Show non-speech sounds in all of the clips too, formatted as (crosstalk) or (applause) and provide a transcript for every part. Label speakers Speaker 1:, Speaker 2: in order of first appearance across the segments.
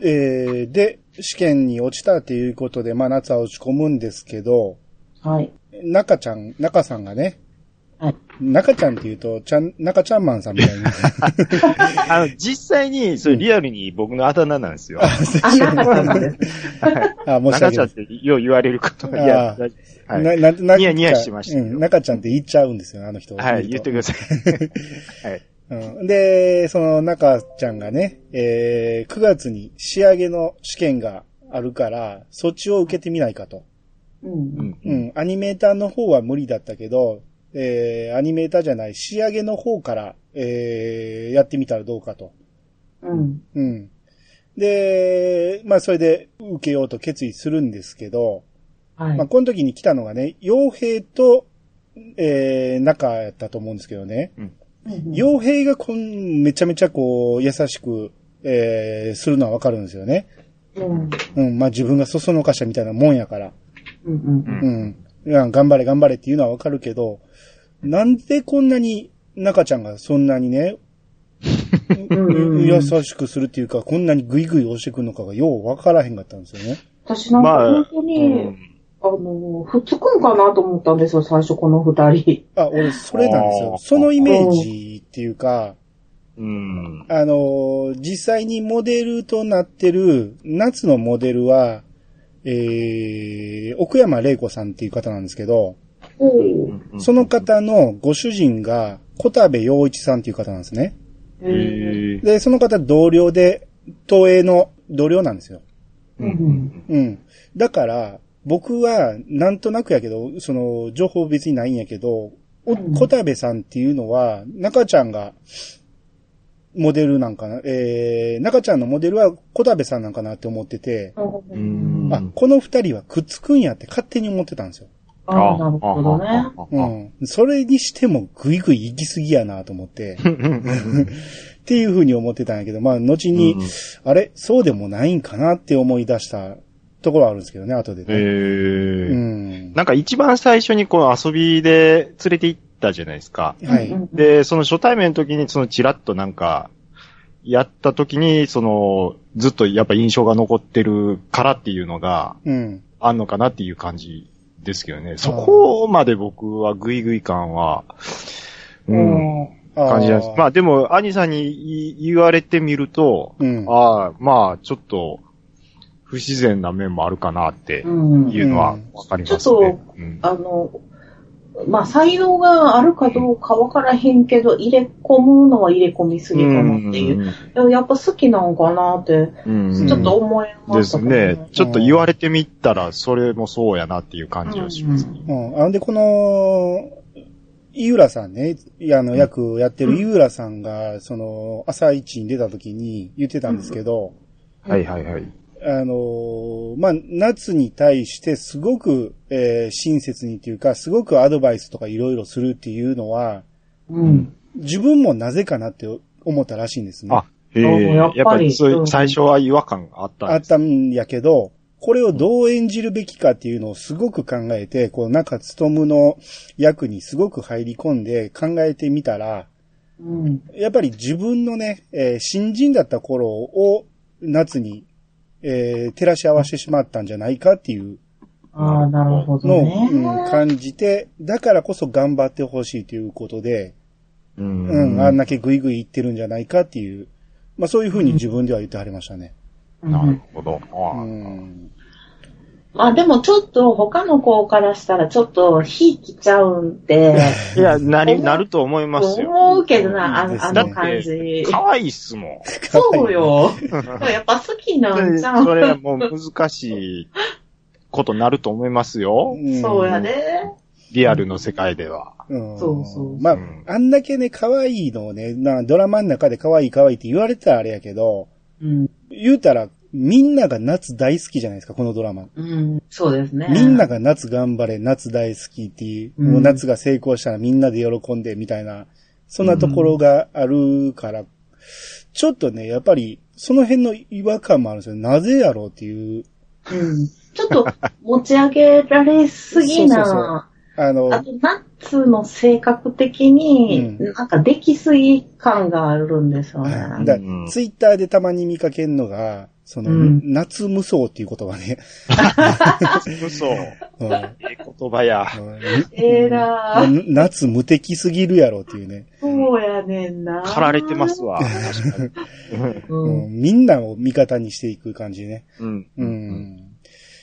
Speaker 1: えーで、試験に落ちたっていうことで、まあ夏は落ち込むんですけど、
Speaker 2: はい。
Speaker 1: 中ちゃん、中さんがね、
Speaker 2: はい。
Speaker 1: 中ちゃんって言うと、ちゃん、中ちゃんマンさんみ
Speaker 3: (laughs)
Speaker 1: たいな。
Speaker 3: あの、実際に、それリアルに僕のあだ名なんですよ。
Speaker 2: あ、なかったんですね。
Speaker 1: あ、申し
Speaker 3: 中
Speaker 1: 訳
Speaker 3: ちゃ
Speaker 1: なんい
Speaker 3: っ。てよう言われることが、い
Speaker 1: あ
Speaker 3: や、
Speaker 1: ー
Speaker 3: 大丈夫ですはい。
Speaker 1: ななな
Speaker 3: ニヤニヤしてましたよ
Speaker 1: うん、中ちゃんって言っちゃうんですよね、あの人。
Speaker 3: はい、
Speaker 1: 見
Speaker 3: 言
Speaker 1: る
Speaker 3: っ
Speaker 1: と
Speaker 3: てください。はい。
Speaker 1: うんで、その中ちゃんがね、えー、9月に仕上げの試験があるから、そっちを受けてみないかと。
Speaker 2: う。
Speaker 3: うんん
Speaker 1: う。ん、アニメーターの方は無理だったけど、えー、アニメーターじゃない仕上げの方から、えー、やってみたらどうかと。
Speaker 2: うん。
Speaker 1: うん。で、まあそれで受けようと決意するんですけど、
Speaker 2: はい
Speaker 1: まあ。この時に来たのがね、傭兵と、えー、中やったと思うんですけどね。
Speaker 2: うん
Speaker 1: 傭兵がこん、めちゃめちゃこう、優しく、えー、するのはわかるんですよね。
Speaker 2: うん。
Speaker 1: うん、まあ自分がそそのかしたみたいなもんやから。
Speaker 2: うんうん。
Speaker 3: うん
Speaker 1: うん。いや頑張れ頑張れっていうのはわかるけど、なんでこんなに、中ちゃんがそんなにね、
Speaker 2: んうんうん
Speaker 1: 優しくするっていうか、こんなにグイグイ押してくるのかがようわからへんかったんですよね。
Speaker 2: 私なんか本当
Speaker 3: う
Speaker 2: に、
Speaker 3: ん
Speaker 2: あの、ふっつくんかなと思ったんですよ、最初この二人。
Speaker 1: あ、俺、それなんです
Speaker 3: あ
Speaker 1: よ。
Speaker 3: ー
Speaker 1: そのイメージっていうか、
Speaker 3: うん。
Speaker 1: あのー実際にモデルとなってる、夏のモデルは、えー、奥山玲子さんっていう方なんですけど、
Speaker 2: お
Speaker 3: う
Speaker 2: ー
Speaker 3: んうん
Speaker 1: その方のご主人が小田部陽一さんっていう方なんですね。
Speaker 2: へ
Speaker 3: へ
Speaker 2: ー
Speaker 3: ー
Speaker 1: で、その方同僚で、東映の同僚なんですよ。
Speaker 2: う
Speaker 3: うんん
Speaker 2: うん
Speaker 1: うん。だから、僕は、なんとなくやけど、その、情報別にないんやけど、お
Speaker 2: うん
Speaker 1: 小田部さんっていうのは、中ちゃんが、モデルなんかな、えー、中ちゃんのモデルは小田部さんなんかなって思ってて、
Speaker 3: う
Speaker 2: うん
Speaker 3: ん。
Speaker 1: あ、この二人はくっつくんやって勝手に思ってたんですよ。
Speaker 2: ああ、なるほどね。
Speaker 1: う
Speaker 3: あ。
Speaker 1: ん。それにしても、ぐいぐい行き過ぎやなと思
Speaker 3: (laughs)
Speaker 1: って、っていうふうに思ってたんやけど、まあ、後に、
Speaker 3: うん
Speaker 1: あれ、そうでもないんかなって思い出したところはあるんですけどね、後で
Speaker 3: へ
Speaker 1: ね。う
Speaker 3: え。
Speaker 1: ん。
Speaker 3: なんか一番最初にこの遊びで連れて行ったじゃないですか。
Speaker 1: は
Speaker 2: う
Speaker 1: い。
Speaker 2: ん
Speaker 3: で、その初対面の時に、そのチラッとなんか、やった時に、その、ずっとやっぱ印象が残ってるからっていうのが、
Speaker 1: うん。
Speaker 3: あんのかなっていう感じですけどね。そこまで僕はグイグイ感は、うん、
Speaker 2: うん
Speaker 3: 感じなんです。ま
Speaker 1: あ
Speaker 3: あでも、兄さんに言われてみると、
Speaker 1: ー、うん。
Speaker 3: ああ、まあ、ちょっと、不自然な面もあるかなって
Speaker 2: うん
Speaker 3: いうのはわかりますね。うん
Speaker 2: あの、まあ、才能があるかどうかわからへんけど、入れ込むのは入れ込みすぎかなっていう。でもやっぱ好きなんかなって、
Speaker 3: うん
Speaker 2: ちょっと思いま
Speaker 3: で
Speaker 2: した
Speaker 3: す
Speaker 2: けど
Speaker 3: ね。ちょっと言われてみたら、それもそうやなっていう感じはします。
Speaker 1: うん。あんで、この、井浦さんね、あの、役やってる井浦さんが、その、朝一に出た時に言ってたんですけど、
Speaker 2: うん
Speaker 3: はいはいはい。
Speaker 1: あのーまあ、夏に対してすごく、えー親切にというか、すごくアドバイスとかいろいろするっていうのは、
Speaker 2: うん。
Speaker 1: 自分もなぜかなって思ったらしいんですね。
Speaker 3: あ、へ
Speaker 2: うん
Speaker 3: え。
Speaker 2: や
Speaker 3: や
Speaker 2: っぱり
Speaker 3: っぱりそういう
Speaker 2: うん
Speaker 3: 最初は違和感があった
Speaker 1: あ
Speaker 3: ん
Speaker 1: っ
Speaker 3: です。
Speaker 1: たんやけど、これをどう演じるべきかっていうのをすごく考えて、こう、中勤の役にすごく入り込んで考えてみたら、
Speaker 2: うん。
Speaker 1: やっぱり自分のね、えー新人だった頃を夏に、えー照らし合わせてしまったんじゃないかっていう
Speaker 2: ああ、なるほど
Speaker 1: のを、
Speaker 2: ね。
Speaker 1: うん感じて、だからこそ頑張ってほしいということで、
Speaker 3: う
Speaker 1: うん、あん
Speaker 3: な
Speaker 1: だけグイグイ言ってるんじゃないかっていう、まあそういうふうに自分では言ってはりましたね。
Speaker 2: うん
Speaker 3: るほど。
Speaker 1: う
Speaker 3: ああ
Speaker 1: ん。
Speaker 2: まあでもちょっと他の子からしたらちょっと火きちゃうんで、
Speaker 3: いや、なり、なると思いますよ。
Speaker 2: 思うけどな、あ
Speaker 1: で
Speaker 2: の
Speaker 1: す
Speaker 2: あ
Speaker 1: ね
Speaker 2: の感じ。
Speaker 3: 可愛いっすもん。
Speaker 2: そ
Speaker 1: (laughs)
Speaker 2: うよ。やっぱ好きなんじゃん。
Speaker 3: それはもう難しいことになると思いますよ。
Speaker 1: ん
Speaker 2: そうやね。
Speaker 3: リアルの世界では。
Speaker 1: うん
Speaker 2: そうそう
Speaker 1: まあ
Speaker 3: うん、
Speaker 1: あんだけね、可愛いのをね、なドラマの中で可愛い可愛いって言われてたらあれやけど、
Speaker 2: うん。
Speaker 1: 言うたら、みんなが夏大好きじゃないですか、このドラマ。
Speaker 2: うん。そうですね。
Speaker 1: みんなが夏頑張れ、夏大好きっていう、
Speaker 2: うん
Speaker 1: もう夏が成功したらみんなで喜んでみたいな、そんなところがあるから、ちょっとね、やっぱり、その辺の違和感もあるんですよ。なぜやろうっていう、
Speaker 2: うんちょっと持ち上げられすぎな。
Speaker 1: そうそうそうあの、
Speaker 2: あと、なっつの性格的に、
Speaker 1: う
Speaker 2: なんかできすぎ感があるんですよね。
Speaker 1: はいだ
Speaker 3: うん
Speaker 1: ツイッターでたまに見かけるのが、その、
Speaker 2: うん
Speaker 1: 夏無双っていう言葉ね。
Speaker 3: 嘘。え
Speaker 1: うん
Speaker 3: え言葉や。
Speaker 2: えらー
Speaker 1: うん夏無敵すぎるやろっていうね。
Speaker 2: そうやねんな。
Speaker 3: 駆られてますわ。確かに。
Speaker 2: う
Speaker 1: うん
Speaker 2: ん。
Speaker 1: みんなを味方にしていく感じね。
Speaker 3: うん。
Speaker 1: う
Speaker 3: うん
Speaker 1: ん。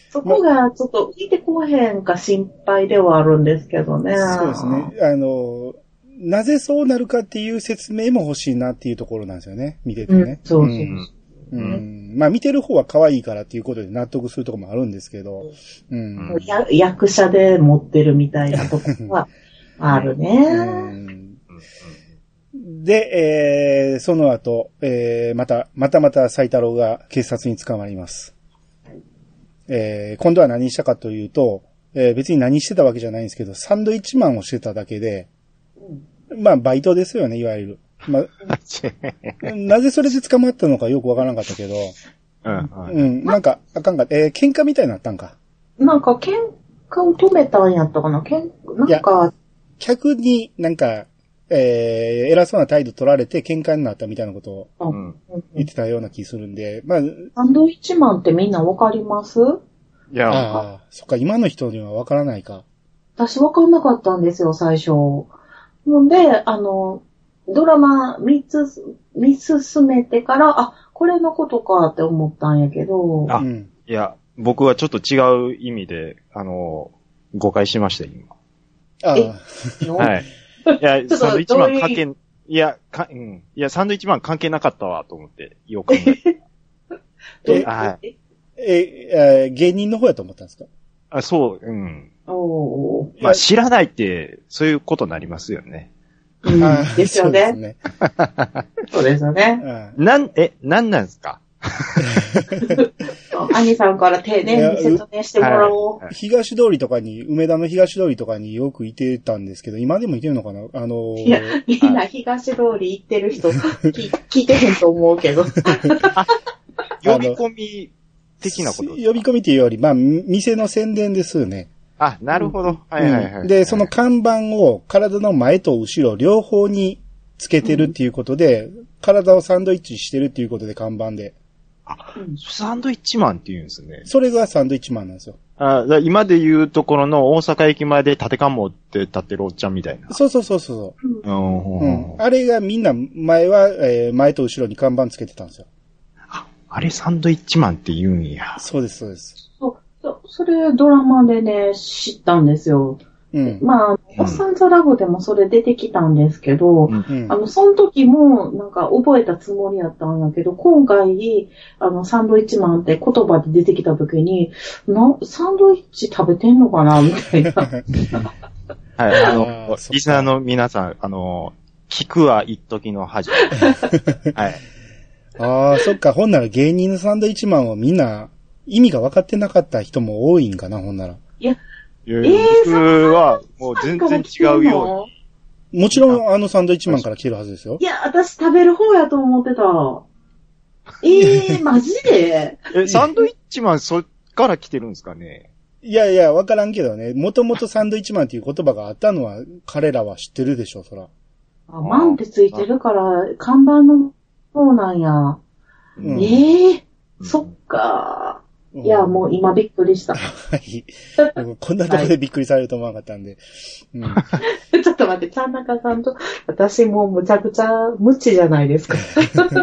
Speaker 2: そこがちょっと浮いてこうへんか心配ではあるんですけどね。
Speaker 1: そうですね。あの、なぜそうなるかっていう説明も欲しいなっていうところなんですよね。見てて
Speaker 2: うん
Speaker 1: ね。、
Speaker 2: そう
Speaker 1: う
Speaker 2: そうそうん
Speaker 1: うん。まあ見てる方は可愛いからっていうことで納得するところもあるんですけど。うん。
Speaker 3: うん
Speaker 2: や役者で持ってるみたいなとこはあるね。
Speaker 1: うんで、えー、その後、えー、また、またまた斎太郎が警察に捕まります。えー、今度は何したかというと、えー、別に何してたわけじゃないんですけど、サンドイッチマンをしてただけで、まあ、バイトですよね、いわゆる。まあ、なぜそれで捕まったのかよくわからなかったけど、
Speaker 3: (laughs) うん。
Speaker 1: うん、なんか、あかんかった。えー、喧嘩みたいになったんか。
Speaker 2: なんか喧嘩を止めたんやったかな喧なんか、
Speaker 1: 客になんか、えー、偉そうな態度取られて喧嘩になったみたいなことを
Speaker 3: うん。
Speaker 1: 言ってたような気するんで、まあ、
Speaker 2: サンドイッチマンってみんなわかります
Speaker 3: いや、
Speaker 1: ああ、そっか、今の人にはわからないか。
Speaker 2: 私わかんなかったんですよ、最初。ほんで、あの、ドラマ見つ、見進めてから、あ、これのことかって思ったんやけど、
Speaker 3: あ
Speaker 1: うん。
Speaker 3: いや、僕はちょっと違う意味で、あの、誤解しました、今。
Speaker 1: あ
Speaker 2: え
Speaker 1: あ、
Speaker 3: はい。
Speaker 1: (laughs)
Speaker 3: いや、
Speaker 2: と
Speaker 3: サンドイッチマン関
Speaker 2: ど
Speaker 3: 係、いや、か、うん。いや、サンドイッチマン関係なかったわ、と思って、
Speaker 1: (laughs)
Speaker 3: よく考えて
Speaker 2: どう
Speaker 1: え
Speaker 3: は
Speaker 2: え
Speaker 1: え、えー芸人の方やと思ったんですか
Speaker 3: あ、そう、うん。
Speaker 2: おー
Speaker 3: まあ、知らないって、そういうことになりますよね。
Speaker 2: うん
Speaker 1: ああ
Speaker 2: ですよ
Speaker 1: そう
Speaker 2: ね。
Speaker 1: ですね。
Speaker 2: そうですよね。
Speaker 1: あ
Speaker 3: なん、え、なんなんですか
Speaker 2: 兄さんから丁寧に説明してもらおう。
Speaker 1: あ東通りとかに、梅田の東通りとかによくいてたんですけど、今でもいてるのかなあのー
Speaker 2: いや、みんな東通り行ってる人、き聞いてへんと思うけど。
Speaker 3: 呼び込み的なこと
Speaker 1: 呼。び込みっていうより、まあ、み店の宣伝ですよね。
Speaker 3: あ、なるほど。はいはいは
Speaker 1: う
Speaker 3: い。
Speaker 1: んで、その、看板を体の前と後ろ両方につけてるっていうことで、体をサンドイッチしてるっていうことで看板で。
Speaker 3: サンドイッチマンって言うんですね。
Speaker 1: それがサンドイッチマンなんですよ。
Speaker 3: あだから今で言うところの大阪駅前で立て看板って立ってるおっちゃんみたいな。
Speaker 1: そうそうそうそう。
Speaker 3: うん
Speaker 1: うん。あれがみんな前は、えー前と後ろに看板つけてたんですよ。
Speaker 3: あれサンドイッチマンって言うんや。
Speaker 1: そうです、そうです。
Speaker 2: そうそそれドラマでね、知ったんですよ。
Speaker 1: うん。
Speaker 2: まあ、おっさんずラブでもそれ出てきたんですけど、
Speaker 3: うん
Speaker 1: うん
Speaker 2: あ。の、その時も、なんか、覚えたつもりやったんやけど、今回、あの、サンドイッチマンって言葉で出てきた時に、な、サンドイッチ食べてんのかなみたいな。
Speaker 3: はい。あ
Speaker 1: あーそ
Speaker 3: の
Speaker 1: っか、
Speaker 3: リスナーの皆さん、あの、聞くは一
Speaker 1: (laughs)
Speaker 3: 時の恥。はい。
Speaker 1: ああ、そっか。ほんなら芸人のサンドイッチマンはみんな意味が分かってなかった人も多いんかな、ほんなら。
Speaker 3: 僕は、もう全然違うよ
Speaker 2: う。
Speaker 1: もちろんあのサンドイッチマンから来てるはずですよ
Speaker 2: い。や、私食べる方やと思ってた。ええー、マジで
Speaker 3: うに。え、サンドイッチマンそっから来てるんですかね
Speaker 1: いやいや、分からんけどね。もともとサンドイッチマンっていう言葉があったのは彼らは知ってるでしょ、そら。
Speaker 2: あマンってついてるから、看板の方なんや。
Speaker 1: うん
Speaker 2: ええー、そっか。いや、もう今びっくりし
Speaker 1: (laughs)
Speaker 2: た。(laughs)
Speaker 1: はい。僕こんなとこでびっくりされると思わなかったんで。うん。
Speaker 2: ちょっと待って、田中さんと、私もうむちゃくちゃ無知じゃないですか。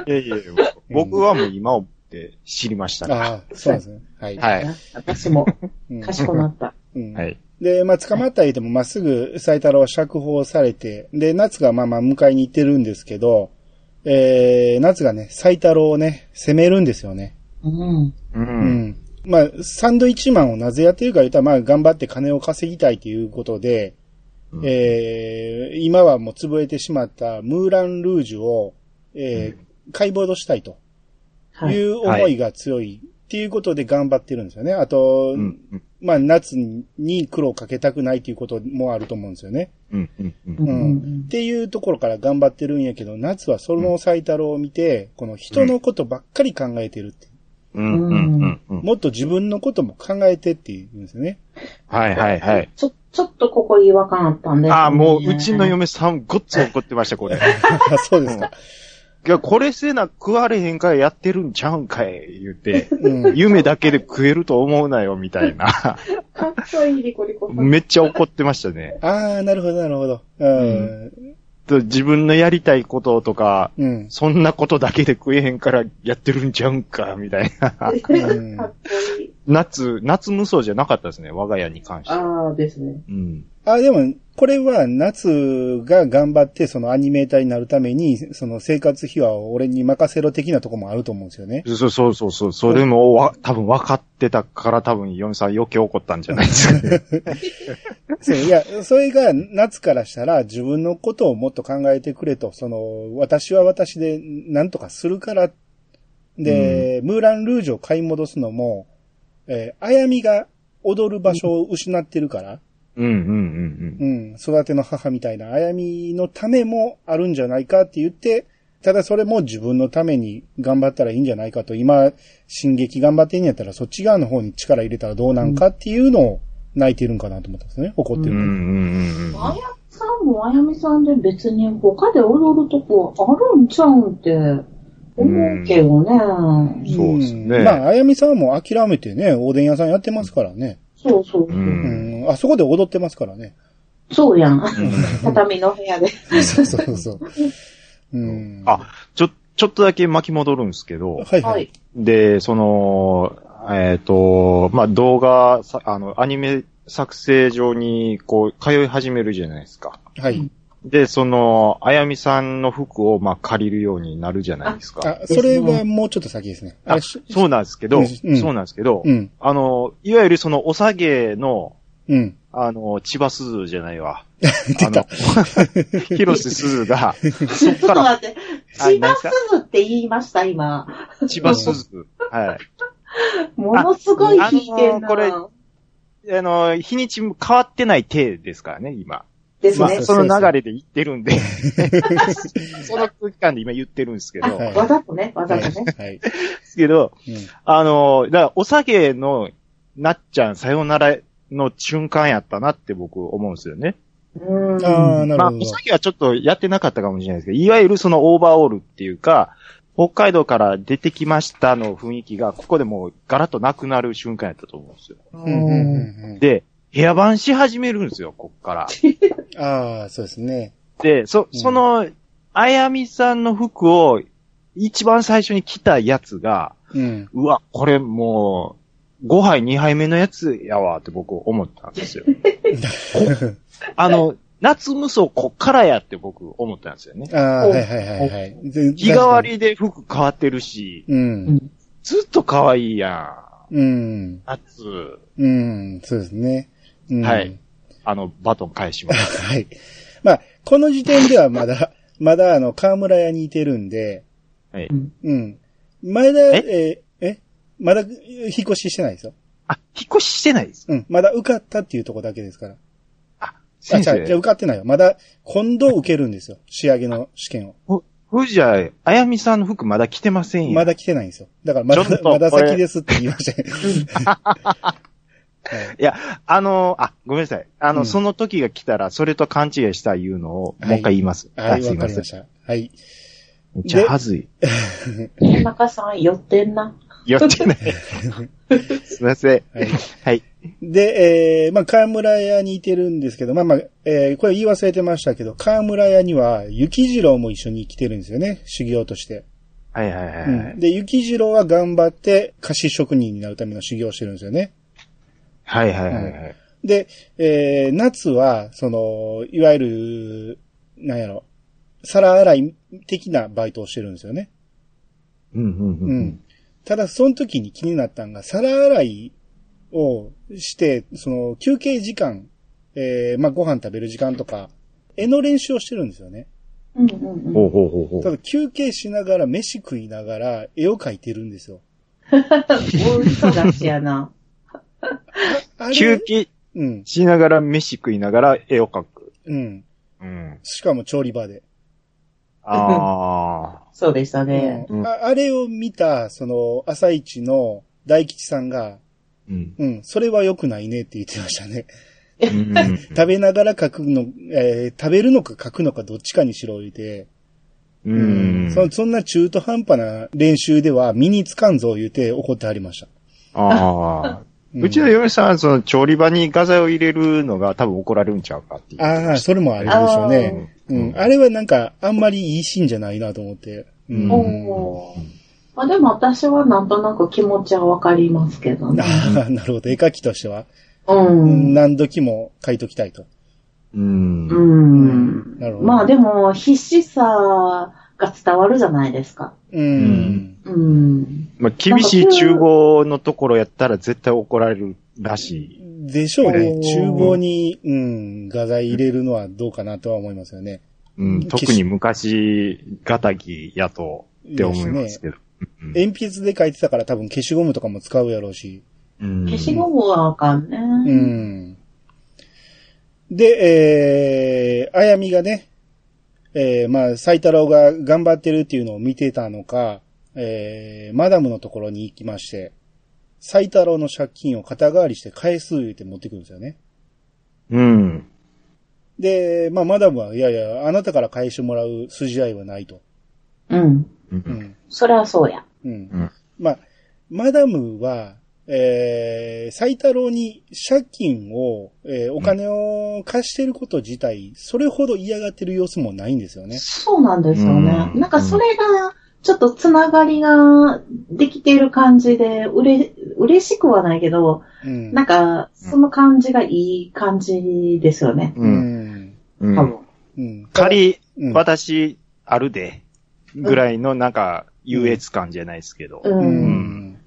Speaker 3: いやいやいや僕はもう今をって知りましたね。
Speaker 1: ああ、そうなんですね。はい。
Speaker 3: はい。
Speaker 2: 私も、
Speaker 1: うん
Speaker 2: かしこまった。
Speaker 1: うん
Speaker 3: はい。
Speaker 1: で、まあ、捕まった言うても、まあ、すぐ、斎太郎は釈放されて、で、夏がまあまあ迎えに行ってるんですけど、えー、夏がね、斎太郎をね、攻めるんですよね。
Speaker 2: うん。
Speaker 3: う。
Speaker 1: うんまあ、サンドイッチマンをなぜやってるか言うたら、まあ、頑張って金を稼ぎたいということで、
Speaker 3: うん
Speaker 1: えー、今はもう潰れてしまったムーラン・ルージュを、えー解剖したいと
Speaker 2: はいい。
Speaker 1: う思いが強いっていうことで頑張ってるんですよね。あと、
Speaker 3: うん。うん
Speaker 1: まあ、夏に苦労かけたくないということもあると思うんですよね。
Speaker 3: うん。うんうん。
Speaker 1: う
Speaker 2: うんん
Speaker 1: っていうところから頑張ってるんやけど、夏はその斎太郎を見て、この人のことばっかり考えてるって。
Speaker 3: うん。うん。うん。
Speaker 1: もっと自分のことも考えてって言うんですよね。 (laughs)
Speaker 3: はいはいはい。
Speaker 2: ちょっちょっとここ違和感あったんで。
Speaker 3: ああ、もう、うちの嫁さん、ごっつ怒ってました、これ。い
Speaker 1: あそうですか。
Speaker 3: や、これせな食われへんからやってるんちゃうんかい、言って。
Speaker 1: うん。
Speaker 3: 夢だけで食えると思うなよ、みたいな。
Speaker 1: (laughs)
Speaker 2: かっこいいリコリコさん。
Speaker 3: めっちゃ怒ってましたね。
Speaker 1: ああ、なるほど、なるほど。うん。
Speaker 3: と自分のやりたいこととか、
Speaker 1: うん。
Speaker 3: そんなことだけで食えへんからやってるんちゃうんか、みたいな。
Speaker 1: (laughs)
Speaker 2: (laughs) かっこ
Speaker 1: うん
Speaker 2: いい。
Speaker 3: 夏、夏無双じゃなかったですね、我が家に関しては。
Speaker 2: ああ、ですね。
Speaker 3: うん。
Speaker 1: あ、でも、これは、夏が頑張って、そのアニメーターになるために、その生活費は俺に任せろ的なとこもあると思うんですよね。
Speaker 3: そうそうそうそう、それもわ、多分分かってたから多分、嫁さん余計怒ったんじゃないです
Speaker 1: (laughs)
Speaker 3: かね。
Speaker 1: そういや、それが、夏からしたら、自分のことをもっと考えてくれと、その、私は私で、なんとかするから、で、ムーラン・ルージュを買い戻すのも、えーあやみが踊る場所を失ってるから、
Speaker 3: うんうんう
Speaker 1: うん、
Speaker 3: ん
Speaker 1: 育ての母みたいな、あやみのためもあるんじゃないかって言って、ただそれも自分のために頑張ったらいいんじゃないかと、今、進撃頑張ってんやったら、そっち側の方に力入れたらどうなんかっていうのを泣いてるんかなと思ったんですね。怒って
Speaker 3: うん。うん
Speaker 1: る。
Speaker 3: うんうん
Speaker 2: あやさんもあやみさんで別に他で踊るとこあるんちゃうんって思うけどね。
Speaker 3: うん。そうですね。
Speaker 1: んまあ、あやみさんはもう諦めてね、おでん屋さんやってますからね。
Speaker 2: そうそうそう。
Speaker 3: うん
Speaker 1: うん、あそこで踊ってますからね。
Speaker 2: そうやん。
Speaker 3: うん
Speaker 2: 畳の部屋で。
Speaker 1: そうそうそう。うん、
Speaker 3: あ、ちょ、ちょっとだけ巻き戻るんですけど、
Speaker 1: はいは
Speaker 2: はいい。。
Speaker 3: で、その、えっ、と、まあ、動画、さあの、アニメ作成上に、こう、通い始めるじゃないですか。
Speaker 1: はい。
Speaker 3: で、その、あやみさんの服を、まあ、借りるようになるじゃないですか。
Speaker 1: あ、それはもうちょっと先ですね。あ
Speaker 3: あ
Speaker 1: れし
Speaker 3: そうなんですけど、
Speaker 1: うん
Speaker 3: そうなんですけど、
Speaker 1: うん、
Speaker 3: あの、いわゆるその、おさげの、
Speaker 1: うん。
Speaker 3: あの、千葉すずじゃないわ。
Speaker 1: (laughs) 出た
Speaker 3: あの (laughs) 広瀬すずが、
Speaker 2: ちょっと待って。
Speaker 3: あ
Speaker 2: 千
Speaker 3: 何
Speaker 2: 葉
Speaker 3: ですか
Speaker 2: すずって言いました、今。
Speaker 3: 千葉すず。はい。
Speaker 2: ものすごい弾いて
Speaker 3: あ
Speaker 2: ん
Speaker 3: のー
Speaker 2: な。
Speaker 3: これあの、日にちも変わってない体ですからね、今。
Speaker 2: です
Speaker 1: まあ
Speaker 2: ね。
Speaker 1: そ
Speaker 3: そう
Speaker 1: そう
Speaker 3: の流れで言ってるんで、 (laughs) その空気感で今言ってるんですけど、
Speaker 2: あ、
Speaker 3: で
Speaker 1: はい
Speaker 2: わざとね、わ
Speaker 1: は
Speaker 2: ざ
Speaker 1: い
Speaker 2: とね。。
Speaker 1: はい。
Speaker 3: すけど、
Speaker 1: うん
Speaker 3: あの、だからお酒のなっちゃんさよならの瞬間やったなって僕思うんですよね。
Speaker 2: うん。
Speaker 1: ああ、なる
Speaker 3: まあ、
Speaker 1: ほど
Speaker 3: お。酒はちょっとやってなかったかもしれないですけど、いわゆるそのオーバーオールっていうか、北海道から出てきましたの雰囲気が、ここでもうガラッとなくなる瞬間やったと思うんですよ。
Speaker 1: うんうんうんうん
Speaker 3: で、部屋番し始めるんですよ、こっから。
Speaker 1: ああ、そうですね。
Speaker 3: で、そ、
Speaker 1: うん
Speaker 3: その、あやみさんの服を、一番最初に着たやつが、
Speaker 1: うん。
Speaker 3: うわ、これもう、5杯2杯目のやつやわって僕思ったんで
Speaker 1: (laughs)
Speaker 3: すよ。あの、夏無双こっからやって僕思ったんですよね。
Speaker 1: ああ、はいはいはいはい。
Speaker 3: 日替わ。りで服変わってるし、
Speaker 1: うん。
Speaker 3: ずっと可愛いや
Speaker 1: うん
Speaker 3: ん。。夏、
Speaker 1: うん。そうですね。うん
Speaker 3: はい。あの、バトン返しま
Speaker 1: (laughs)
Speaker 3: す。
Speaker 1: はい。まあ、この時点ではまだ、 (laughs) まだあの、河村屋にいてるんで、
Speaker 3: はい
Speaker 1: うん。前田、え
Speaker 3: え
Speaker 1: ー、えまだ、引っ越ししてないですよ。
Speaker 3: あ、引っ越ししてないです。
Speaker 1: うん。まだ受かったっていうとこだけですから。あ、
Speaker 3: 先
Speaker 1: じゃあ、じゃあ
Speaker 3: 生。
Speaker 1: 受かってないよ。まだ、今度受けるんですよ。仕上げの試験を。
Speaker 3: ふじゃあ、あやみさんの服まだ着てませんよ。
Speaker 1: まだ来てないんですよ。だからま
Speaker 3: ちょっ
Speaker 1: だ、
Speaker 3: と
Speaker 1: まだ
Speaker 3: これ
Speaker 1: 先ですって言いました (laughs) よはい
Speaker 3: いや、あのあ、ごめんなさい。あの、
Speaker 1: うん
Speaker 3: その時が来たら、それと勘違いしたいうのを、
Speaker 1: はい
Speaker 3: もう一回言います。
Speaker 1: はい、
Speaker 3: す
Speaker 1: わ
Speaker 3: い
Speaker 1: か
Speaker 3: ま
Speaker 1: り
Speaker 3: せん
Speaker 1: ま。した。はい。
Speaker 3: めっちゃはずい。
Speaker 2: 田中さん寄ってんな。
Speaker 3: 寄っ
Speaker 1: (laughs)
Speaker 3: てない。すいません。
Speaker 1: はい
Speaker 3: はい。
Speaker 1: で、えー、まあ、河村屋にいてるんですけど、まあまあ、えー、これ言い忘れてましたけど、河村屋には、雪次郎も一緒に来てるんですよね、修行として。
Speaker 3: はいはいは
Speaker 1: う
Speaker 3: い
Speaker 1: んで、雪次郎は頑張って、菓子職人になるための修行をしてるんですよね。
Speaker 3: はい。はいはいはいはい。
Speaker 1: で、えー、夏は、その、いわゆる、なんやろ、皿洗い的なバイトをしてるんですよね。
Speaker 3: うんうんうん
Speaker 1: う
Speaker 3: うんん。。
Speaker 1: ただ、その時に気になったのが、皿洗いをして、その、休憩時間、えー、まあ、ご飯食べる時間とか、絵の練習をしてるんですよね。
Speaker 2: うんうんうん。
Speaker 3: ほうほうほうほ
Speaker 1: た
Speaker 3: う。
Speaker 1: だ、休憩しながら、飯食いながら、絵を描いてるんですよ。
Speaker 2: (laughs) 大忙しやな。
Speaker 1: あれ
Speaker 3: 休憩
Speaker 1: うん、
Speaker 3: しながら、飯食いながら、絵を描く。
Speaker 1: うん。 (laughs)
Speaker 3: うん。
Speaker 1: しかも調理場で。
Speaker 3: あ
Speaker 2: そうでしたね。
Speaker 1: うんああれを見た、その、朝一の大吉さんが、
Speaker 3: ー。うん。
Speaker 1: うん、それは良くないねって言ってましたね。
Speaker 3: うん
Speaker 1: 食べながら書くの、えー食べるのか書くのかどっちかにしろ言うて、
Speaker 3: うん。
Speaker 1: そそんな中途半端な練習では身につかんぞ言うて怒ってはりました。
Speaker 3: ああ。
Speaker 1: ん
Speaker 3: うちの嫁さんは、その、調理場に画材を入れるのが多分怒られるんちゃうかっていう。
Speaker 1: ああ、それもあるでしょうね。
Speaker 3: あー
Speaker 1: うん。あれはなんか、あんまりいいシーンじゃないなと思って。うん。
Speaker 2: おーまあでも私はなんとなく気持ちはわかりますけどね。
Speaker 1: (laughs) ああ、なるほど。絵描きとしては。
Speaker 2: うん。
Speaker 1: 何時も書いときたいと。
Speaker 3: うん。
Speaker 2: う
Speaker 3: うん。
Speaker 2: ん。
Speaker 1: なるほど
Speaker 2: まあでも、必死さが伝わるじゃないですか。
Speaker 1: うん。
Speaker 2: うん。
Speaker 3: まあ、厳しい厨房のところやったら絶対怒られるらしい。
Speaker 1: でしょうね
Speaker 2: お。ー
Speaker 1: 厨房に、うん、画材入れるのはどうかなとは思いますよね。
Speaker 3: うん。特に昔、ガタギやと、って思いますけど。
Speaker 1: 鉛筆で書いてたから多分消しゴムとかも使うやろうし。
Speaker 3: うん
Speaker 2: 消しゴムはあかんね。
Speaker 1: う。ん。で、えー、あやみがね、えー、まあ、斎太郎が頑張ってるっていうのを見てたのか、えー、マダムのところに行きまして、斎太郎の借金を肩代わりして返す言うて持ってくるんですよね。
Speaker 3: うん。
Speaker 1: で、まあ、マダムは、いやいや、あなたから返してもらう筋合いはないと。
Speaker 2: うん。
Speaker 3: うん。
Speaker 1: ん。
Speaker 2: そりゃそうや。
Speaker 1: うん。
Speaker 3: うん
Speaker 1: まあ、マダムは、えー、斎太郎に借金を、えーお金を貸してること自体、それほど嫌がってる様子もないんですよね。
Speaker 2: そうなんですよね。
Speaker 3: うん
Speaker 2: なんかそれが、ちょっとつながりができている感じで、うれ、嬉しくはないけど、
Speaker 1: うん。
Speaker 2: なんか、その感じがいい感じですよね。
Speaker 1: う
Speaker 3: うん。
Speaker 1: ん。
Speaker 3: う
Speaker 2: 多
Speaker 3: ん。
Speaker 2: 分。
Speaker 1: うん。
Speaker 3: 仮、
Speaker 1: うん
Speaker 3: 私、あるで、ぐらいの、なんか、優越感じゃないですけど。
Speaker 1: う
Speaker 2: うん。
Speaker 1: ん。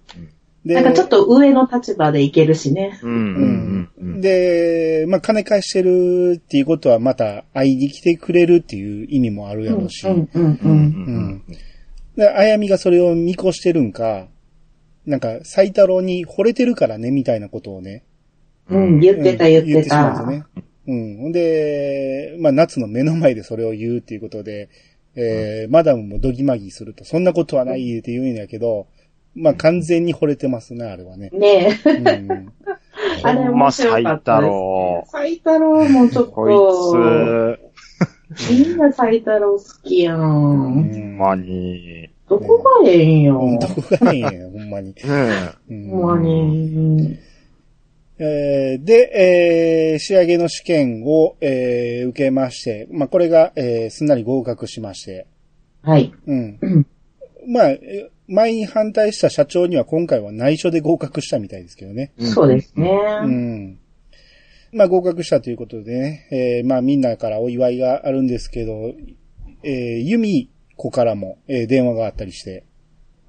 Speaker 1: で
Speaker 2: なんかちょっと上の立場でいけるしね。
Speaker 3: うん。うん。うん。
Speaker 1: で、まあ、金返してるっていうことは、また会いに来てくれるっていう意味もあるやろうし。
Speaker 2: うんうんう
Speaker 3: う
Speaker 2: んん。
Speaker 1: うんで、あやみがそれを見越してるんか、なんか、斎太郎に惚れてるからね、みたいなことをね。
Speaker 2: う
Speaker 3: うん
Speaker 2: ん、言ってた言っ
Speaker 1: うん言っててしま
Speaker 2: た。
Speaker 1: うんですね。うん。ほんで、まあ、夏の目の前でそれを言うっていうことで、えーマダムもどぎまぎすると、そんなことはないって言うんやけど、まあ、完全に惚れてますね、あれは
Speaker 2: (laughs)
Speaker 1: ね。
Speaker 2: ねえ、
Speaker 1: うん。
Speaker 2: あれ面白かったです、ね
Speaker 3: ほ。
Speaker 2: 斎太郎もちょっと、
Speaker 3: こい
Speaker 2: みんな斎太郎好きや。
Speaker 1: うん
Speaker 3: つ、
Speaker 1: ん
Speaker 3: まに。
Speaker 2: どこがええんよ。
Speaker 1: うんどこがいいんや、ほ (laughs) んまに。
Speaker 3: ね
Speaker 1: うん
Speaker 2: ほんまに。
Speaker 1: えーで、えー仕上げの試験を、えー受けまして、まあ、これが、えーすんなり合格しまして、
Speaker 2: はい。
Speaker 1: うん。
Speaker 2: うん
Speaker 1: まあ、え前に反対した社長には今回は内緒で合格したみたいですけどね。
Speaker 3: え
Speaker 2: そうです
Speaker 1: う
Speaker 2: ね。。
Speaker 1: ん。まあ、合格したということでね、えーまあ、みんなからお祝いがあるんですけど、えー、ユミ子からも、えー電話があったりして、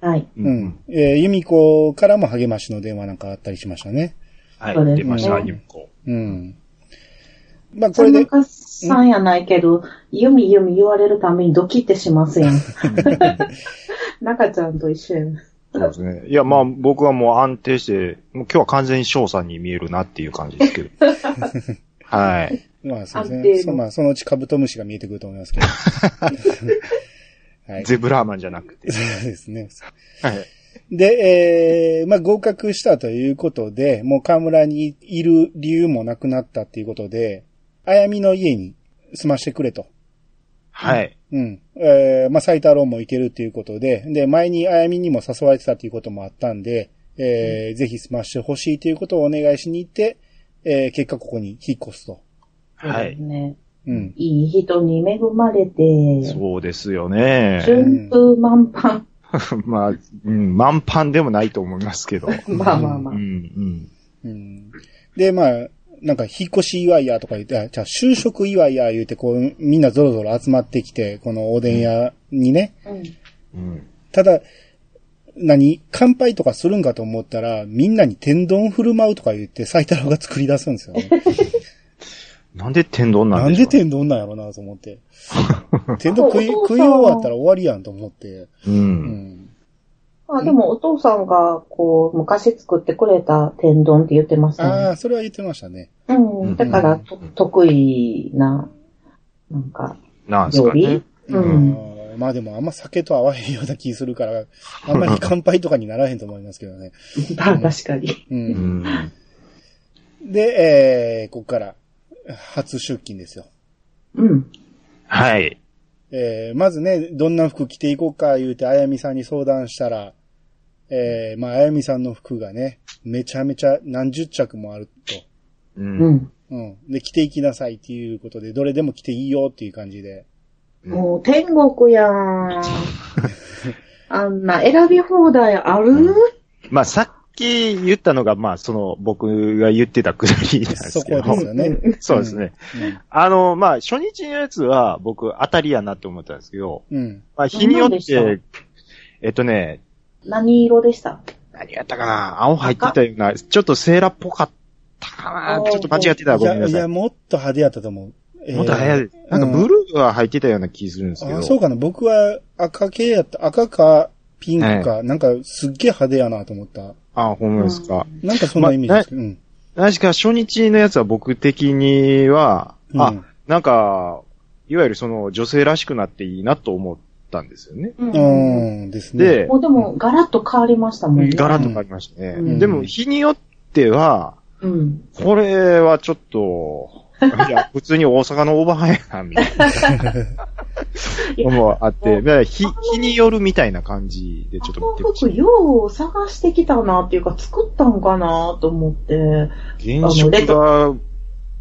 Speaker 2: はい。
Speaker 1: う。ん。えーユミ子からも励ましの電話なんかあったりしましたね。
Speaker 3: はい、出ました、ゆっこ。
Speaker 1: うん。まあ、こ
Speaker 2: 田
Speaker 1: れで、
Speaker 2: 中さんやないけど、ゆみゆみ言われるためにドキってしますやん。 (laughs) 中ちゃんと一緒やん。
Speaker 3: そうですね。いや、まあ、僕はもう安定して、もう今日は完全に翔さんに見えるなっていう感じですけど。 (laughs) はい。
Speaker 1: まあそうですね。
Speaker 2: 安定の
Speaker 1: そうまあそのうちカブトムシが見えてくると思いますけど。 (laughs) はい。そ
Speaker 3: ゼブラーマンじゃなくて。
Speaker 1: うですね。
Speaker 3: はい。
Speaker 1: で、えー、まあ合格したということで、もう河村にいる理由もなくなったっていうことで、あやみの家に住ましてくれと。
Speaker 3: はい。
Speaker 1: うん。えー、まあ斎太郎も行けるということで、で、前にあやみにも誘われてたということもあったんで、えーぜひ住ましてほしいということをお願いしに行って、えー結果ここに引っ越すと。
Speaker 3: は
Speaker 2: そうで
Speaker 3: い
Speaker 2: す。ね。
Speaker 1: うん。
Speaker 2: いい人に恵まれて、
Speaker 3: そうですよね。 (laughs)
Speaker 2: 順風満帆。
Speaker 3: まあ、うん、満帆でもないと思いますけど。
Speaker 2: まあまあま
Speaker 3: う
Speaker 2: あ。
Speaker 3: ん、
Speaker 1: うんで、まあ、なんか、引っ越し祝いやとか言って、あ、じゃあ、就職祝いや言うて、こう、みんなぞろぞろ集まってきて、このおでん屋にね。
Speaker 2: うん
Speaker 3: うん。うん。
Speaker 1: ただ、何乾杯とかするんかと思ったら、みんなに天丼振る舞うとか言って、斎太郎が作り出すんですよね。
Speaker 3: なんで天丼な
Speaker 1: なんん
Speaker 3: でし
Speaker 1: で
Speaker 3: ょうね
Speaker 1: 天丼なんやろなと思
Speaker 3: (laughs)
Speaker 1: って。天丼食い、食い終わったら終わりやんと思って。
Speaker 3: う。
Speaker 1: うんん。
Speaker 2: まあでもお父さんが、こう、昔作ってくれた天丼って言ってました
Speaker 1: あ
Speaker 2: ね。
Speaker 1: あ、それは言ってましたね。
Speaker 2: うん。だから、と得意な、なんか、
Speaker 3: なんです
Speaker 2: 料
Speaker 3: かね
Speaker 2: 理。。うん。
Speaker 1: あーまあでも、あんま酒と合わへんような気するから、あんまり乾杯とかにならへんと思いますけどね。
Speaker 2: まあ確かに。
Speaker 1: う。
Speaker 3: うんん。
Speaker 1: で、えー、ここから、初出勤ですよ。
Speaker 2: うん。
Speaker 3: はい。
Speaker 1: えー、まずね、どんな服着ていこうか言うて、あやみさんに相談したら、えー、まあ、あやみさんの服がね、めちゃめちゃ何十着もあると。
Speaker 3: う。
Speaker 2: うんん。
Speaker 1: うん。で、着ていきなさいっていうことで、どれでも着ていいよっていう感じで。
Speaker 2: もう天国やん。
Speaker 3: (laughs)
Speaker 2: あんな選び放題ある、
Speaker 3: まあ、さっき言ったのが、まあ、その、僕が言ってたくだりなんです
Speaker 1: そ
Speaker 3: けど。
Speaker 1: こですよね。
Speaker 3: (laughs) そうですね。あの、まあ、初日のやつは、僕、当たりやなって思ったんですけど、
Speaker 1: うん。
Speaker 3: (laughs)
Speaker 1: うん。
Speaker 3: まあ、日によ
Speaker 2: 何
Speaker 3: っ
Speaker 2: でした
Speaker 3: て、えっとね、
Speaker 2: 何色でした
Speaker 3: 何やったかな青入ってたような、ちょっとセーラーっぽかったかな
Speaker 2: おー
Speaker 3: ちょっと間違ってたら
Speaker 1: い
Speaker 3: ごめん
Speaker 1: や、
Speaker 3: ないさ
Speaker 1: や、
Speaker 3: い。
Speaker 1: もっと派手やったと思う。
Speaker 3: もっと早
Speaker 1: い。
Speaker 3: い。なんかブルーが入ってたような気するんですけど。
Speaker 1: あ、そうかな。僕は赤系やった。赤か、ピンクか、なんかすっげえ派手やなと思った。
Speaker 3: あ、ほんまですか。
Speaker 1: なんかそんなイメージですけど。うん。
Speaker 3: 確か初日のやつは僕的には、
Speaker 1: う
Speaker 3: あ
Speaker 1: ん、
Speaker 3: なんか、いわゆるその女性らしくなっていいなと思ったんですよね。
Speaker 2: う。
Speaker 1: うんん、ですね。
Speaker 3: で
Speaker 2: も、うでも、ガラッと変わりましたもんね。
Speaker 3: ガラッと変わりました
Speaker 2: う
Speaker 3: ね。
Speaker 2: ん
Speaker 3: でも日によっては、
Speaker 2: うん。
Speaker 3: これはちょっと、い (laughs) や、普通に大阪のオーバーハンやな、みたいなのもあって、まあ日、日によるみたいな感じでちょっ
Speaker 2: あ
Speaker 3: と
Speaker 2: の
Speaker 3: 見てほし
Speaker 2: 服、
Speaker 3: い。
Speaker 2: よう探してきたなっていうか、作ったんかなと思って、
Speaker 3: 現職が、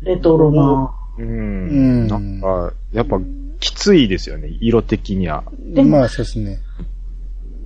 Speaker 2: レトロな。
Speaker 3: う
Speaker 1: うん
Speaker 3: ん、なんか、やっぱ、きついですよね、色的には。
Speaker 2: でも
Speaker 1: まあそうですね。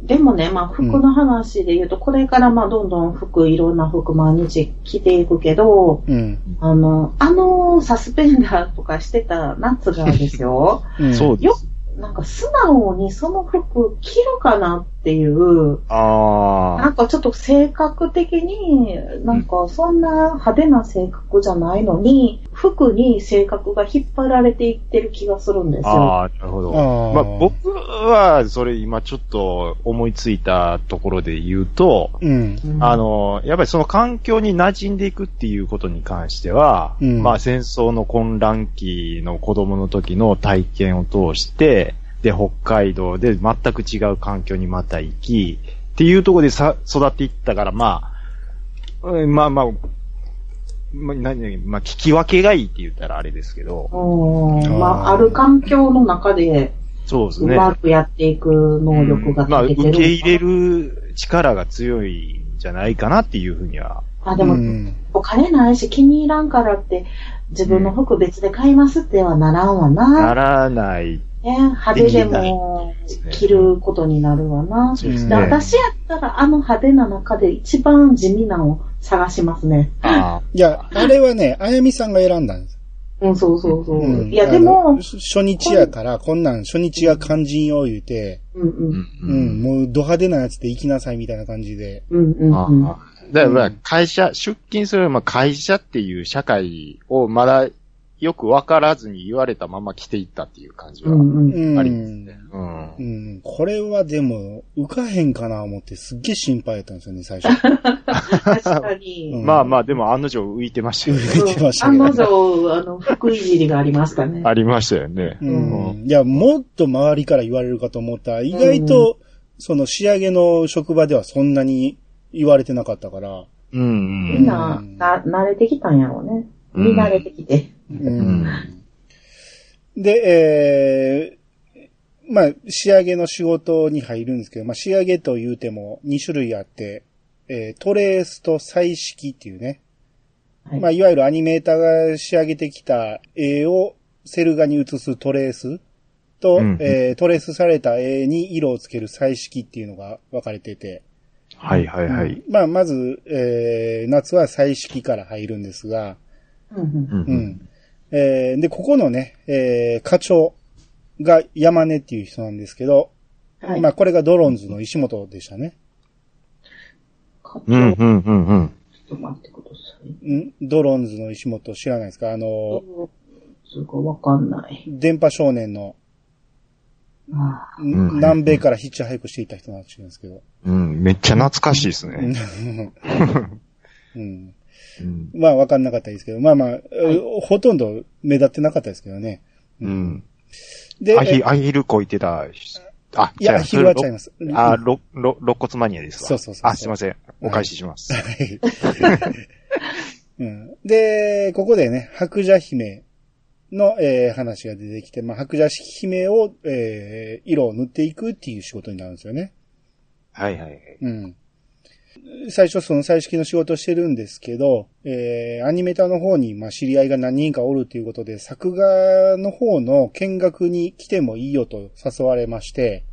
Speaker 2: でもね、まあ服の話で言うと、これからまあどんどん服、いろんな服毎日着ていくけど、
Speaker 1: うん。
Speaker 2: あの、あのサスペンダーとかしてた夏がですよ。
Speaker 1: うん、
Speaker 3: そうで
Speaker 2: よ
Speaker 3: す。、
Speaker 2: なんか素直にその服着るかなっていう、な
Speaker 3: あ
Speaker 2: んかちょっと性格的に、なんかそんな派手な性格じゃないのに、服に性格が引っ張られていってる気がするんです
Speaker 3: あ、
Speaker 2: よ。
Speaker 3: ああ、なるほ
Speaker 1: あ
Speaker 3: ど。
Speaker 1: ー
Speaker 3: まあ、僕は、それ今ちょっと思いついたところで言うと、
Speaker 1: うん。
Speaker 2: うん
Speaker 3: あ、の、やっぱりその環境に馴染んでいくっていうことに関しては、
Speaker 1: うん
Speaker 3: まあ戦争の混乱期の子供の時の体験を通して、で、北海道で全く違う環境にまた行き、っていうところでさ育っていったから、まあ、うんまあまあ、まあ、何まあ、聞き分けがいいって言ったらあれですけど、
Speaker 2: うんまあ、
Speaker 1: あー
Speaker 2: ある環境の中で
Speaker 3: そうです
Speaker 2: う
Speaker 3: ね。
Speaker 2: まくやっていく能力が
Speaker 3: まあ、
Speaker 2: 欠け
Speaker 3: 受
Speaker 2: てる。
Speaker 3: け入れる力が強いんじゃないかなっていうふうには。
Speaker 2: あ、でも、
Speaker 1: うん
Speaker 2: お金ないし気に入らんからって、自分の服別で買いますってはならんわな。
Speaker 3: ならない。
Speaker 2: ね、派手でも着ることになるわな。
Speaker 1: うです
Speaker 2: で
Speaker 1: ね
Speaker 2: 私やったらあの派手な中で一番地味なのを探しますね。
Speaker 3: あ
Speaker 1: いや、あれはね、あやみさんが選んだんです。
Speaker 2: うん、そうそうそう。
Speaker 1: うん
Speaker 2: いや、
Speaker 1: あの
Speaker 2: でも、
Speaker 1: し初日やから、こんなん初日が肝心よ言うて、
Speaker 2: うん
Speaker 3: ー
Speaker 2: うん。
Speaker 1: うん、もうド派手なやつで行きなさいみたいな感じで。
Speaker 2: うんうん
Speaker 3: あ
Speaker 2: うん。
Speaker 3: あだからまあ、会社、出勤する、まあ、会社っていう社会をまだよくわからずに言われたまま来ていったっていう感じ
Speaker 2: う
Speaker 3: は。
Speaker 2: んうん。
Speaker 1: うん。
Speaker 3: ありますねうん
Speaker 1: う。ん、これはでも、浮かへんかな思ってすっげえ心配やったんですよね、最初。
Speaker 2: 確かに。
Speaker 1: うん
Speaker 3: まあまあ、でも案の定浮いてましたよね。。
Speaker 1: 見てました
Speaker 2: う
Speaker 1: け
Speaker 2: ん
Speaker 1: ど
Speaker 2: 案の定、あの、服いじりがありましたね
Speaker 3: ありましたよね。
Speaker 1: うん。いや、もっと周りから言われるかと思ったら、意外と、その仕上げの職場ではそんなに言われてなかったから、
Speaker 3: うんうん
Speaker 2: みんな、な、慣れてきたんやろうね。
Speaker 3: うん
Speaker 2: 見慣れてきて。
Speaker 1: う。
Speaker 3: うんん
Speaker 1: で、えー、まあ、仕上げの仕事に入るんですけど、まあ、仕上げと言うても2種類あって、えートレースと彩色っていうね、
Speaker 2: はい
Speaker 1: まあ、いわゆるアニメーターが仕上げてきた絵をセル画に映すトレースと、
Speaker 3: うん
Speaker 1: えートレースされた絵に色をつける彩色っていうのが分かれてて、
Speaker 3: はいはいはい。
Speaker 1: まあ、まず、えー夏は彩色から入るんですが、
Speaker 2: うんうん
Speaker 3: うんう
Speaker 1: うんん。えーで、ここのね、えー課長が山根っていう人なんですけど、
Speaker 2: はい
Speaker 1: まあ、これがドローンズの石本でしたね。
Speaker 2: 課長
Speaker 3: うん
Speaker 2: ちょ
Speaker 3: うんうんうん。
Speaker 2: っと待ってください。
Speaker 1: んドローンズの石本知らないですかあの、
Speaker 2: すごいわかんない。
Speaker 1: 電波少年の、
Speaker 2: ああ
Speaker 1: ん
Speaker 3: うん
Speaker 1: 南米からヒッチハイクしていた人なんですけど。
Speaker 3: うん、めっちゃ懐かしいですね。
Speaker 1: うん、
Speaker 3: うん。
Speaker 1: まあ、わかんなかったですけど、まあまあ、うほとんど目立ってなかったですけどね。
Speaker 3: うん。
Speaker 1: で、
Speaker 3: ア
Speaker 1: え
Speaker 3: ヒ、アヒルこいてた人。あ、
Speaker 1: いや、
Speaker 3: 違う
Speaker 1: 昼はちゃいます。
Speaker 3: あー、ろ、ろ、肋骨マニアですわ。
Speaker 1: そうそうそうそう
Speaker 3: あ、すいません。お返しします。
Speaker 1: うん。 (laughs) で、ここでね、白蛇姫の、えー話が出てきて、まあ、白蛇姫を、えー色を塗っていくっていう仕事になるんですよね。
Speaker 3: はいはいはい。
Speaker 1: うん。最初その彩色の仕事をしてるんですけど、えー、アニメーターの方に、まあ、知り合いが何人かおるということで、作画の方の見学に来てもいいよと誘われまして、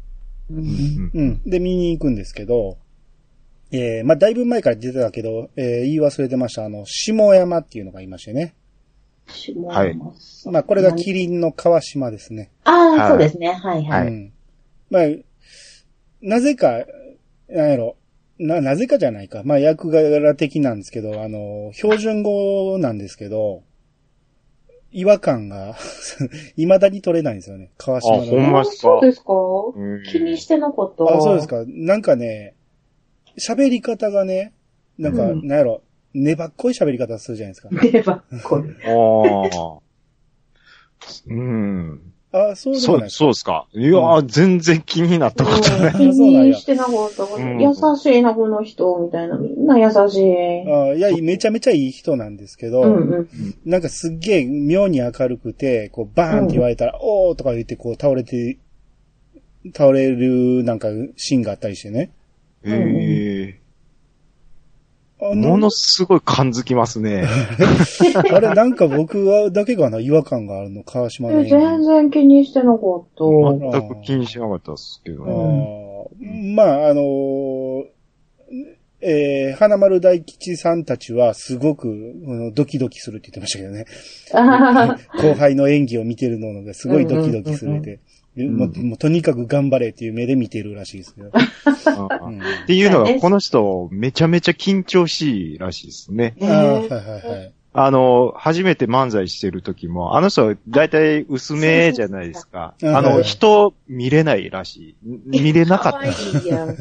Speaker 2: う
Speaker 3: うん
Speaker 2: ん
Speaker 1: うん。で、見に行くんですけど、えー、まあ、だいぶ前から出てたけど、えー、言い忘れてました。あの、下山っていうのがいましてね。
Speaker 3: はい
Speaker 1: まあ、これがキリンの川島ですね。
Speaker 2: あ
Speaker 3: は
Speaker 2: あ、
Speaker 3: い
Speaker 2: そうですね。はいは。
Speaker 3: はいい
Speaker 1: うん。まあ、なぜか、なんやろ。な、なぜかじゃないか。まあ、役柄的なんですけど、あの、標準語なんですけど、違和感が、 (laughs) 未だに取れないんですよね。川島
Speaker 3: あほん
Speaker 1: の。
Speaker 3: ま
Speaker 2: あ
Speaker 3: っすか
Speaker 2: そうですか
Speaker 3: うん
Speaker 2: 気にしてなかった。
Speaker 1: あ、そうです。か。なんかね、喋り方がね、なんか、
Speaker 2: うん
Speaker 1: なんやろ、粘っこい喋り方するじゃないですか。
Speaker 2: でばっこい。
Speaker 3: ああ。うん。
Speaker 1: あ、そうで
Speaker 3: そ、
Speaker 1: もないう
Speaker 3: そうですか。いやー、全然気になったことない。
Speaker 2: 気にしてなかった。
Speaker 3: うん
Speaker 2: 優しいな、この人、みたいな。みんな優しい。
Speaker 1: あいや、めちゃめちゃいい人なんですけど、
Speaker 2: うんうん。
Speaker 1: なんかすっげえ妙に明るくて、こうバーンって言われたら、おーとか言ってこう倒れて、倒れるなんかシーンがあったりしてね。
Speaker 3: え
Speaker 1: あ
Speaker 3: え。ものすごい感づきますね。
Speaker 1: なんかあれなんか僕はだけがな違和感があるの、川島の
Speaker 2: え全
Speaker 1: 演技。
Speaker 2: 然気にしてなかった。
Speaker 1: ん
Speaker 3: 全く気にしなかったですけど
Speaker 1: あ
Speaker 3: ね。
Speaker 1: ーまあ、あのーえー花丸大吉さんたちはすごく、うんドキドキするって言ってましたけど
Speaker 3: (laughs)
Speaker 1: ね。
Speaker 2: あ
Speaker 1: 後輩の演技を見てるのがすごいドキドキするって。
Speaker 3: ん
Speaker 1: もうもうとにかく頑張れっていう目で見てるらしいですけど。
Speaker 3: あ
Speaker 1: うん
Speaker 3: っていうの
Speaker 2: そう
Speaker 3: が、
Speaker 2: ね
Speaker 3: この人、めちゃめちゃ緊張しいらしいですね。
Speaker 1: ああ、はいはいはい。
Speaker 3: あの、初めて漫才してる時も、あの人、だいたい薄めじゃないですか。
Speaker 1: そうそう
Speaker 3: あ
Speaker 1: うんう
Speaker 3: の、
Speaker 1: ん
Speaker 3: 人、見れないらしい。見れなかった。
Speaker 2: た。いやん。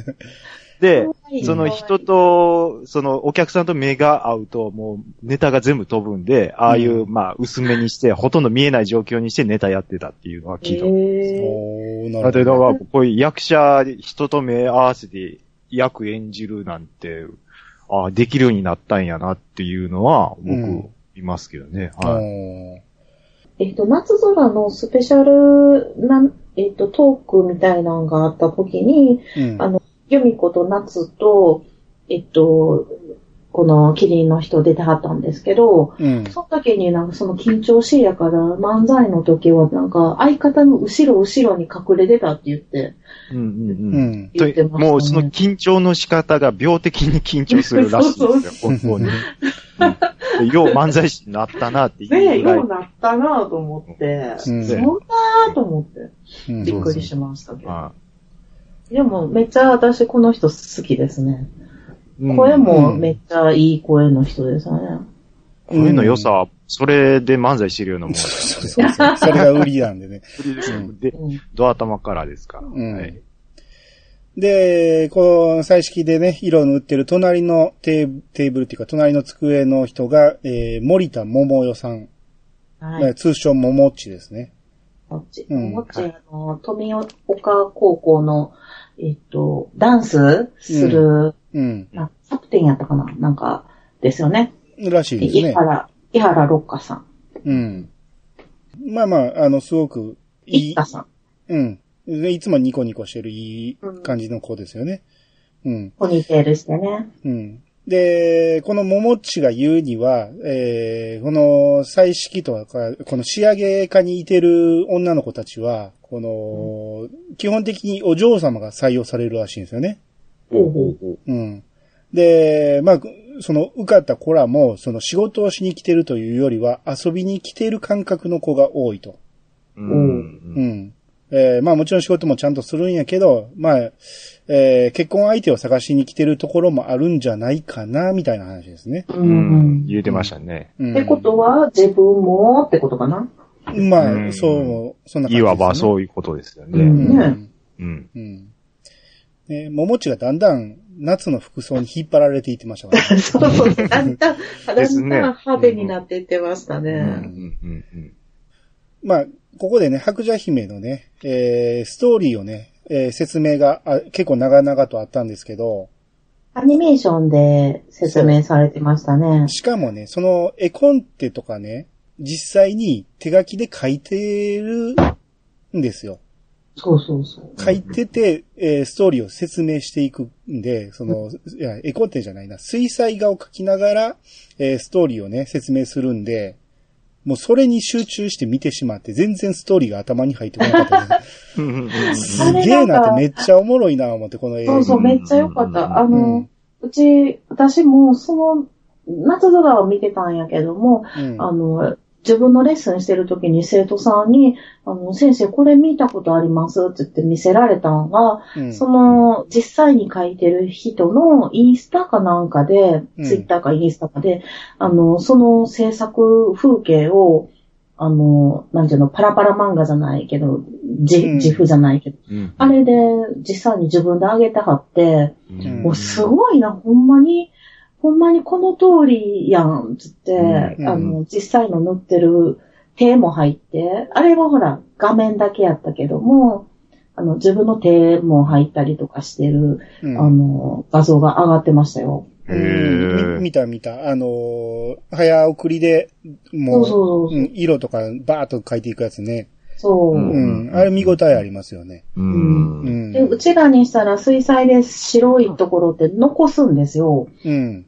Speaker 3: で、
Speaker 1: い
Speaker 3: その人と、そのお客さんと目が合うと、もうネタが全部飛ぶんで、ああいう、まあ、薄めにして、ほとんど見えない状況にしてネタやってたっていうのは聞いた。
Speaker 2: え
Speaker 1: おー
Speaker 3: だ
Speaker 1: な
Speaker 3: って、
Speaker 1: る
Speaker 3: だ
Speaker 1: ほ
Speaker 3: から、こういう役者、人と目合わせて役演じるなんて、ああ、できるようになったんやなっていうのは、
Speaker 1: うん
Speaker 3: 僕、いますけどね。
Speaker 1: ど。
Speaker 3: はい。
Speaker 1: おー
Speaker 2: えっと、夏空のスペシャルな、えっと、トークみたいなのがあった時に、
Speaker 1: うん
Speaker 2: あの由美子と夏と、えっと、このキリンの人出てはったんですけど、
Speaker 1: うん。
Speaker 2: その時になんかその緊張しいやから漫才の時はなんか相方の後ろ後ろに隠れてたって言って、
Speaker 3: うんうん
Speaker 1: う
Speaker 3: うん。
Speaker 1: ん。
Speaker 2: 言ってましたね
Speaker 3: もうその緊張の仕方が病的に緊張するらしいんです
Speaker 1: そ
Speaker 2: (laughs)
Speaker 3: よ、
Speaker 1: うそう
Speaker 3: 本当に。うんでよう漫才師になったなっていう
Speaker 2: ねえ、
Speaker 3: ぐらい
Speaker 2: よう。なったなぁと思って、そ
Speaker 1: うんん
Speaker 2: なぁと思って、
Speaker 1: うん
Speaker 2: びっくりしましたけど。
Speaker 3: は
Speaker 2: でもめっちゃ私この人好きですね。
Speaker 3: いうん
Speaker 2: 声もめっちゃいい声の人ですね。
Speaker 3: 声の良さは、それで漫才してるようなもん
Speaker 1: そうそうそうそう。それが売りなんでね。
Speaker 3: です。で、
Speaker 2: うん
Speaker 3: ド頭からですから。
Speaker 1: うん
Speaker 3: はい
Speaker 1: で、この彩色でね、色を塗ってる隣のテーテーブルっていうか、隣の机の人が、えー、森田桃代さん。
Speaker 2: は
Speaker 1: え
Speaker 2: い。
Speaker 1: 通称桃っちですね。
Speaker 2: もっち、
Speaker 1: うん
Speaker 2: もっち、あの、富岡高校の、えっと、ダンスする、
Speaker 1: うん。
Speaker 2: なキャプテンやったかななんか、ですよね。
Speaker 1: らしいです
Speaker 2: 井
Speaker 1: ね。
Speaker 2: 原、井原六花さん。
Speaker 1: うん。まあまあ、あの、すごくい
Speaker 2: 一
Speaker 1: い
Speaker 2: 花さん。
Speaker 1: うん。いつもニコニコしてるいい感じの子ですよね。うん。
Speaker 2: ポニーテールしてね。
Speaker 1: うん。で、このももっちが言うには、えーこの、彩色とか、この仕上げ家にいてる女の子たちは、この、基本的にお嬢様が採用されるらしいんですよね。
Speaker 2: ほうほう
Speaker 1: うん。で、まあ、その、受かった子らも、その仕事をしに来てるというよりは、遊びに来てる感覚の子が多いと。
Speaker 3: うんうん
Speaker 1: うん。えーまあもちろん仕事もちゃんとするんやけど、まあ、えー結婚相手を探しに来てるところもあるんじゃないかな、みたいな話ですね。
Speaker 2: う。
Speaker 3: うんん
Speaker 2: っ
Speaker 3: 言うてましたね。
Speaker 1: うん、
Speaker 2: てことは、自分もってことかな
Speaker 1: まあ、
Speaker 3: うん
Speaker 1: そう、そんな感じです、ね。
Speaker 3: いわばそういうことですよ
Speaker 2: う
Speaker 1: うん
Speaker 3: ね。
Speaker 2: んね
Speaker 3: うん。
Speaker 1: うん。ね、ももちがだんだん夏の服装に引っ張られていってましたから、
Speaker 2: (laughs) そうそう。だんだん、だ
Speaker 3: です
Speaker 2: ん
Speaker 3: ね
Speaker 2: だん派手になっていってました
Speaker 3: うんう
Speaker 2: ね。
Speaker 3: んうんうん
Speaker 1: まあ、ここでね、白蛇姫のね、えーストーリーをね、えー説明があ結構長々とあったんですけど、
Speaker 2: アニメーションで説明されてましたね。
Speaker 1: しかもね、その絵コンテとかね、実際に手書きで書いてるんですよ。
Speaker 2: そうそうそう。
Speaker 1: 書いてて、えーストーリーを説明していくんで、その、いや、絵コンテじゃないな、水彩画を描きながら、えーストーリーをね、説明するんで、もうそれに集中して見てしまって、全然ストーリーが頭に入ってこなかったで
Speaker 3: うんうんうんう
Speaker 2: (laughs)
Speaker 3: ん
Speaker 1: す。すげえなってめっちゃおもろいな思って、この映画。
Speaker 2: そうそう、めっちゃ良かっ
Speaker 3: うん
Speaker 2: た。あ
Speaker 1: う
Speaker 2: の
Speaker 1: ん、
Speaker 2: うち、私もその、夏空を見てたんやけども、
Speaker 1: うん
Speaker 2: あの、自分のレッスンしてる時に生徒さんに、あの、先生これ見たことありますって言って見せられたのが、
Speaker 1: うん
Speaker 2: その、実際に書いてる人のインスタかなんかで、
Speaker 1: うん
Speaker 2: ツイッターかインスタかで、あの、その制作風景を、あの、なんていうの、パラパラ漫画じゃないけど、じ
Speaker 1: うん
Speaker 2: 自負じゃないけど、
Speaker 3: うん
Speaker 2: あれで実際に自分であげてはって、
Speaker 1: うん
Speaker 2: もうすごいな、ほんまに、ほんまにこの通りやん、つって、
Speaker 3: うん
Speaker 2: あの、実際の塗ってる手も入って、あれはほら、画面だけやったけども、あの、自分の手も入ったりとかしてる、
Speaker 1: うん
Speaker 2: あの、画像が上がってましたよ。
Speaker 3: へ
Speaker 1: うんみ
Speaker 3: ー
Speaker 1: 見た見た。あのー早送りで、も
Speaker 2: そ
Speaker 1: う、
Speaker 2: うそうそう。
Speaker 1: うん色とかバーッと書いていくやつね。
Speaker 2: そう。
Speaker 3: うん
Speaker 1: うん。あれ見応えありますよね。
Speaker 3: う。
Speaker 1: うんん
Speaker 2: で、。うちらにしたら水彩で白いところって残すんですよ。
Speaker 1: うん。
Speaker 3: うん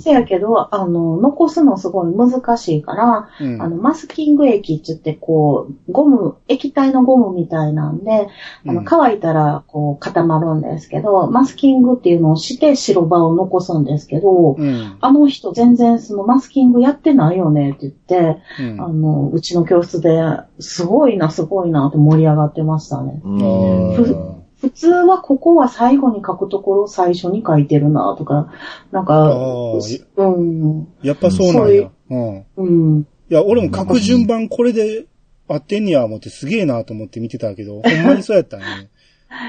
Speaker 2: せやけど、あの、残すのすごい難しいから、
Speaker 1: うん
Speaker 2: あの、マスキング液って言って、こう、ゴム、液体のゴムみたいなんで、あ
Speaker 1: う
Speaker 2: の、
Speaker 1: ん
Speaker 2: 乾いたら、こう、固まるんですけど、マスキングっていうのをして白場を残すんですけど、
Speaker 1: うん。
Speaker 2: あの人全然そのマスキングやってないよねって言って、
Speaker 1: うん
Speaker 2: あの、うちの教室で、すごいな、すごいなと盛り上がってましたね。
Speaker 3: うん
Speaker 1: あ
Speaker 2: ふ普通はここは最後に書くところを最初に書いてるなとか、なん
Speaker 1: あ
Speaker 2: か、
Speaker 1: ー
Speaker 2: うん、
Speaker 1: やっぱそうなんや。うん。い
Speaker 2: うん。
Speaker 1: や、俺も書く順番これで合ってんねや思ってすげえなと思って見てたけど、ほんまにそうやったね。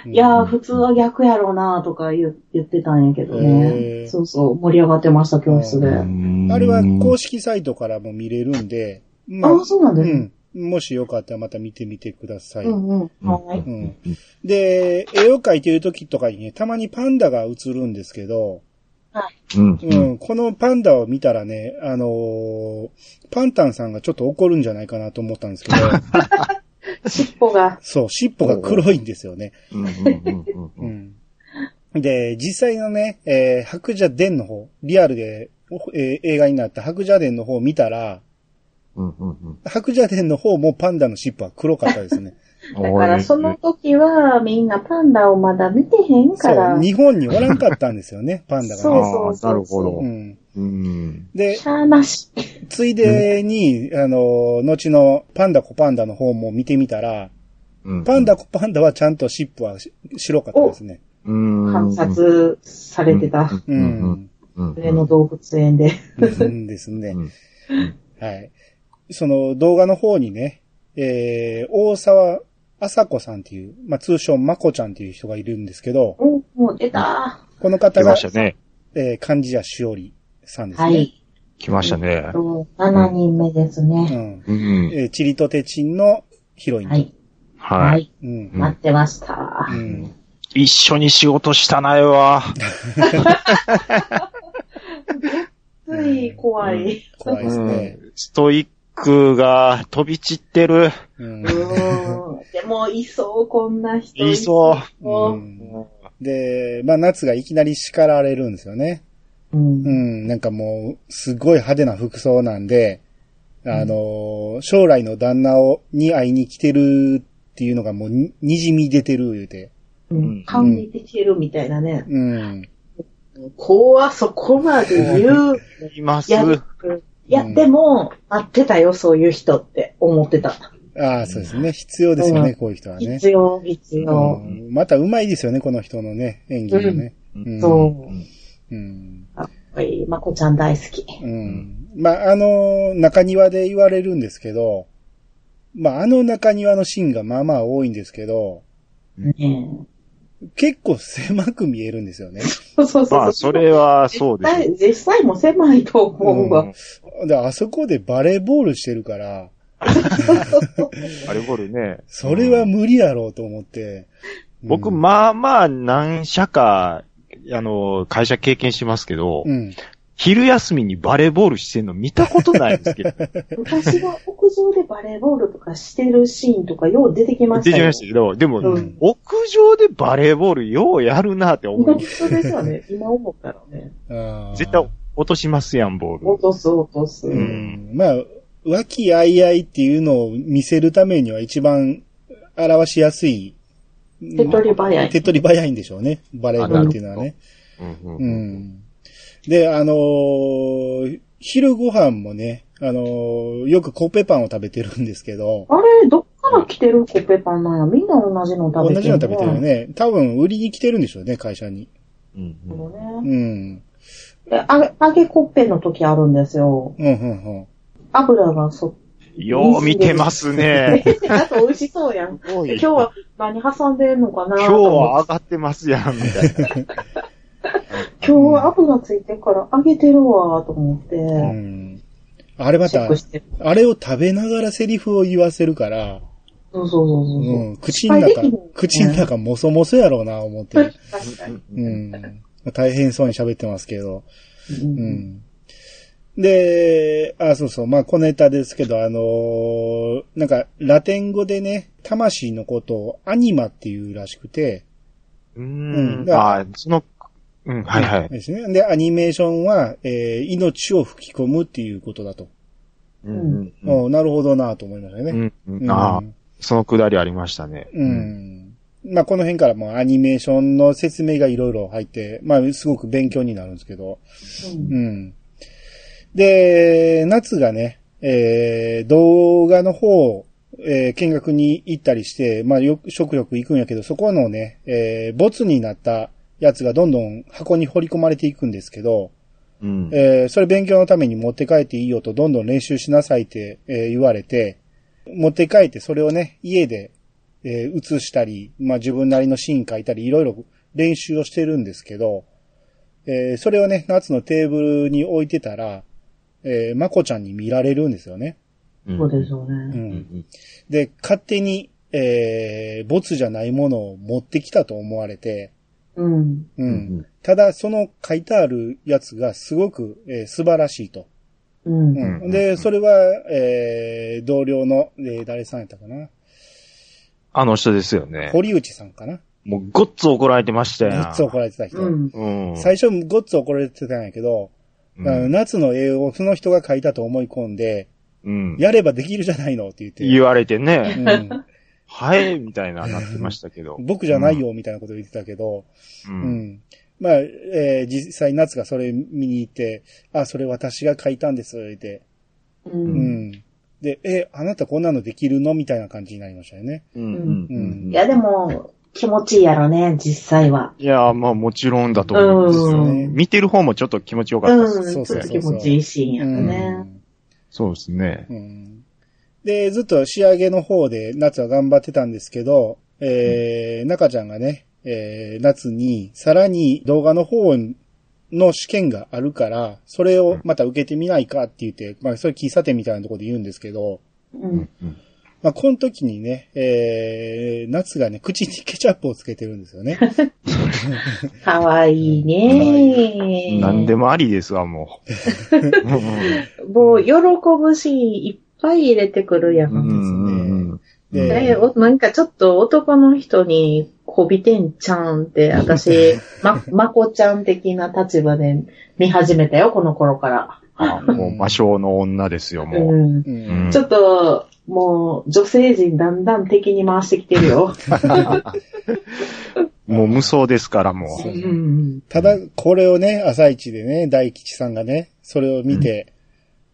Speaker 1: うん
Speaker 2: いやー、普通は逆やろうなとか言う言ってたんやけど
Speaker 1: へー
Speaker 2: ね。そうそう、盛り上がってました、教室で。
Speaker 1: う
Speaker 2: あ
Speaker 1: あれは公
Speaker 3: し
Speaker 1: 式サイトからも見れるんで、まあ
Speaker 2: あ、、そうな
Speaker 1: う
Speaker 2: んですね。
Speaker 1: ん。もしよかったらまた見てみてください。
Speaker 2: うんうん。はい。
Speaker 1: うんで、絵を描いてる時とかにね、たまにパンダが映るんですけど、
Speaker 3: うん
Speaker 1: うん、このパンダを見たらね、あのーパンタンさんがちょっと怒るんじゃないかなと思ったんですけど、
Speaker 2: 尻尾が。
Speaker 1: そう、尻尾が黒いんですよね。
Speaker 3: うんうんう
Speaker 1: うんん。で、実際のね、えー白蛇伝の方、リアルで、えー映画になった白蛇伝の方を見たら、
Speaker 3: うんうんうん
Speaker 1: 白蛇伝の方もパンダの尻尾は黒かったですね。
Speaker 2: だから、その時はみんなパンダを (laughs) まだ見てへん
Speaker 1: そ
Speaker 2: から
Speaker 1: う、。日本におらんかったんですよね、 (laughs) パンダが
Speaker 2: そう
Speaker 1: ね。
Speaker 2: そうそう
Speaker 3: あーなるほど
Speaker 1: う。ん。
Speaker 3: うん。
Speaker 1: で
Speaker 2: し、ゃーなし。
Speaker 1: ついでに、あの、後のパンダコパンダの方も見てみたら、パンダコパンダはちゃんと尻尾はし白かったですね。
Speaker 2: 観
Speaker 3: 観
Speaker 2: 察されてた。
Speaker 1: う。
Speaker 3: うん
Speaker 1: ん。
Speaker 3: うん
Speaker 2: 上野動物園で。
Speaker 1: うんですね。
Speaker 3: うん
Speaker 1: はい。その動画の方にね、えー、大沢朝子さんっていう、まあ、通称まこちゃんっていう人がいるんですけど、
Speaker 2: お、もう出た。
Speaker 1: この方
Speaker 3: 来
Speaker 1: が
Speaker 3: ま、したね。
Speaker 1: えー、漢字やしおりさんですね。
Speaker 2: はい。
Speaker 3: 来ましたね。
Speaker 2: と7人目です
Speaker 1: う
Speaker 2: ね。
Speaker 1: ん。
Speaker 3: うん。
Speaker 1: えー、チリとテチンのヒロイン。
Speaker 2: はい。
Speaker 3: は。
Speaker 2: はいい。
Speaker 1: うん。
Speaker 2: 待ってました
Speaker 1: う。ん。
Speaker 3: 一緒に仕事したなよは。
Speaker 2: つい怖い。
Speaker 1: 怖いですね。
Speaker 3: うんストイックが飛び散ってる。
Speaker 1: うん
Speaker 2: う。ーん。でも、いそう、こんな人。
Speaker 3: いそう
Speaker 2: うん
Speaker 1: で、まあ、夏がいきなり叱られるんですよね。
Speaker 2: ん
Speaker 1: う。ん、なんかもう、すごい派手な服装なんで、あのー将来の旦那を、に会いに来てるっていうのがもうに、にじみ出てる言うて。
Speaker 2: うん。感じてきてるみたいなね。
Speaker 1: うん。
Speaker 2: 怖そこまで言う。
Speaker 3: います
Speaker 2: い。や、うんいや、でも、待ってたよ、そういう人って思ってた。
Speaker 1: ああ、そうですね。必要ですよね、
Speaker 2: うん
Speaker 1: こういう人はね。
Speaker 2: 必要、必
Speaker 1: う
Speaker 2: 要。
Speaker 1: ん、また上手いですよね、この人のね、演技がね。
Speaker 3: うん
Speaker 1: うん
Speaker 2: そ
Speaker 1: う
Speaker 2: う
Speaker 3: うん
Speaker 1: ん。
Speaker 2: はい、まこちゃん大好き。
Speaker 1: うん。まあ、あのー中庭で言われるんですけど、まあ、あの中庭のシーンがまあまあ多いんですけど、
Speaker 2: ね
Speaker 1: 結構狭く見えるんですよね。
Speaker 2: えそうそうそう。
Speaker 3: まあ、それはそうで
Speaker 2: 実際実際も狭いと思うわ。
Speaker 3: す。
Speaker 1: で、あそこでバレーボールしてるから、
Speaker 3: あれボールね。
Speaker 1: それは無理やろうと思って。
Speaker 3: 僕、
Speaker 1: うん
Speaker 3: まあまあ、何社かあの、会社経験しますけど、
Speaker 1: うん。
Speaker 3: 昼休みにバレーボールしてんの見たことないですけど、
Speaker 2: 昔は屋上でバレーボールとかしてるシーンとかよう出てきました
Speaker 3: 出
Speaker 2: よ。
Speaker 3: てましたけど、でも、
Speaker 2: うん
Speaker 3: 屋上でバレーボールようやるなって思
Speaker 2: 本当
Speaker 3: う
Speaker 2: に。そうですよ (laughs) ね。今思ったらね。
Speaker 1: あー
Speaker 3: 絶対落としますやん、ボー
Speaker 2: 落
Speaker 3: ル。
Speaker 2: とす落とす。
Speaker 1: う
Speaker 3: うん
Speaker 1: ん。まあ、和気あいあいっていうのを見せるためには一番表しやすい。
Speaker 2: 手っ取り早
Speaker 1: 手
Speaker 2: い。
Speaker 1: っ取り早いんでしょうね。バレーボールっていうのはね。
Speaker 3: うんう
Speaker 1: うんん。で、あのー昼ご飯もね、あのーよくコッペパンを食べてるんですけど、
Speaker 2: あれ、どっから来てるコッペパンなんや。みんな同じの食べ
Speaker 1: 同
Speaker 2: て
Speaker 1: じ
Speaker 2: る
Speaker 1: の食べてるよ。ね。多分、売りに来てるんでしょうね、会社に。
Speaker 3: うん
Speaker 2: なる
Speaker 3: うん
Speaker 2: ほど
Speaker 1: う
Speaker 2: ね
Speaker 1: ん。
Speaker 2: えあげ、揚げコッペの時あるんですよ。
Speaker 1: うん、うん、
Speaker 2: 油がそ、
Speaker 3: よう見てますね。
Speaker 2: (laughs) あと美味しそうやん。
Speaker 3: 今
Speaker 2: 今
Speaker 3: 日
Speaker 2: 日は何挟んでんのかな
Speaker 3: 今日
Speaker 2: と思っ
Speaker 3: は上がてますやん、みたいな。
Speaker 2: て今日は油ついてるから揚げてるわ、と思って。
Speaker 1: うん。うん。あれま
Speaker 2: チェ
Speaker 1: た
Speaker 2: ック、してる。
Speaker 1: あれを食べながらセリフを言わせるから、
Speaker 2: そうそうそうそう。
Speaker 1: うん、口の中
Speaker 2: いっぱいできるもんね、
Speaker 1: 口の中もそもそやろうな、思って。
Speaker 2: (laughs) 確かに。
Speaker 1: うん。大変そうに喋ってますけど。
Speaker 2: う
Speaker 1: うんん。で、あ、そうそう、まあ、小ネタですけど、あのーなんか、ラテン語でね、魂のことをアニマっていうらしくて、
Speaker 3: うん
Speaker 1: う。ん
Speaker 3: あーその、うん、はいはい。
Speaker 1: ですね。で、アニメーションは、えー命を吹き込むっていうことだと。
Speaker 3: うんん。うん
Speaker 1: おなるほどなと思いましたね。
Speaker 3: うん。ああ
Speaker 1: う、ん
Speaker 3: そのくだりありましたね。
Speaker 1: うん。まあ、この辺からもうアニメーションの説明がいろいろ入って、まあ、すごく勉強になるんですけど。
Speaker 2: うん
Speaker 1: うん。で、夏がね、えー、動画の方、えー、見学に行ったりして、まあ、よく、食欲行くんやけど、そこのね、えー、ボツになったやつがどんどん箱に掘り込まれていくんですけど、
Speaker 3: うん。
Speaker 1: えーそれ勉強のために持って帰っていいよとどんどん練習しなさいって、えー言われて、持って帰ってそれをね、家で、えー映したり、まあ自分なりのシーン書いたり、いろいろ練習をしてるんですけど、えーそれをね、夏のテーブルに置いてたら、えーまこちゃんに見られるんですよね。
Speaker 3: うん
Speaker 2: そうですよ
Speaker 1: う。
Speaker 2: ね。
Speaker 3: うんん
Speaker 1: で、勝手に、えー、ボツじゃないものを持ってきたと思われて、
Speaker 2: うん。
Speaker 1: う。
Speaker 3: うんん。
Speaker 1: ただ、その書いてあるやつがすごく、えー素晴らしいと。
Speaker 2: うん。
Speaker 1: う
Speaker 2: うん
Speaker 3: うん
Speaker 1: で、それは、えー、同僚の、えー誰さんやったかな
Speaker 3: あの人ですよね。
Speaker 1: 堀内さんかな
Speaker 3: もうごっつ怒られてました
Speaker 1: ご
Speaker 3: よ。
Speaker 1: っつ怒られてた人。
Speaker 2: ん。
Speaker 3: うん。
Speaker 1: 最初、ごっつ怒られてたんやけど、あの
Speaker 3: うん
Speaker 1: 夏の絵をその人が描いたと思い込んで、
Speaker 3: うん。
Speaker 1: やればできるじゃないのって言って。
Speaker 3: 言われてね、
Speaker 1: うん
Speaker 3: はい、みたいななってましたけど。
Speaker 1: 僕じゃないよみたいなこと言ってたけど、
Speaker 3: う。
Speaker 1: うん
Speaker 3: うん。
Speaker 1: んまあ、えー実際夏がそれ見に行って、あ、それ私が描いたんです、って。
Speaker 2: う。
Speaker 1: うんん。で、え、あなたこんなのできるのみたいな感じになりましたよね。
Speaker 3: うんう
Speaker 1: うん
Speaker 3: ん。
Speaker 2: いや、でも、気持ちいいやろね、実際は。
Speaker 3: いや、まあもちろんだと思うんですよ。
Speaker 1: うん
Speaker 3: 見てる方もちょっと気持ちよかったです。
Speaker 2: うん。ち
Speaker 1: そ
Speaker 2: ょ
Speaker 1: う
Speaker 2: っ
Speaker 1: そうそう
Speaker 2: と気持ちいいシーンやった
Speaker 1: う
Speaker 2: ね。
Speaker 1: ん
Speaker 3: そうですね。
Speaker 1: うんで、ずっと仕上げの方で夏は頑張ってたんですけど、えー、中ちゃんがね、えー、夏に、さらに動画の方の試験があるから、それをまた受けてみないかって言って、まあ、それ喫茶店みたいなところで言うんですけど、
Speaker 2: うん。
Speaker 1: まあ、この時にね、えー、夏がね、口にケチャップをつけてるんですよね。
Speaker 2: かわいいね。
Speaker 3: 何でもありですわ、もう。う
Speaker 2: もう、喜ぶシーンいっぱい入れてくるや。
Speaker 3: んうんんうん
Speaker 1: で
Speaker 2: え、おなんかちょっと男の人にこびてんちゃうんって、私、ま、まこちゃん的な立場で見始めたよ、この頃から。
Speaker 3: あもう魔性の女ですよ、もう。
Speaker 2: うん。
Speaker 1: うん
Speaker 3: うん
Speaker 2: ちょっと、もう、女性陣だんだん敵に回してきてるよ。
Speaker 3: もう無双ですから、も
Speaker 1: そうう
Speaker 2: うん。
Speaker 1: ただ、これをね、朝一でね、大吉さんがね、それを見て、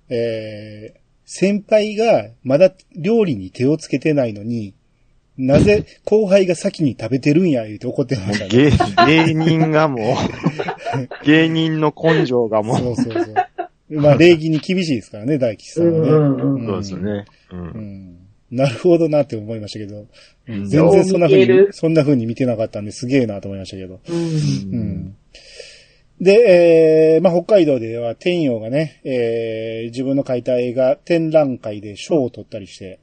Speaker 1: えー、先輩がまだ料理に手をつけてないのに、なぜ後輩が先に食べてるんや、言うて怒ってま
Speaker 3: う。も
Speaker 1: した
Speaker 3: う
Speaker 1: ね。
Speaker 3: 芸芸人がもう、芸人の根性がも
Speaker 1: そうそうそう。まあ、礼儀に厳しいですからね、大吉さ
Speaker 2: うん
Speaker 1: はね。
Speaker 2: んう
Speaker 3: う。
Speaker 1: ん
Speaker 2: ん。
Speaker 3: そうですよね。うん
Speaker 1: うんなるほどなって思いましたけど、
Speaker 3: うん
Speaker 1: 全然そんな風
Speaker 2: よう見て
Speaker 1: に、
Speaker 2: る
Speaker 1: そんな風に見てなかったんですげえなと思いましたけど。
Speaker 2: うん。
Speaker 1: うんで、えーまあ、北海道では天陽がね、えー自分の描いた映画展覧会で賞を取ったりして、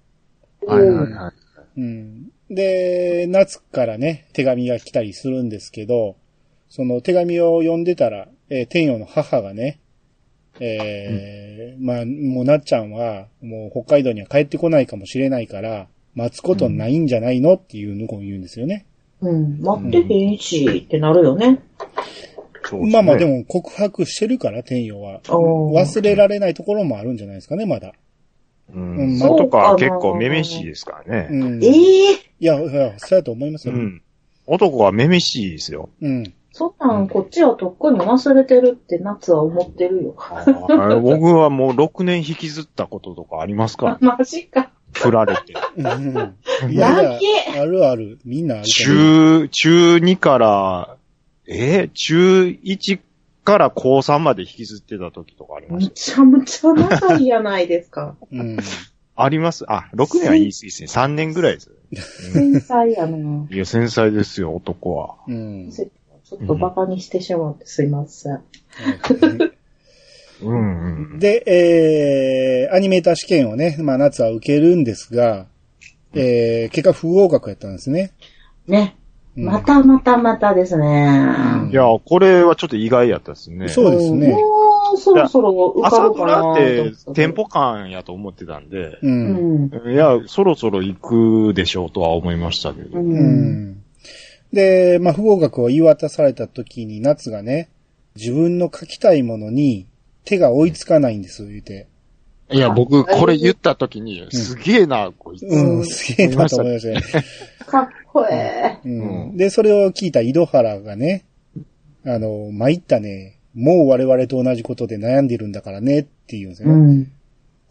Speaker 3: はいはいはい。
Speaker 1: うんで、夏からね、手紙が来たりするんですけど、その手紙を読んでたら、えー天陽の母がね、えーまあ、もうなっちゃんは、もう北海道には帰ってこないかもしれないから、待つことないんじゃないのっていうのを言うんですよね。
Speaker 2: うん。待ってへんし、ってなるよね。
Speaker 3: そうすね
Speaker 1: まあまあで。も告白してるから、天陽は。
Speaker 2: おー
Speaker 1: 忘れられないところもあるんじゃないですかね、まだ。
Speaker 3: うん。
Speaker 1: そう
Speaker 3: そ
Speaker 1: か
Speaker 3: うとか
Speaker 2: な
Speaker 3: 結構めめしいですから
Speaker 1: う
Speaker 3: ね。
Speaker 1: ん。い
Speaker 2: ええ
Speaker 1: や、いやそうやと思います
Speaker 3: う
Speaker 1: よ。
Speaker 3: ん。男はめめしいですよ。
Speaker 1: うん。
Speaker 2: そんなん、こっちはとっくに忘れてるって夏は思ってるよ。
Speaker 3: あれ (laughs) 僕はもう6年引きずったこととかあります (laughs)
Speaker 2: (laughs)
Speaker 3: から、
Speaker 2: マジか。
Speaker 3: 振られて。
Speaker 1: うんい
Speaker 2: (laughs) 泣
Speaker 1: や
Speaker 2: け、
Speaker 1: あるある。みんなあるから
Speaker 3: 中、中2から、え中1から高3まで引きずってた時とかありま
Speaker 2: む
Speaker 3: した。
Speaker 2: ちゃむちゃ仲いいやないですか。
Speaker 1: うん。
Speaker 3: ありますあ、6年は言い過ぎですね。3年ぐらいです。
Speaker 2: 天才やな。
Speaker 3: いや、繊細ですよ、男は。
Speaker 1: うん。
Speaker 2: ちょっとバカにしてしまってすいません。
Speaker 3: うんうん。
Speaker 1: で、えー、アニメーター試験をね、まあ夏は受けるんですが、えー、結果不合格やったんですね。
Speaker 2: ね。
Speaker 1: うん
Speaker 2: またまたまたですね。
Speaker 1: うん
Speaker 3: いや、これはちょっと意外やったですね。
Speaker 1: そうですね
Speaker 2: もうそろそろ浮か
Speaker 3: 朝
Speaker 2: ぶ
Speaker 3: ド
Speaker 2: か
Speaker 3: ラ
Speaker 2: な
Speaker 3: っ
Speaker 2: と思
Speaker 3: て
Speaker 2: た
Speaker 3: 店舗間やと思ってたんで、
Speaker 1: う。
Speaker 2: うんん。
Speaker 3: いや、そろそろ行くでしょうとは思いましたけ
Speaker 2: う。
Speaker 3: ど。
Speaker 1: うんん。で、まあ不合格を言い渡された時に夏がね、自分の書きたいものに手が追いつかないんです、言うて。
Speaker 3: いや、僕、これ言った時に、すげえな、こいつ。
Speaker 1: う、
Speaker 2: うんん
Speaker 1: すげえなと思いましたね。
Speaker 2: かっこええ。
Speaker 1: うん
Speaker 3: うん
Speaker 1: で、それを聞いた井戸原がね、あの、参ったね。もう我々と同じことで悩んでるんだからねって言うんですよ
Speaker 2: う
Speaker 1: ね。
Speaker 2: ん。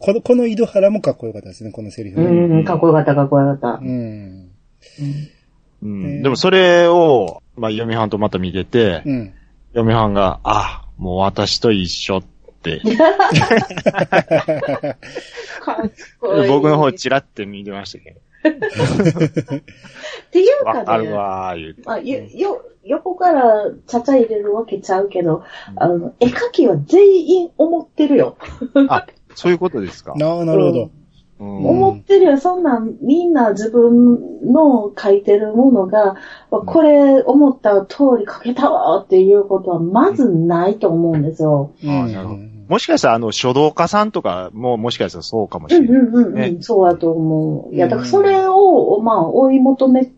Speaker 1: この、この井戸原もかっこよかったですね、このセリフ。
Speaker 2: うん、かっこよかった、かっこよかった
Speaker 1: う。ん。
Speaker 3: うんでもそれを、まあ、嫁はんとまた見てて、
Speaker 1: うん。
Speaker 3: 嫁はんが、あ、もう私と一緒って、
Speaker 2: かっこいい。
Speaker 3: 僕の方
Speaker 2: っ
Speaker 3: チラって見てましたけど、
Speaker 2: ていう
Speaker 3: わか
Speaker 2: か
Speaker 3: る
Speaker 2: ね、
Speaker 3: わー、言うて。
Speaker 2: あよ、よ、横からちゃちゃ入れるわけちゃうけど、あの、絵描きは全員思ってるよ。
Speaker 3: あ、そういうことですか。
Speaker 1: なあ、なるほど。
Speaker 3: うん
Speaker 2: 思ってるよ。そんなん、みんな自分の書いてるものが、これ思った通り書けたわっていうことはまずないと思うんですよ。
Speaker 1: う
Speaker 3: あ
Speaker 1: ん。
Speaker 3: ーなるほどもしかしたら、あの、書道家さんとかも、もしかしたらそうかもし
Speaker 2: う
Speaker 3: れ
Speaker 2: ん
Speaker 3: ない。
Speaker 2: うんうんうん、
Speaker 3: ね
Speaker 2: そうだと思う。いや、だか
Speaker 1: う
Speaker 2: ら
Speaker 1: ん
Speaker 2: それを、まあ、追い求め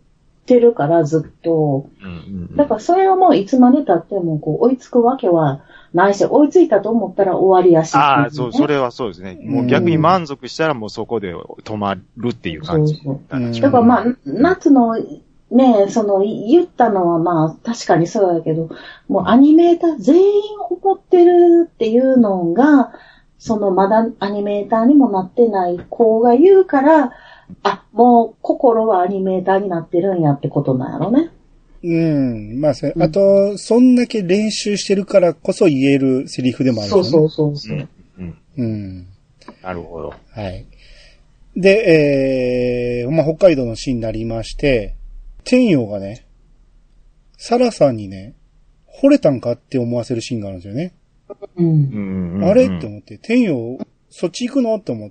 Speaker 2: てるから、ずっと。
Speaker 3: うんうん
Speaker 2: だからそれはもういつまで経っても、こう、追いつくわけはないし、追いついたと思ったら終わりやし、
Speaker 3: ああ、そう、そ
Speaker 2: れ。
Speaker 3: れはそうですね。
Speaker 1: うん
Speaker 3: もう逆に満足したらもうそこで止まるっていう
Speaker 2: そ
Speaker 3: 感
Speaker 2: う
Speaker 3: じ。
Speaker 2: そう。
Speaker 1: うん
Speaker 2: だからまあ、夏の、ねその、言ったのはまあ、確かにそうだけど、もうアニメーター全員怒ってるっていうのが、そのまだアニメーターにもなってない子が言うから、あ、もう心はアニメーターになってるんやってことなんやろね。
Speaker 1: うん。まあ、せ
Speaker 2: うん
Speaker 1: あと、そんだけ練習してるからこそ言えるセリフでもある。
Speaker 2: そうそううそうそうう。
Speaker 3: んうん
Speaker 1: うん。
Speaker 3: なるほど。
Speaker 1: はい。で、えー、まあ、北海道のシーンになりまして、天陽がね、サラさんにね、惚れたんかって思わせるシーンがあるんですよね。
Speaker 2: うん。
Speaker 1: あ
Speaker 3: あ
Speaker 1: れって思って、天陽、そっち行くのって思っ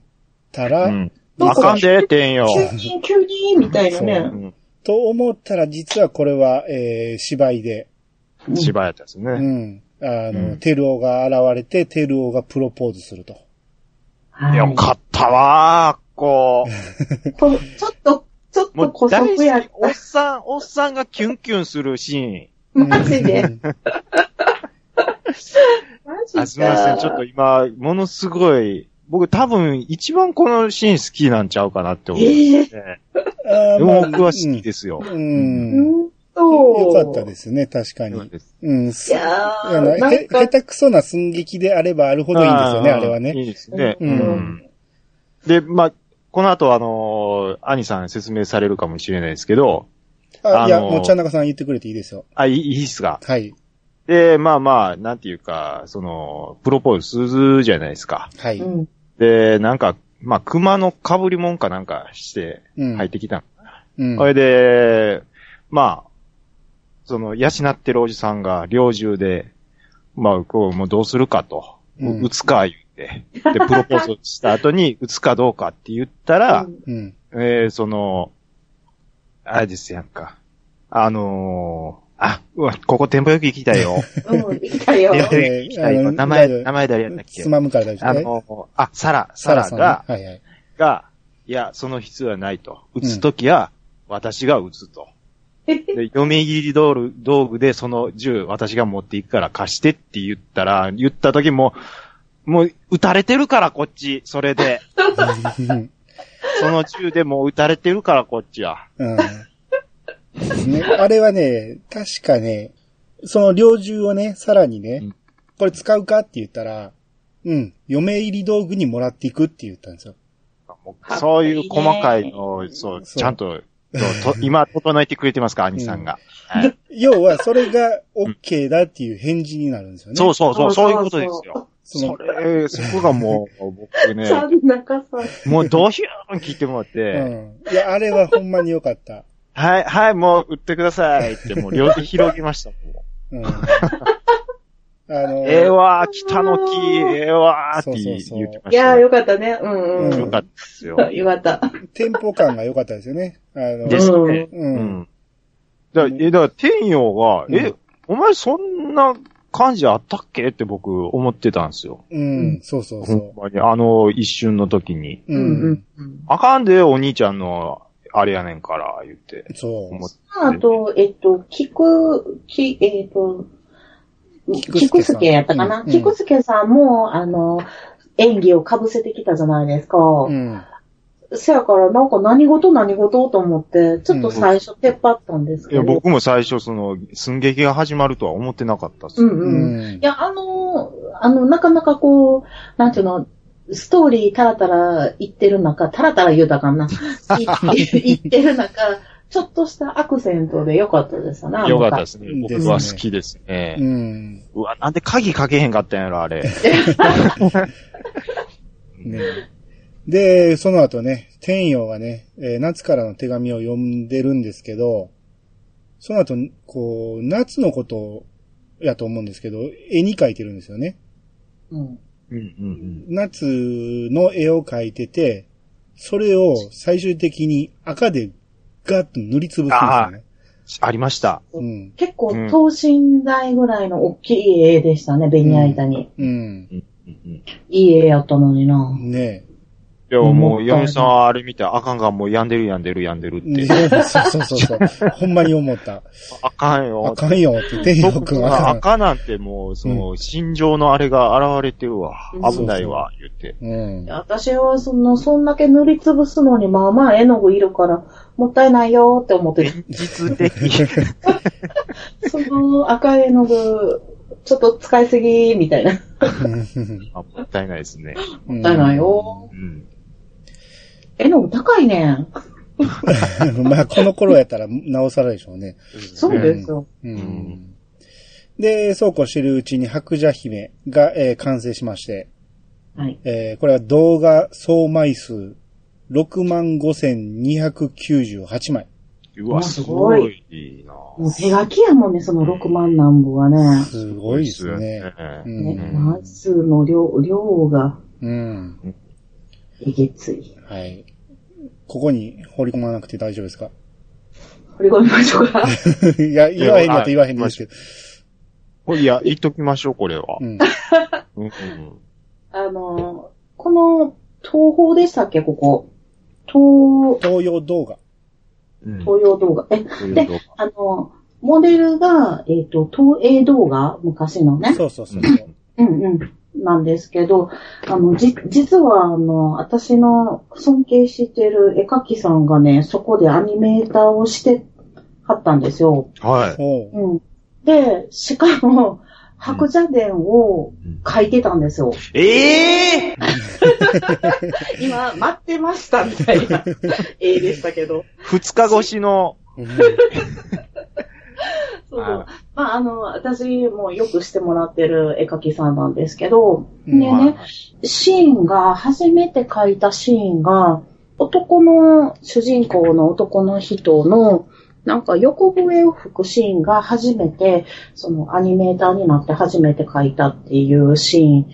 Speaker 1: たら、
Speaker 3: うん。
Speaker 2: なん
Speaker 3: あ
Speaker 2: か
Speaker 3: かんで、てんよ。
Speaker 2: 急に、急に、みたいなね
Speaker 3: う。ん
Speaker 1: と思ったら、実はこれは、えー、芝居で、
Speaker 2: うん
Speaker 3: 芝居やったです
Speaker 1: う
Speaker 3: ね。
Speaker 1: ん。あの、
Speaker 3: うん
Speaker 1: テルオが現れて、テルオがプロポーズすると。
Speaker 2: はい
Speaker 3: よかったわー、こう。
Speaker 2: こうちょっと、ちょっ
Speaker 3: も
Speaker 2: と
Speaker 3: う
Speaker 2: こ
Speaker 3: 大
Speaker 2: そくや
Speaker 3: 好
Speaker 2: っ
Speaker 3: き、おっさん、おっさんがキュンキュンするシーン。
Speaker 2: た。マジで。マジ
Speaker 3: あすみません、ちょっと今、ものすごい、僕多分一番このシーン好きなんちゃうかなって思う。
Speaker 2: ええ
Speaker 3: ね
Speaker 1: あ
Speaker 3: でも僕は好き
Speaker 1: で
Speaker 3: ですよ。
Speaker 1: う
Speaker 2: ー、
Speaker 1: ん。うん
Speaker 2: うんと。
Speaker 1: よかったですね、確か
Speaker 3: よかっ
Speaker 1: に
Speaker 3: た。です
Speaker 1: うん。す
Speaker 2: いや
Speaker 1: あの
Speaker 2: ー、な
Speaker 1: へ
Speaker 2: ん
Speaker 1: 下
Speaker 2: か、
Speaker 1: 手くそな寸劇であればあるほどいいんですよね、あれはね。
Speaker 3: いいですね。
Speaker 1: うん
Speaker 3: うんで、まあ、この後、あのー、兄さん説明されるかもしれないですけど、
Speaker 1: あ、いや、
Speaker 3: あのー
Speaker 1: もう、ちゃんなかさん言ってくれていいですよ。
Speaker 3: あ、いい、いいっすが。
Speaker 1: はい。
Speaker 3: で、まあまあ、なんていうか、その、プロポーズするじゃないですか。
Speaker 1: はい。
Speaker 2: う。
Speaker 1: うん
Speaker 3: で、なんか、まあ、熊の被り物かなんかして
Speaker 1: ん。
Speaker 3: 入ってきたの
Speaker 1: うん。
Speaker 3: それで、まあ、その、養ってるおじさんが猟銃で、まあ、こう、もうどうするかと、う
Speaker 1: うん
Speaker 3: 撃つか言って、で、プロポーズした
Speaker 1: (laughs)
Speaker 3: 後に撃つかどうかって言ったら、
Speaker 1: うん。
Speaker 3: えーその、あれですやんか。あのーあ、うわ、ここテンポよく行きたいよ。
Speaker 2: うん、行きたいよ
Speaker 3: テン。
Speaker 2: (laughs)
Speaker 3: ポよく行きたい
Speaker 1: あの
Speaker 3: よ。名
Speaker 1: 大丈
Speaker 3: 前、
Speaker 1: 夫
Speaker 3: 名前誰やったっけ
Speaker 1: つまむから大丈
Speaker 3: あ
Speaker 1: 夫ね。
Speaker 3: の、あ、サラ、サラ
Speaker 1: さん
Speaker 3: が、
Speaker 1: ねはいはい。
Speaker 3: が、いや、その必要はないと。打つときは、私が打つと。で、嫁切り道具道具でその銃、私が持っていくから貸してって言ったら、言ったときも、もう、撃たれてるから、こっち。それで。
Speaker 1: うん
Speaker 3: その銃でもう撃たれてるから、こっちは。
Speaker 1: (laughs) うん。ね、あれはね、確かね、その猟銃をね、さらにね、
Speaker 3: うん
Speaker 1: これ使うかって言ったら、うん、嫁入り道具にもらっていくって言ったんですよ。
Speaker 3: もうそういう細かいのを、そ
Speaker 1: そ
Speaker 3: う、
Speaker 1: う
Speaker 3: ちゃんと、そうと今、整えてくれてますか、兄さんが。はい
Speaker 1: 要は、それが OK だっていう返事になるんですよね。
Speaker 3: そうそうそう、
Speaker 2: そ
Speaker 3: そう
Speaker 2: そう
Speaker 3: う
Speaker 2: そう
Speaker 3: いうことですよ。
Speaker 1: その
Speaker 3: それ、そこがもう、僕
Speaker 1: (laughs)
Speaker 3: ね、
Speaker 2: さん中さん。
Speaker 3: もうドヒューン聞いてもらっ
Speaker 1: う
Speaker 3: て、
Speaker 1: ん。いや、あれはほんまに良かった。
Speaker 3: はい、はい、もう売ってくださいって、もう両手広げましたも
Speaker 1: (laughs)
Speaker 3: ん。
Speaker 1: うん。あの、
Speaker 3: (laughs) ええわー、北の木、ええわーって
Speaker 1: そ
Speaker 3: 言
Speaker 1: うそうそう
Speaker 3: ってま
Speaker 2: い
Speaker 3: し
Speaker 2: や
Speaker 3: た
Speaker 2: ー、
Speaker 3: よ。
Speaker 2: よかったね。うんうん。
Speaker 3: よかったですよ。
Speaker 2: よかった。
Speaker 1: テンポ感が良かったですよね。あの、
Speaker 3: ですね。
Speaker 1: う
Speaker 3: うんん。だから、えだから天陽が、
Speaker 1: うん
Speaker 3: え、お前そんな感じあったっけって僕思ってたんですよ。
Speaker 1: うん、そうそう
Speaker 3: ほん
Speaker 1: そ
Speaker 3: まに、あの一瞬の時に。
Speaker 1: う。う
Speaker 2: う
Speaker 1: ん、
Speaker 2: うんんうん。
Speaker 3: あかんで、お兄ちゃんの、あれやねんから、言って。
Speaker 1: そ
Speaker 3: 思っ
Speaker 2: あと、えっと、菊、き、えっと、
Speaker 1: 菊助
Speaker 2: 菊
Speaker 1: さん
Speaker 2: 助やったか
Speaker 1: う
Speaker 2: なん
Speaker 1: うん
Speaker 2: 菊助さんも、あの、演技をかぶせてきたじゃないですか。
Speaker 1: う。うん。
Speaker 2: せやから、なんか何事何事と思って、ちょっと最初、テっ張ったんです
Speaker 3: い
Speaker 2: け
Speaker 3: や、
Speaker 2: ど。
Speaker 3: 僕も最初、その、寸劇が始まるとは思ってなかったっす。
Speaker 2: うん
Speaker 1: う
Speaker 2: うん。い
Speaker 1: ん。
Speaker 2: や、あのー、あの、なかなかこう、なんていうの、ストーリータラタラ言ってる中、タラタラ言うたか
Speaker 3: (laughs)
Speaker 2: な。い言ってる中、ちょっとしたアクセントで良かったですよね。
Speaker 3: よかった
Speaker 2: で。
Speaker 3: ですす
Speaker 1: う
Speaker 3: ね
Speaker 1: ん。
Speaker 3: 僕は好きですね。
Speaker 1: うん。
Speaker 3: うわ、なんで鍵かけへんかったんやろ、あれ。
Speaker 1: ね、で、その後ね、天陽がね、えー夏からの手紙を読んでるんですけど、その後、こう、夏のことやと思うんですけど、絵に描いてるんですよね。
Speaker 2: うん。
Speaker 3: うんうん
Speaker 1: 夏の絵を描いてて、それを最終的に赤でガッと塗りつぶすんですよね。
Speaker 3: ありました。
Speaker 1: うん。
Speaker 2: 結構
Speaker 3: うん、
Speaker 2: 等身大ぐらいの大きい絵でしたね、ベニヤ板に。
Speaker 1: うん。
Speaker 3: うん
Speaker 2: いい絵やったのにな。
Speaker 1: ね
Speaker 3: いや、も
Speaker 2: う
Speaker 3: う、
Speaker 2: ん
Speaker 3: 嫁さんはあれ見て、あかんがもう病んでる病んでる病んでるっ
Speaker 1: え。
Speaker 3: て。
Speaker 1: そうそうそう
Speaker 3: (laughs)
Speaker 1: そう。ほんまに思った。
Speaker 3: あかんよ
Speaker 1: あ。かんよって、天陽
Speaker 3: 僕
Speaker 1: くんあ
Speaker 3: が
Speaker 1: かん
Speaker 3: あ。かなんてもう、その、心情のあれが現れてるわ
Speaker 2: うん。
Speaker 3: 危ないわ、言って。
Speaker 1: うん。
Speaker 2: 私は、その、そんだけ塗りつぶすのに、まあまあ絵の具いるから、もったいないよって思ってる。
Speaker 1: (laughs)
Speaker 3: 実的。
Speaker 2: その赤い絵の具、ちょっと使いすぎ、みたいな。もっ
Speaker 3: (laughs) あもったいないですね。
Speaker 1: もった
Speaker 2: いない。よ。
Speaker 3: うん。
Speaker 2: 絵の具高いねん。
Speaker 1: まあ、この頃やったら、なおさらでしょうね。
Speaker 2: そうですよ。
Speaker 1: うん
Speaker 3: ん
Speaker 1: で、そうこうしてるうちに白蛇姫が、えー完成しまして、
Speaker 2: はい。
Speaker 1: えーこれは動画総枚数65,298枚。
Speaker 3: う
Speaker 2: わ
Speaker 3: わ、
Speaker 2: す
Speaker 3: す
Speaker 2: ご
Speaker 3: ご
Speaker 2: い
Speaker 3: いな
Speaker 2: もう手書きやもんね、その6万何本はね。
Speaker 1: すごいですね。う
Speaker 2: ね、
Speaker 1: ん。
Speaker 2: マスの量、量が、
Speaker 1: うん。
Speaker 2: えげつい。
Speaker 1: はい。ここに放り込まなくて大丈夫ですか (laughs)
Speaker 2: これ込みましょうか。
Speaker 1: いや、言わへんのと言わへんのですけど。
Speaker 3: いや、言っときましょう、これは。
Speaker 1: うん。
Speaker 3: うんうん
Speaker 2: あの、この、東宝でしたっけ、ここ。東、
Speaker 1: 東洋動画。
Speaker 3: うん
Speaker 2: 東洋動画。え、
Speaker 3: そういう
Speaker 2: で
Speaker 3: 動画
Speaker 2: あの、モデルが、えっ、と、東映動画昔のね。
Speaker 1: そうそうそう。
Speaker 2: うんうん。なんですけど、あの、じ、実は、あの、私の尊敬してる絵描きさんがね、そこでアニメーターをしてはったんですよ。
Speaker 3: はい。
Speaker 1: ほう。
Speaker 2: うん。で、しかも、白蛇伝を描いてたんですよ。
Speaker 3: ええ
Speaker 2: 今、待ってましたみた (laughs) いな絵でしたけど。
Speaker 3: 二日越しの、
Speaker 1: うん
Speaker 2: そう
Speaker 3: あ
Speaker 2: まあ、あの、私もよくしてもらってる絵描きさんなんですけど、
Speaker 1: うん
Speaker 2: でね、シーンが、初めて描いたシーンが、男の、主人公の男の人の、なんか横笛を吹くシーンが初めて、そのアニメーターになって初めて描いたっていうシーン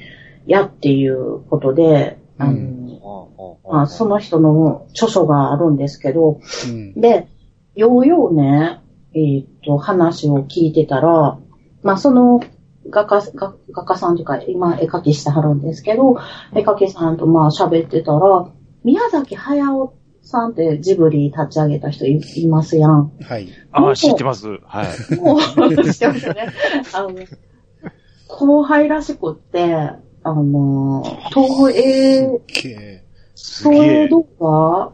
Speaker 2: やっていうことで、あの
Speaker 1: うん
Speaker 2: まあ、その人の著書があるんですけど、
Speaker 1: うん。
Speaker 2: で、ようようね、えっと、話を聞いてたら、まあ、その画家、画画家さんというか、今絵描きしてはるんですけど、絵描きさんとまあ喋ってたら、宮崎駿さんってジブリ立ち上げた人いいますやん。
Speaker 1: はい。
Speaker 3: あ
Speaker 2: も
Speaker 3: あ、
Speaker 2: う
Speaker 3: 知ってます。はい。
Speaker 2: もう、してましたね。あの、後輩らしくって、あの、東映、
Speaker 1: け
Speaker 3: す
Speaker 2: 東
Speaker 3: げ
Speaker 2: 映
Speaker 3: え。
Speaker 2: 動画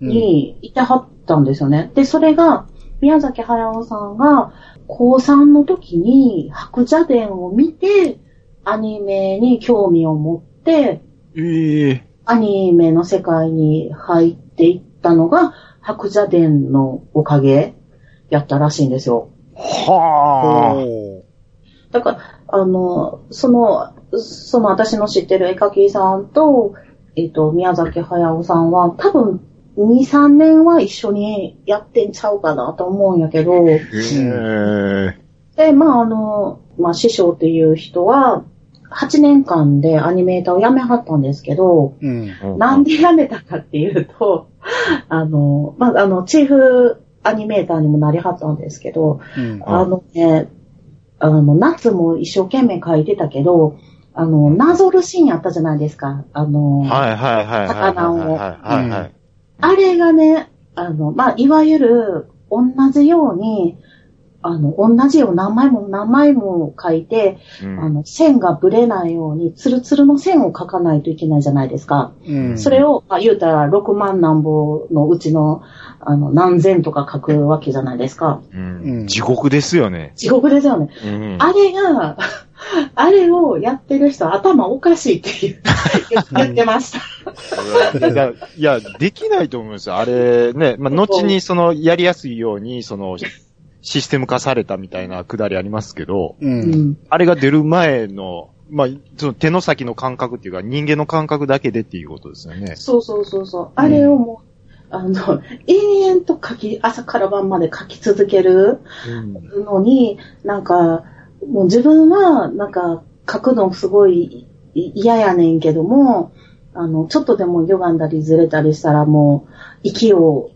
Speaker 2: にいてはったんですよね。で、それが、宮崎駿さんが、高3の時に白蛇伝を見て、アニメに興味を持って、
Speaker 3: (laughs) ええ。
Speaker 2: アニメの世界に入っていったのが、白蛇伝のおかげやったらしいんですよ。
Speaker 3: は
Speaker 1: おー
Speaker 2: だから、あの、その、その私の知ってる絵描きさんと、えっ、と、宮崎駿さんは、多分、2、3年は一緒にやってんちゃうかなと思うんやけど、
Speaker 3: あ。へえ。
Speaker 2: で、まあ、あの、まあ、師匠っていう人は、8年間でアニメーターを辞めはったんですけど、
Speaker 1: うん。
Speaker 2: なんで辞めたかっていうと、あの、まあ、あの、チーフアニメーターにもなりはったんですけど、
Speaker 1: うん。
Speaker 2: あのね、あの、夏も一生懸命書いてたけど、あの、なぞるシーンあったじゃないですか。あの、
Speaker 3: はいはいはいはいはい
Speaker 2: 魚を
Speaker 3: はいはい。
Speaker 2: あれがね、あの、まあ、いわゆる、同じように、あの、同じを何枚も何枚も書いて、
Speaker 3: うん
Speaker 2: あの、線がぶれないように、ツルツルの線を書かないといけないじゃないですか。
Speaker 1: うん。
Speaker 2: それを、まあ、言うたら6万何ぼのうちの、あの、何千とか書くわけじゃないですか。
Speaker 3: うん地獄ですよね。
Speaker 2: 地獄ですよね。
Speaker 3: うん
Speaker 2: あれが、 (laughs) あれをやってる人頭おかしいっていう言ってました。
Speaker 3: (laughs) いや、いや、できないと思うんですよ。あれ、ね、まあ、後にその、やりやすいように、その、システム化されたみたいなくだりありますけど、
Speaker 1: う。
Speaker 2: うんん。
Speaker 3: あれが出る前の、まあ、その手の先の感覚っていうか、人間の感覚だけでっていうことですよね。
Speaker 2: そうそうそうそう。あれをもう、あの、延々と書き、朝から晩まで書き続ける
Speaker 3: うん。
Speaker 2: のに、なんか、もう自分は、なんか、書くのすごいい嫌やねんけども、あの、ちょっとでも歪んだりずれたりしたらもう、息を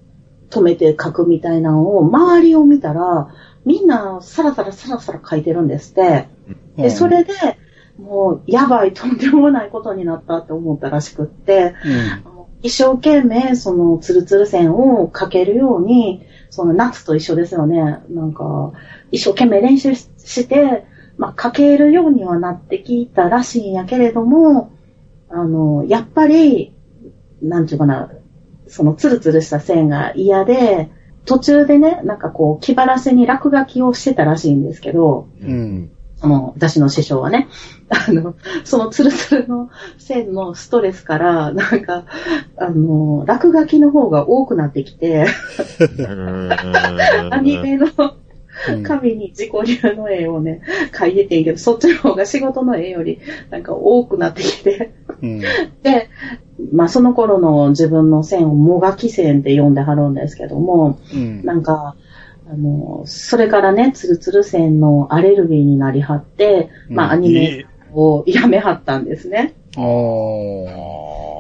Speaker 2: 止めて書くみたいなのを、周りを見たら、みんなサラサラサラサラ書いてるんですって。で、それで、もう、やばい、とんでもないことになったって思ったらしくって、
Speaker 1: うん。
Speaker 2: あの一生懸命、その、ツルツル線をかけるように、その、夏と一緒ですよね。なんか、一生懸命練習しして、まあ、かけるようにはなってきたらしいんやけれども、あの、やっぱり、なんちゅうかな、その、ツルツルした線が嫌で、途中でね、なんかこう、気晴らしに落書きをしてたらしいんですけど、
Speaker 1: うん。
Speaker 2: その、私の師匠はね、あの、そのツルツルの線のストレスから、なんか、あの、落書きの方が多くなってきて、アニメの
Speaker 1: うん
Speaker 2: 紙に自己流の絵をね、書いててんけど、そっちの方が仕事の絵より、なんか多くなってきて、
Speaker 1: うん。
Speaker 2: で、まあその頃の自分の線をもがき線って呼んではるんですけども、
Speaker 1: うん。
Speaker 2: なんか、あの、それからね、ツルツル線のアレルギーになりはって、ま
Speaker 1: うん
Speaker 2: あアニメ、をやめはったんですね。
Speaker 1: お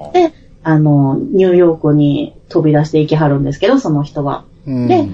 Speaker 1: ー。
Speaker 2: で、あの、ニューヨークに飛び出していきはるんですけど、その人は。
Speaker 1: うん
Speaker 2: で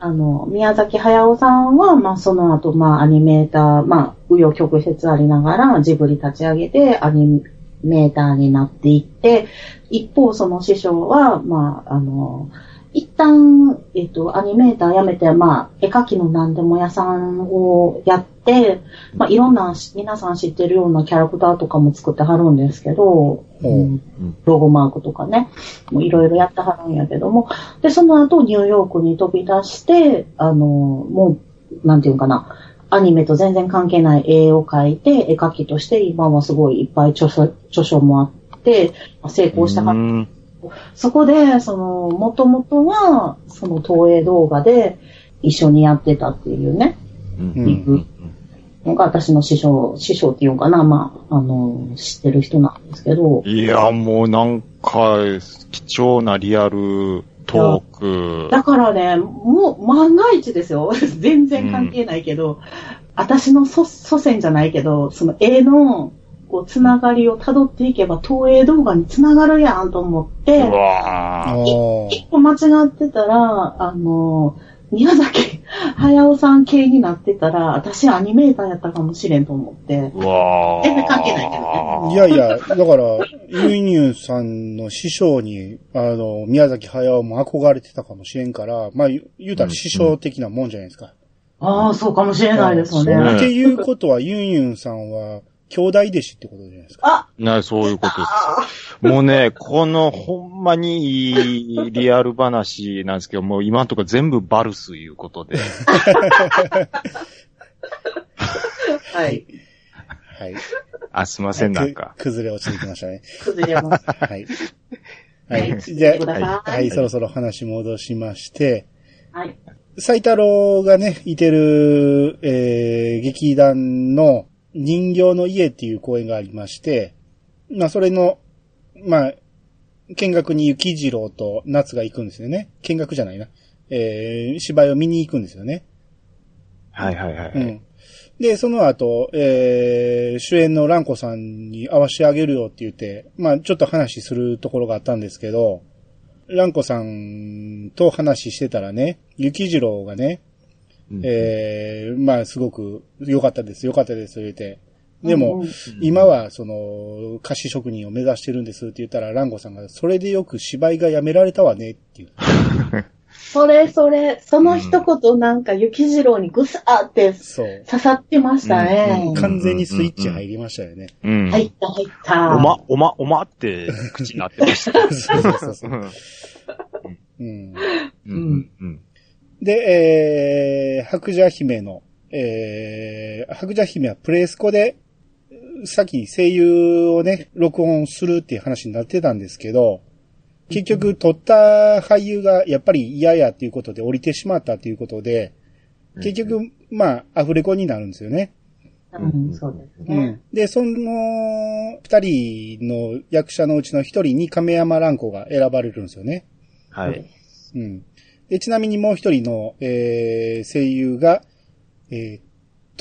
Speaker 2: あの、宮崎駿さんは、まあ、その後、まあ、アニメーター、まあ、紆余曲折ありながら、ジブリ立ち上げて、アニメーターになっていって、一方、その師匠は、まあ、あの、一旦、えっと、アニメーター辞めて、まあ、絵描きの何でも屋さんをやって、まあ、いろんな、皆さん知ってるようなキャラクターとかも作ってはるんですけど、
Speaker 1: おう
Speaker 2: ロゴマークとかね、もういろいろやってはるんやけども、で、その後ニューヨークに飛び出して、あの、もう、なんていうんかな、アニメと全然関係ない絵を描いて、絵描きとして今はすごいいっぱい著書著書もあって、まあ成功したはる
Speaker 3: うん
Speaker 2: そこで、その、もともとは、その東映動画で一緒にやってたっていうね、
Speaker 3: うん
Speaker 1: うん
Speaker 2: のが私の師匠、師匠っていうのかな、まあ、あの、知ってる人なんですけど、
Speaker 3: いや、もうなんか、貴重なリアルトーク。
Speaker 2: だからね、もう万が一ですよ。 (laughs) 全然関係ないけど、私の祖祖先じゃないけど、その絵のこうつながりを辿っていけば東映動画につながるやんと思っ
Speaker 3: う
Speaker 2: て、
Speaker 3: わ
Speaker 1: おー。
Speaker 2: 一個間違ってたら、あの、宮崎はやおさん系になってたら、私アニメーターやったかもしれんと思って。
Speaker 3: うわー
Speaker 2: 全然関係ないけどね
Speaker 1: いやいや、だから、ユニューさんの師匠に、あの、宮崎駿も憧れてたかもしれんから、まあ、言言うたら師匠的なもんじゃないですか。
Speaker 2: ああ、そうかもしれないですよ
Speaker 3: うん
Speaker 2: ね。
Speaker 1: っていうことは、ユニューさんは、兄弟弟子ってことじゃないですか。
Speaker 2: あ
Speaker 3: な、そういうことです。もうね、このほんまにいいリアル話なんですけど、もう今のところ全部バルスいうこ
Speaker 1: (laughs)
Speaker 3: とで。
Speaker 2: はい。
Speaker 1: はい。
Speaker 3: あ、すいません、なんか。
Speaker 1: く崩れ落ちてきましたね。
Speaker 2: 崩れます。 (laughs)
Speaker 1: はい。は。
Speaker 2: はいい。
Speaker 1: じゃ
Speaker 2: 続けてくださ
Speaker 1: あ、は
Speaker 2: い
Speaker 1: い、そろそろ話戻しまして、
Speaker 2: はい。
Speaker 1: 斎太郎がね、いてる、えー、劇団の人形の家っていう公演がありまして、まあ、それの、まあ、見学に雪次郎と夏が行くんですよね。見学じゃないな。えー、芝居を見に行くんですよね。
Speaker 3: はいはいは
Speaker 1: う
Speaker 3: い。
Speaker 1: ん。で、その後、えー、主演の蘭子さんに会わしてあげるよって言って、まあちょっと話するところがあったんですけど、蘭子さんと話してたらね、雪次郎がね、
Speaker 3: うん
Speaker 1: えー、まあすごく良かったです、良かったですと言って、でも、
Speaker 2: うんうん
Speaker 1: 今はその、菓子職人を目指してるんですって言ったら、蘭子さんが、それでよく芝居がやめられたわねって言う。
Speaker 2: それそれ、その一言なんか、雪次郎にぐさーって
Speaker 1: そう。
Speaker 2: 刺さってましたね。
Speaker 3: うん
Speaker 1: 完全にスイッチ入りましたよね。
Speaker 3: うん。
Speaker 2: 入った入った。
Speaker 3: おま、おま、おまって口になってま
Speaker 1: (laughs)
Speaker 3: した。
Speaker 1: そうそうそうそうう。う
Speaker 3: ん
Speaker 1: ん
Speaker 3: うん。うん。
Speaker 1: で、えー、白蛇姫の、えー、白蛇姫はプレイスコで、先に声優をね、録音するっていう話になってたんですけど、結局、撮った俳優がやっぱり嫌やっていうことで降りてしまったということで、結局、まあ、アフレコになるんですよね。
Speaker 2: うん、そうです
Speaker 1: う
Speaker 2: ね
Speaker 1: ん。。で、その、二人の役者のうちの一人に亀山蘭子が選ばれるんですよね。
Speaker 3: はい。
Speaker 1: うん。で、ちなみにもう一人の、えー、声優が、えー、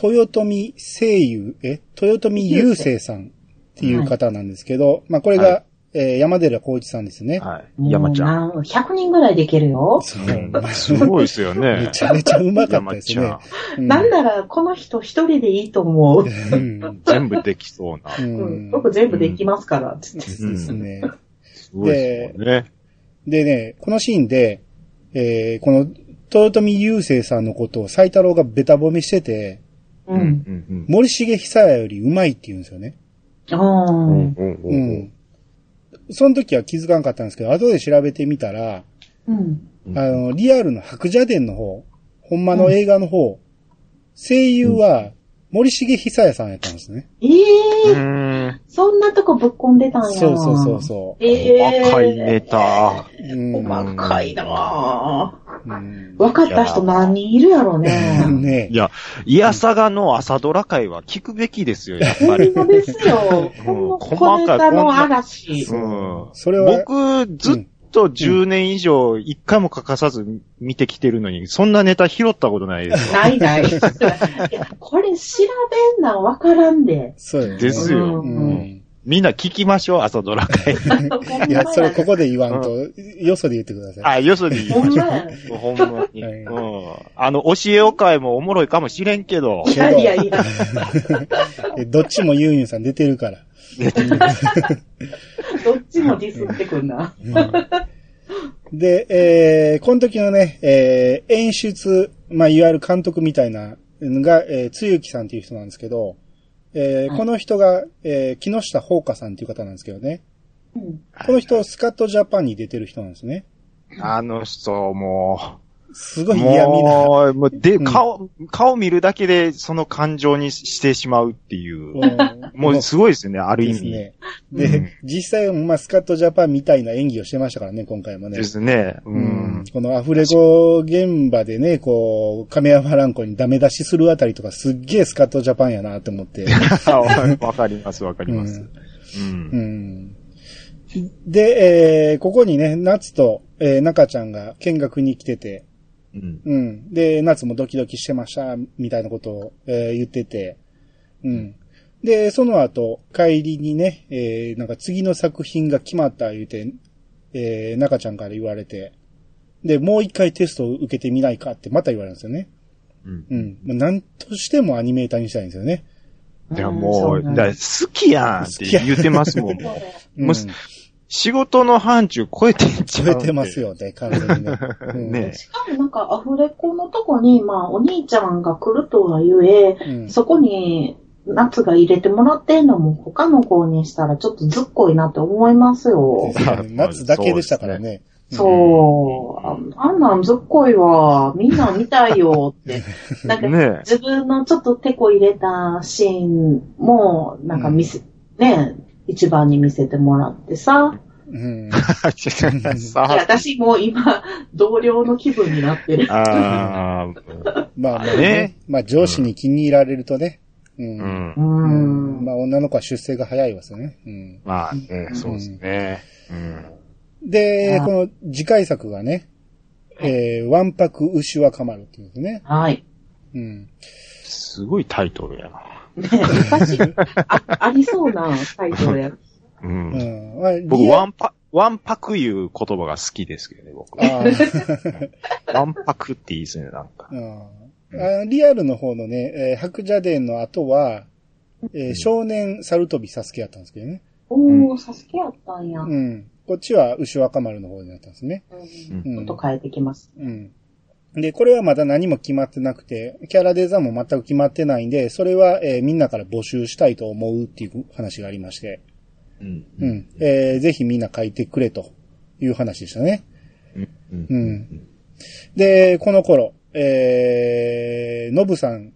Speaker 1: 豊臣声優、え、豊臣優星さんっていう方なんですけど、まあ、これが、
Speaker 3: は
Speaker 1: えー、山寺孝一さんですね。
Speaker 3: はい。山ちゃん。
Speaker 2: ん。100人ぐらいできるよ。
Speaker 1: そう (laughs)
Speaker 3: うんすごいですよね
Speaker 1: め。ちゃめちゃうまかった
Speaker 3: 山
Speaker 1: です
Speaker 3: ち
Speaker 1: ね
Speaker 3: ゃ
Speaker 1: う
Speaker 3: ん。。
Speaker 1: ん
Speaker 2: なんなら、この人一人でいいと思う。
Speaker 1: うん。
Speaker 3: 全部できそうな。
Speaker 1: う
Speaker 2: うん
Speaker 1: ん。
Speaker 2: 僕全部できますから、つって。
Speaker 1: ですね。
Speaker 3: すごいですよね。
Speaker 1: でね、このシーンで、えー、この、豊臣優星さんのことを斎太郎がベタ褒めしてて、
Speaker 2: う
Speaker 3: うん
Speaker 2: ん。
Speaker 3: うん
Speaker 1: 森重久也よりうまいって言うんですよね。
Speaker 2: あ
Speaker 3: う
Speaker 2: ー
Speaker 3: ん。うんう
Speaker 1: うんん。その時は気づかんかったんですけど、後で調べてみたら、
Speaker 2: うん。
Speaker 3: うん
Speaker 1: あの、リアルの白蛇伝の方、ほんまの映画の方、声優は森重久也さんやったんですね。
Speaker 2: ええ
Speaker 3: う
Speaker 2: ー、
Speaker 3: ん。
Speaker 2: そんなとこぶっこんでたんや。
Speaker 1: そうそうそうそ
Speaker 2: ええー。
Speaker 3: 若いネタ。
Speaker 1: う。うん。
Speaker 2: 細かいなぁ。
Speaker 1: うん
Speaker 2: 分かった人何人いるやろうね。
Speaker 1: ね
Speaker 3: いや、いやさがの朝ドラ会は聞くべきですよ、やっ
Speaker 2: ほ
Speaker 3: ぱり
Speaker 2: ん。まですよ。この小ネタの嵐。
Speaker 3: うん
Speaker 1: それは
Speaker 3: 僕、ずっと10年以上、一回も欠かさず見てきてるのに、そんなネタ拾ったことな
Speaker 1: (laughs)
Speaker 3: いですよ。
Speaker 2: ないない。いやこれ調べんなん分からんで。
Speaker 1: そうよね。
Speaker 3: です
Speaker 1: う
Speaker 3: よ
Speaker 2: うん
Speaker 1: ん。
Speaker 3: みんな聞きましょう、朝ド
Speaker 1: (laughs)
Speaker 3: ラ会。
Speaker 1: いや、それここで言わんと、よそで言ってください。
Speaker 3: あ、よそに
Speaker 2: ほ
Speaker 3: 言い
Speaker 2: ん
Speaker 3: まし
Speaker 2: ま
Speaker 3: ょ
Speaker 2: や。
Speaker 3: う。ほんまに。
Speaker 1: はい
Speaker 3: うん。あの、教えお会もおもろいかもしれんけど。
Speaker 2: いやいやいや。
Speaker 1: えどっちもユーユンさん出てるから。
Speaker 2: どっちもディスってくん
Speaker 3: (laughs)
Speaker 2: な。
Speaker 1: で、えー、この時のね、えー、演出、まあ、いわゆる監督みたいなのが、えー、つゆきさんっていう人なんですけど、えー
Speaker 2: はい
Speaker 1: この人が、えー、木下ほうかさんっていう方なんですけどね。
Speaker 2: うん
Speaker 1: この人、スカットジャパンに出てる人なんですね。
Speaker 3: あの人、も
Speaker 1: すご
Speaker 3: う、
Speaker 1: い嫌味な。
Speaker 3: もう、もうで、
Speaker 1: うん
Speaker 3: 顔、顔見るだけで、その感情にしてしまうっていう。
Speaker 1: うん
Speaker 3: もう、すごいですよね、ある意
Speaker 1: です
Speaker 3: 味。
Speaker 1: ね。
Speaker 2: う
Speaker 1: で、
Speaker 2: ん
Speaker 1: 実際、まあ、スカットジャパンみたいな演技をしてましたからね、今回もね
Speaker 3: で。すね。う
Speaker 1: うん
Speaker 3: ん。
Speaker 1: このアフレコ現場でね、こう、亀山蘭子にダメ出しするあたりとかすっげえスカットジャパンやなって思って。
Speaker 3: わかります、わかります。
Speaker 1: うん
Speaker 3: うん
Speaker 1: うんで、えーここにね、夏と、えー中ちゃんが見学に来てて、
Speaker 3: うん
Speaker 1: うん。で、夏もドキドキしてました、みたいなことを、えー言ってて、うん。で、その後、帰りにね、えーなんか次の作品が決まった言うて、えー中ちゃんから言われて、で、もう一回テストを受けてみないかってまた言われるんですよね。
Speaker 3: うん。
Speaker 1: うん。もう何としてもアニメーターにしたいんですよね。
Speaker 3: いや、もう、
Speaker 2: んそ
Speaker 3: だ
Speaker 2: な
Speaker 3: から好きやんって言ってますもん。
Speaker 2: そう
Speaker 1: うん
Speaker 3: もう仕事の範疇超えてんちゃ
Speaker 1: 超
Speaker 3: う
Speaker 1: えてます。よね、完全
Speaker 3: (laughs)
Speaker 1: にね。うん
Speaker 3: ね
Speaker 2: しかもなんかアフレコのとこに、まあお兄ちゃんが来るとはゆえ、
Speaker 1: うん
Speaker 2: そこに夏が入れてもらってんのも他の子にしたらちょっとずっこいなって思いますよ。
Speaker 1: 夏だけでしたからね。
Speaker 2: そう。ああんなんずっこいわ。みんな見たいよって。なんか、
Speaker 3: ね
Speaker 2: 自分のちょっとテコ入れたシーンも、なんか見せ、ね、一番に見せてもらってさ。
Speaker 1: うん。
Speaker 3: え。
Speaker 2: いや
Speaker 3: さ
Speaker 2: 私もう今、同僚の気分になってる。
Speaker 3: あ、あー
Speaker 1: まあまあね
Speaker 3: ね。
Speaker 1: まあ上司に気に入られるとね。う。
Speaker 3: うんん
Speaker 2: う。ん。
Speaker 1: まあ女の子は出世が早いわすね。うん。
Speaker 3: まあね、そうですね。うん。
Speaker 1: で、
Speaker 2: あ
Speaker 1: この次回作がね、えー、ワンパク牛はかまるっていうんですね。
Speaker 2: はい。
Speaker 1: うん。
Speaker 3: すごいタイトルやな。
Speaker 2: ね昔、あ、ありそうなタイトルや。
Speaker 3: う。
Speaker 1: うんん。まあ
Speaker 3: 僕、
Speaker 1: リア
Speaker 3: ワンパ、ワンパクいう言葉が好きですけどね、僕。
Speaker 1: あー
Speaker 3: ワンパクっていいですね、なんか。
Speaker 1: うんあーリアルの方のね、えー白蛇伝の後は、えー
Speaker 3: うん
Speaker 1: 少年猿飛びサスケやったんですけどね。
Speaker 2: おー、サスケやったんや。う
Speaker 1: うんん。こっちは牛若丸の方になったんですね。
Speaker 2: ち
Speaker 3: うん
Speaker 1: う
Speaker 2: ょっ
Speaker 1: ん
Speaker 2: と。変えてきます。
Speaker 1: うん。で、これはまだ何も決まってなくて、キャラデザインも全く決まってないんで、それは、えーみんなから募集したいと思うっていう話がありまして、
Speaker 3: うん。
Speaker 1: うん。えーぜひみんな書いてくれという話でしたね。
Speaker 3: うん。
Speaker 1: う
Speaker 3: うんん。
Speaker 1: で、この頃、えー、ノブさん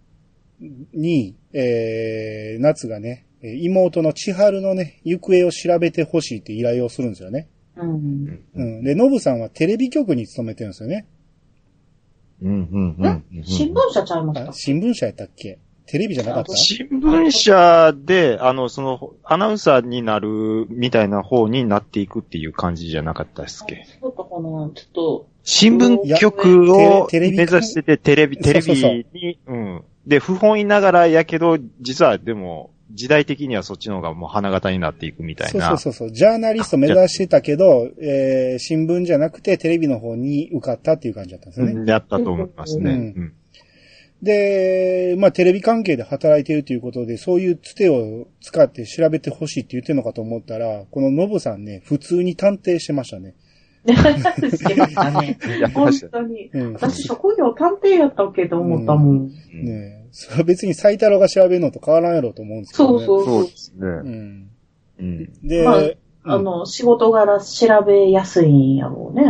Speaker 1: に、えー、夏がね、えー妹の千春のね、行方を調べてほしいって依頼をするんですよね。
Speaker 2: うん。
Speaker 1: う
Speaker 3: うん。
Speaker 1: ん。で、ノブさんはテレビ局に勤めてるんですよね。
Speaker 3: うん。うん。うん
Speaker 2: え新聞社ちゃいまし
Speaker 1: あ
Speaker 2: た
Speaker 1: 新聞社やったっけテレビじゃなかった
Speaker 3: 新聞社で、あの、その、アナウンサーになるみたいな方になっていくっていう感じじゃなかったですっけ
Speaker 2: そうかこの、ちょっと、
Speaker 3: 新聞局を
Speaker 1: テレ
Speaker 3: 目
Speaker 1: テレビ
Speaker 3: 指してて、テレビ、テレ
Speaker 1: そうそう
Speaker 3: ビに、うん。で、不本意ながらやけど、実はでも、時代的にはそっちの方がもう花形になっていくみたい
Speaker 1: そう
Speaker 3: な。
Speaker 1: そうそうそう。ジャーナリスト目指してたけど、えー、新聞じゃなくてテレビの方に受かったっていう感じだったんですよね。
Speaker 3: うんやったと思いますね。
Speaker 1: う
Speaker 3: うんん。
Speaker 1: で、まあテレビ関係で働いているということで、そういうつてを使って調べてほしいって言ってるのかと思ったら、このノブさんね、普通に探偵してましたね。 (laughs)
Speaker 2: 好きましたね。
Speaker 3: やってま
Speaker 2: 本
Speaker 3: した。
Speaker 2: 当に。
Speaker 1: うん。
Speaker 2: 私、職業探偵やったっけと思ったもん。
Speaker 3: うん
Speaker 1: ねえそれは別に斎太郎が調べるのと変わらんやろうと思うんですけど、ね。
Speaker 2: そうそうそう
Speaker 3: そ
Speaker 2: う。
Speaker 3: ですね。
Speaker 1: ん。
Speaker 3: うん。
Speaker 1: で、
Speaker 2: まあ
Speaker 1: うん
Speaker 2: あの、仕事柄調べやすいんやろうね。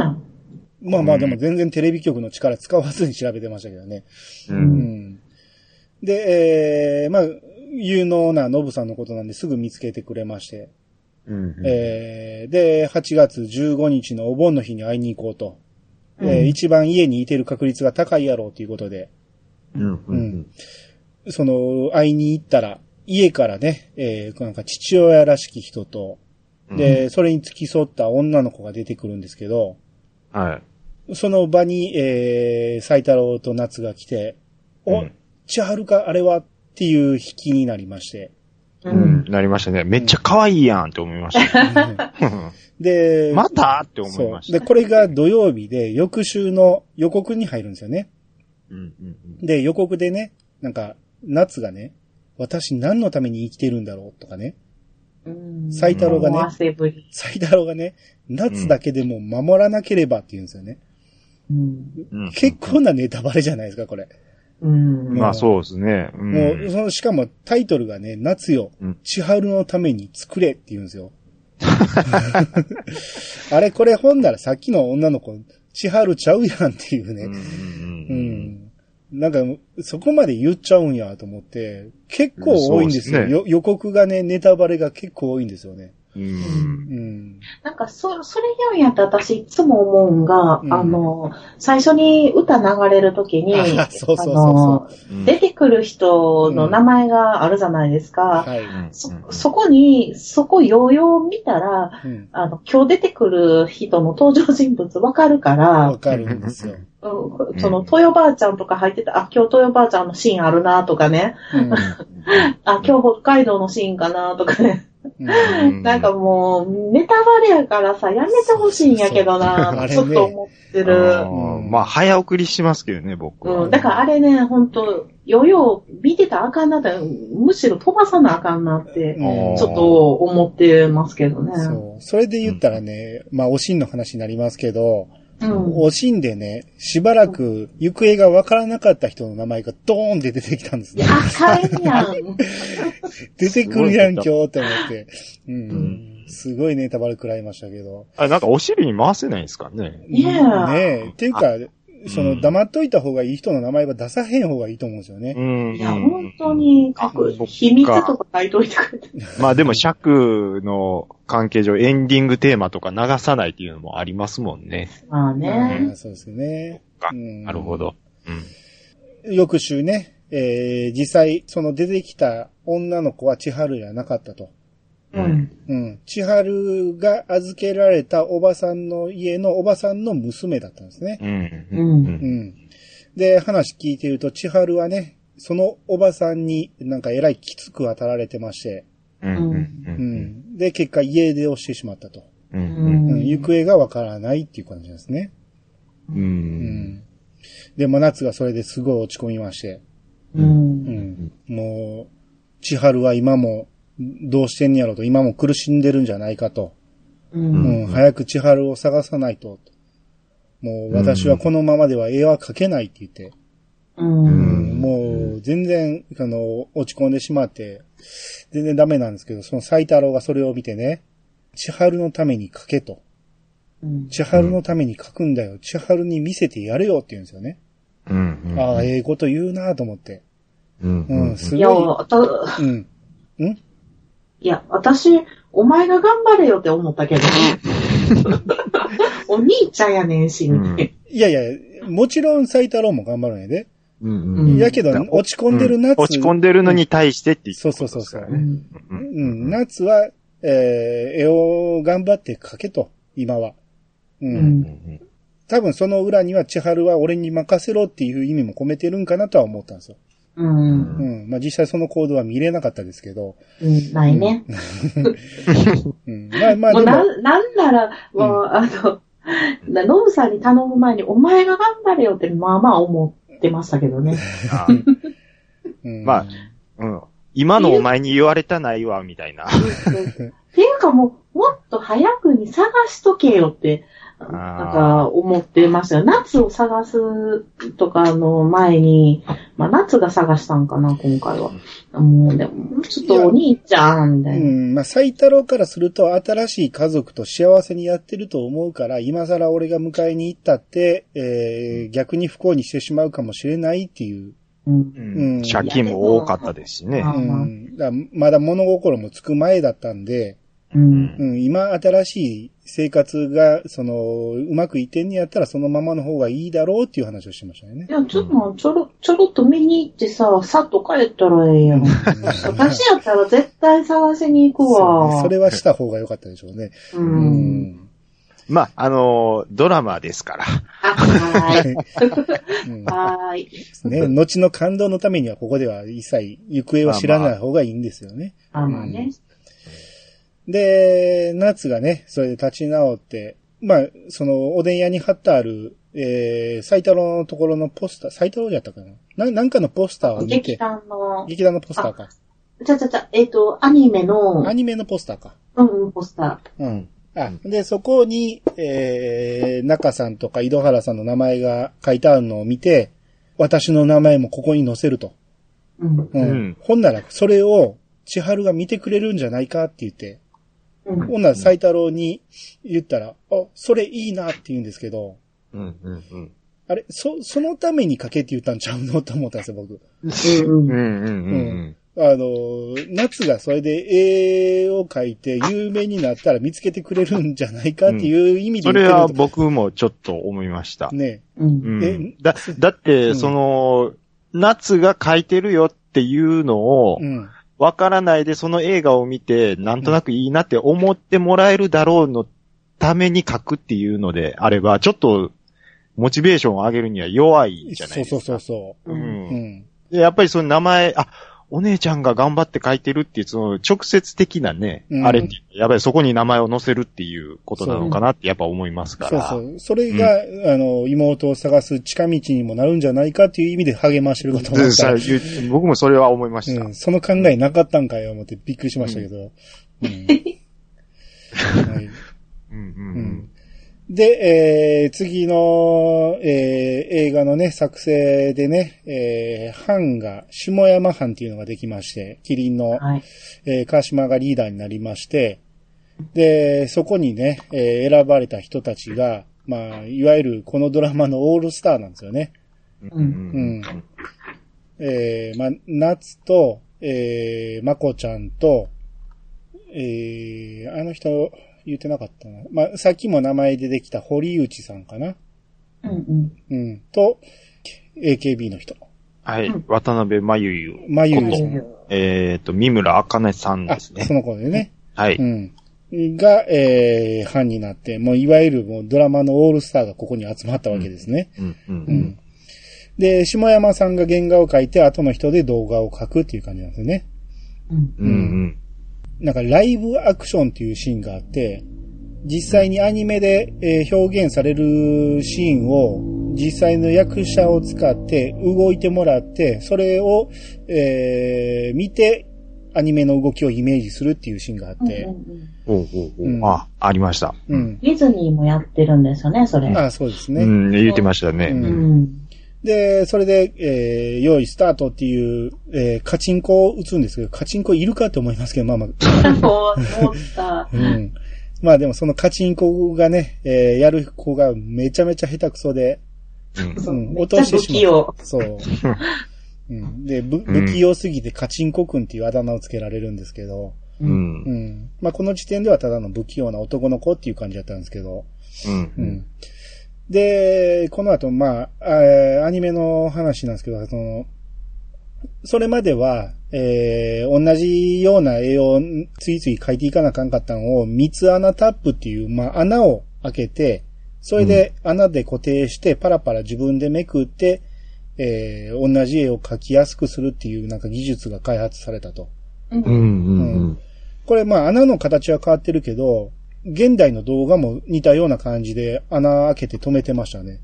Speaker 1: まあまあでも全然テレビ局の力使わずに調べてましたけどね。
Speaker 3: う。
Speaker 1: うんん。で、えーまあ、有能なノブさんのことなんですぐ見つけてくれまして、
Speaker 3: うん。
Speaker 1: えーで、8月15日のお盆の日に会いに行こうと。
Speaker 2: うん
Speaker 1: えー一番家にいてる確率が高いやろうということで、
Speaker 3: うん。うん。
Speaker 1: その、会いに行ったら、家からね、えーなんか父親らしき人と、で、それに付き添った女の子が出てくるんですけど、
Speaker 3: はい。
Speaker 1: その場に、えー、斎太郎と夏が来て、お、
Speaker 3: うん
Speaker 1: 千春か、あれはっていう引きになりま
Speaker 3: (laughs)
Speaker 1: して。
Speaker 2: う
Speaker 3: うん。。なりましたね。めっちゃ可愛いやんって思い
Speaker 2: (laughs)
Speaker 3: ました。
Speaker 1: で、
Speaker 3: またって思い
Speaker 1: そう
Speaker 3: ま。した。
Speaker 1: で、これが土曜日で、翌週の予告に入るんですよね。
Speaker 3: うんうん
Speaker 1: で、予告でね、なんか、夏がね、私何のために生きてるんだろうとかね、
Speaker 2: うん
Speaker 1: 斎
Speaker 3: 太郎
Speaker 1: がね
Speaker 2: 思わせぶり。
Speaker 1: 斎太郎がね、夏だけでも守らなければって言うんですよね。
Speaker 2: うん。
Speaker 3: うんうん
Speaker 1: 結構なネタバレじゃないですか、これ。
Speaker 2: うん。
Speaker 3: まあそうですね。うん
Speaker 1: もう、その、しかもタイトルがね、夏よ
Speaker 3: うん、
Speaker 1: 千春のために作れって言うんですよ。 (laughs) あれ、これ本ならさっきの女の子、千春ちゃうやんっていうね。
Speaker 3: うん
Speaker 1: う
Speaker 3: うん
Speaker 1: ん。なんか、そこまで言っちゃうんやと思って、結構多いんですよ。
Speaker 3: うんそうです
Speaker 1: よ
Speaker 3: ね
Speaker 1: 予告がね、ネタバレが結構多いんですよね。
Speaker 3: うんうん
Speaker 1: うん。
Speaker 2: なんか、そ、それ言うんやったら私いつも思うんが、
Speaker 1: うん
Speaker 2: あの、最初に歌流れるときに、
Speaker 1: あ
Speaker 2: あ
Speaker 1: (laughs) そうそうそうそう
Speaker 2: の、
Speaker 3: うん
Speaker 2: 出てくる人の名前があるじゃないですか。
Speaker 1: はい。
Speaker 2: そ、そ (laughs) こに、そこようよう見たら、
Speaker 1: うん。
Speaker 2: あの、今日出てくる人の登場人物わかるから
Speaker 1: わ、かるんですよ。
Speaker 2: うんその、豊ばあちゃんとか入ってた、あ、今日豊ばあちゃんのシーンあるなとかね、
Speaker 1: うん。
Speaker 2: あ、今日北海道のシーンかなとかね、
Speaker 1: うん
Speaker 3: うん
Speaker 2: なんかもう、ネタバレやからさ、やめてほしいんやけ
Speaker 1: そ
Speaker 2: ど
Speaker 1: うそう
Speaker 2: (laughs) な、ち
Speaker 1: そうあれ
Speaker 2: ょっ
Speaker 1: ね
Speaker 2: と思って
Speaker 3: あ
Speaker 2: る。
Speaker 3: ー
Speaker 1: うん
Speaker 3: まあ、早送りしますけどね、僕は。
Speaker 2: うん、だからあれね、本当余裕見てたらあかんなって、むしろ飛ばさなあかんなって、
Speaker 1: うん
Speaker 2: ちょっと思ってますけどね。
Speaker 1: そう。それで言ったらね、まあ、おしんの話になりますけど、
Speaker 2: うん。
Speaker 1: おしんでね、しばらく行方がわからなかった人の名前がドーンって出てきたんです
Speaker 2: いや
Speaker 1: ね。
Speaker 2: あかんやん。
Speaker 1: 出てくるやん、今日って思って。う。
Speaker 3: うんん
Speaker 1: すごいネタバレ食らいましたけど。
Speaker 3: あなんかお尻に回せないんですかね。
Speaker 2: いやー
Speaker 1: ねえ。っていうか、その、
Speaker 3: うん
Speaker 1: 黙っといた方がいい人の名前は出さへん方がいいと思うんですよね。
Speaker 3: うん。
Speaker 2: いや、本当。に、各、
Speaker 3: そっか
Speaker 2: 秘密とか書いといてくれて。
Speaker 3: まあでも尺の関係上エンディングテーマとか流さないっていうのもありますもんね。
Speaker 2: まあ
Speaker 1: う
Speaker 2: ね
Speaker 1: ん。そうですよね。
Speaker 3: か
Speaker 1: うん
Speaker 3: なるほ。ど。うん。
Speaker 1: 翌週ね、えー、実際、その出てきた女の子は千春じゃなかったと。
Speaker 3: う
Speaker 2: うんん。
Speaker 1: うん。千春が預けられたおばさんの家のおばさんの娘だったんですね。
Speaker 3: うん。
Speaker 2: う。
Speaker 3: うん。
Speaker 1: うんん。で、話聞いてると、千春はね、そのおばさんになんかえらいきつく当たられてまして、
Speaker 3: うん。うん。
Speaker 1: うん。で、結果家出をしてしまったと。
Speaker 3: うん。う。
Speaker 2: うん
Speaker 1: うん。
Speaker 2: ん
Speaker 1: 行方がわからないっていう感じなんですね。
Speaker 3: う。
Speaker 1: うんん。で、真夏がそれですごい落ち込みまして、
Speaker 2: う。
Speaker 1: うんん。もう、千春は今も、どうしてんやろと、今も苦しんでるんじゃないかと。
Speaker 2: う。
Speaker 1: うんん、早く千春を探さないと。もう私はこのままでは絵は描けないって言って、
Speaker 2: うん。
Speaker 3: うん
Speaker 1: もう全然、あの、落ち込んでしまって、全然ダメなんですけど、その斎太郎がそれを見てね、千春のために描けと。
Speaker 2: うん。
Speaker 1: 千春のために描くんだよ。千春に見せてやれよって言うんですよね。
Speaker 3: うん。
Speaker 1: ああ、ええこと言うなと思って。
Speaker 3: うん。
Speaker 1: う
Speaker 3: うん
Speaker 1: ん、。す
Speaker 2: いや、
Speaker 1: ご
Speaker 2: わた
Speaker 1: い。うん。
Speaker 2: いや、私、お前が頑張れよって思ったけ (laughs) ど。お兄ちゃんやねんし、みたい
Speaker 1: いやいや、もちろん斎太郎も頑張るんやで。
Speaker 3: うん。
Speaker 2: うん
Speaker 1: やけど、落ち込んでる夏。
Speaker 3: 落ち込んでるのに対してって言
Speaker 1: そうそうそうそう。
Speaker 2: な。うん
Speaker 3: う
Speaker 1: うん、。夏は、えー、絵を頑張って描けと、今は。うん。
Speaker 2: うん
Speaker 1: 多分その裏には千春は俺に任せろっていう意味も込めてるんかなとは思ったんですよ。
Speaker 2: うん。
Speaker 1: うん。まあ実際その行動は見れなかったですけど。
Speaker 2: うん。ないね。
Speaker 1: うん。まあまあ
Speaker 2: もう
Speaker 1: で
Speaker 2: な
Speaker 1: も、
Speaker 2: ん、なんなら、もう、あの、なノブさんに頼む前に、お前が頑張れよって、まあまあ思ってましたけどね。
Speaker 1: うん、
Speaker 3: まあうん。今のお前に言われたないわ、みたいな。
Speaker 2: っていうかもう、もっと早くに探しとけよって、
Speaker 3: ー
Speaker 2: なんか思ってましたよ。夏を探すとかの前に、まあ夏が探したんかな、今回は。もう、でも、ちょっとお兄ちゃんみた
Speaker 1: う
Speaker 2: いな。
Speaker 1: ん。まあ斎太郎からすると新しい家族と幸せにやってると思うから、今更俺が迎えに行ったって、えー、逆に不幸にしてしまうかもしれないっていう。
Speaker 2: うん。
Speaker 3: うん
Speaker 1: うん
Speaker 3: 借金も多かったですしね。
Speaker 1: う
Speaker 2: あまあ
Speaker 1: ん。だからまだ物心もつく前だったんで、
Speaker 2: う。
Speaker 3: うん。
Speaker 1: うんん、今新しい生活が、その、うまくいってんねやったらそのままの方がいいだろうっていう話をしてましたよね
Speaker 2: (laughs) い。や、ちょっと、ちょろ、ちょろっと見に行ってさ、さっと帰ったらええ
Speaker 1: (laughs)
Speaker 2: やん。私やったら絶対探しに行く
Speaker 1: そうね
Speaker 2: わ。
Speaker 1: それはした方が良かったでしょうね。
Speaker 2: う。
Speaker 1: うん
Speaker 3: まあ、あのー、ドラマですから。
Speaker 2: あ、
Speaker 1: (laughs)
Speaker 2: はーい。
Speaker 1: うん
Speaker 2: はーい。
Speaker 1: (laughs) ね、後の感動のためにはここでは一切行方は知らない方がいいんですよね。
Speaker 2: あ、まあね。
Speaker 1: で、夏がね、それで立ち直って、まあ、その、おでん屋に貼ってある、えー、斎太郎のところのポスター、斎太郎じゃったかなな、なんかのポスターを見
Speaker 2: 劇
Speaker 1: て、
Speaker 2: 団の、
Speaker 1: 劇団のポスターか。
Speaker 2: ちゃちゃちゃ、えっと、アニメの
Speaker 1: ア、ニメのポスターか。
Speaker 2: うんうん、ポスタ
Speaker 1: うん。あ、で、そこに、えー、中さんとか井戸原さんの名前が書いてあるのを見て、私の名前もここに載せると。
Speaker 2: ー。うん。
Speaker 1: うん。
Speaker 3: うん
Speaker 1: ほんなら、それを、千春が見てくれるんじゃないかって言って、
Speaker 2: うん。
Speaker 1: ほんなら斎太郎に言ったら、あ、それいいなって言うんですけど、
Speaker 3: うん、うん、
Speaker 1: あれ、そ、そのために書けって言ったんちゃうのと思ったんですよ、僕。
Speaker 3: うん。うん、うん、
Speaker 1: あの、夏がそれで絵を描いて有名になったら見つけてくれるんじゃないかっていう意味
Speaker 3: うん。
Speaker 1: で言
Speaker 3: そ
Speaker 1: っ
Speaker 3: れ
Speaker 1: てる
Speaker 3: は
Speaker 1: と
Speaker 3: 僕もちょっと思いました。
Speaker 1: ね。
Speaker 2: うん。
Speaker 3: うん
Speaker 1: え。
Speaker 3: だ、だっ
Speaker 1: う
Speaker 3: て、
Speaker 1: ん
Speaker 3: その、夏が書いてるよっていうのを
Speaker 1: う、ん。
Speaker 3: わからないでその映画を見て、なんとなくいいなって思ってもらえるだろうのために書くっていうのであれば、ちょっと、モチベーションを上げるには弱いじゃないですか。
Speaker 1: そうそうそうそうう。
Speaker 3: ん
Speaker 1: うん。
Speaker 3: でやっぱりその名前、あ、お姉ちゃんが頑張って書いてるっていう、その直接的なね、
Speaker 1: うん
Speaker 3: あれって、やっぱりそこに名前を載せるっていうことなのかなってやっぱ思いますか
Speaker 1: そう
Speaker 3: ら。
Speaker 1: そう。それが、あの、妹を探す近道にもなるんじゃないかっていう意味で励ましてること思
Speaker 3: で
Speaker 1: っ
Speaker 3: さ
Speaker 1: た。
Speaker 3: ゆ僕もそれは思いました。
Speaker 1: うん、その考えなかったんかよ、思ってびっくりしましたけど。うんはい
Speaker 3: う
Speaker 1: うん
Speaker 3: んう
Speaker 1: んで、えー、次の、えー、映画のね、作成でね、えー、藩が、下山藩っていうのができまして、キリンの、
Speaker 2: はい。
Speaker 1: えー川島がリーダーになりまして、で、そこにね、えー選ばれた人たちが、まあ、いわゆるこのドラマのオールスターなんですよね。
Speaker 3: うん。
Speaker 2: うん
Speaker 1: うん。えー、まあ、夏と、えー、まこちゃんと、えー、あの人、言ってなかったな。まあ、さっきも名前出てきた堀内さんかな。
Speaker 2: うんうん。
Speaker 1: うん。と、AKB の人。
Speaker 3: はい
Speaker 2: うん。
Speaker 3: 渡辺真由悠。
Speaker 1: まゆ
Speaker 2: う
Speaker 1: ゆさん。
Speaker 3: えっと、三村茜さん
Speaker 1: あ、
Speaker 3: ですね
Speaker 1: そ。の子でね。
Speaker 3: はい。
Speaker 1: うん。が、えー、班になって、もういわゆるもうドラマのオールスターがここに集まったわけですね。
Speaker 3: うんう
Speaker 1: うん。
Speaker 3: ん
Speaker 1: で、下山さんが原画を描いて、後の人で動画を描くっていう感じなんですよね。
Speaker 2: ん
Speaker 3: うんうん
Speaker 1: なんかライブアクションっていうシーンがあって、実際にアニメで、えー表現されるシーンを実際の役者を使って動いてもらって、それを、えー見てアニメの動きをイメージするっていうシーンがあって、
Speaker 2: うんうんうん
Speaker 3: おうおう
Speaker 1: う
Speaker 3: お
Speaker 1: ん
Speaker 3: うあ、ありました。
Speaker 1: うん。
Speaker 2: ディズニーもやってるんですよね、それ。
Speaker 1: あそうですね。
Speaker 3: うん、言ってました
Speaker 1: う
Speaker 2: う
Speaker 3: ね。
Speaker 2: ん。
Speaker 1: で、それで、えー用意スタートっていう、えーカチンコを打つんですけど、カチンコいるかって思いますけど、まあまあ、
Speaker 2: そう思った。
Speaker 1: うん。まあでもそのカチンコがね、えーやる子がめちゃめちゃ下手くそで、
Speaker 3: うん
Speaker 2: そうう。
Speaker 1: ん
Speaker 2: めっちゃ不器用。
Speaker 1: そう。うん、で、ぶ不器用すぎてカチンコくんっていうあだ名をつけられるんですけど、
Speaker 3: う
Speaker 2: うん
Speaker 3: ん
Speaker 1: う。ん。まあこの時点ではただの不器用な男の子っていう感じだったんですけど、
Speaker 3: うん
Speaker 1: う。ん。で、この後、まあ、えーアニメの話なんですけど、その、それまでは、えー同じような絵をついつい描いていかなあかんかったのを、三つ穴タップっていう、まあ、穴を開けて、それで穴で固定して、パラパラ自分でめくって、えー同じ絵を描きやすくするっていう、なんか技術が開発されたと。
Speaker 2: うん
Speaker 3: うんうん
Speaker 1: これ、まあ、穴の形は変わってるけど、現代の動画も似たような感じで穴開けて止めてましたね。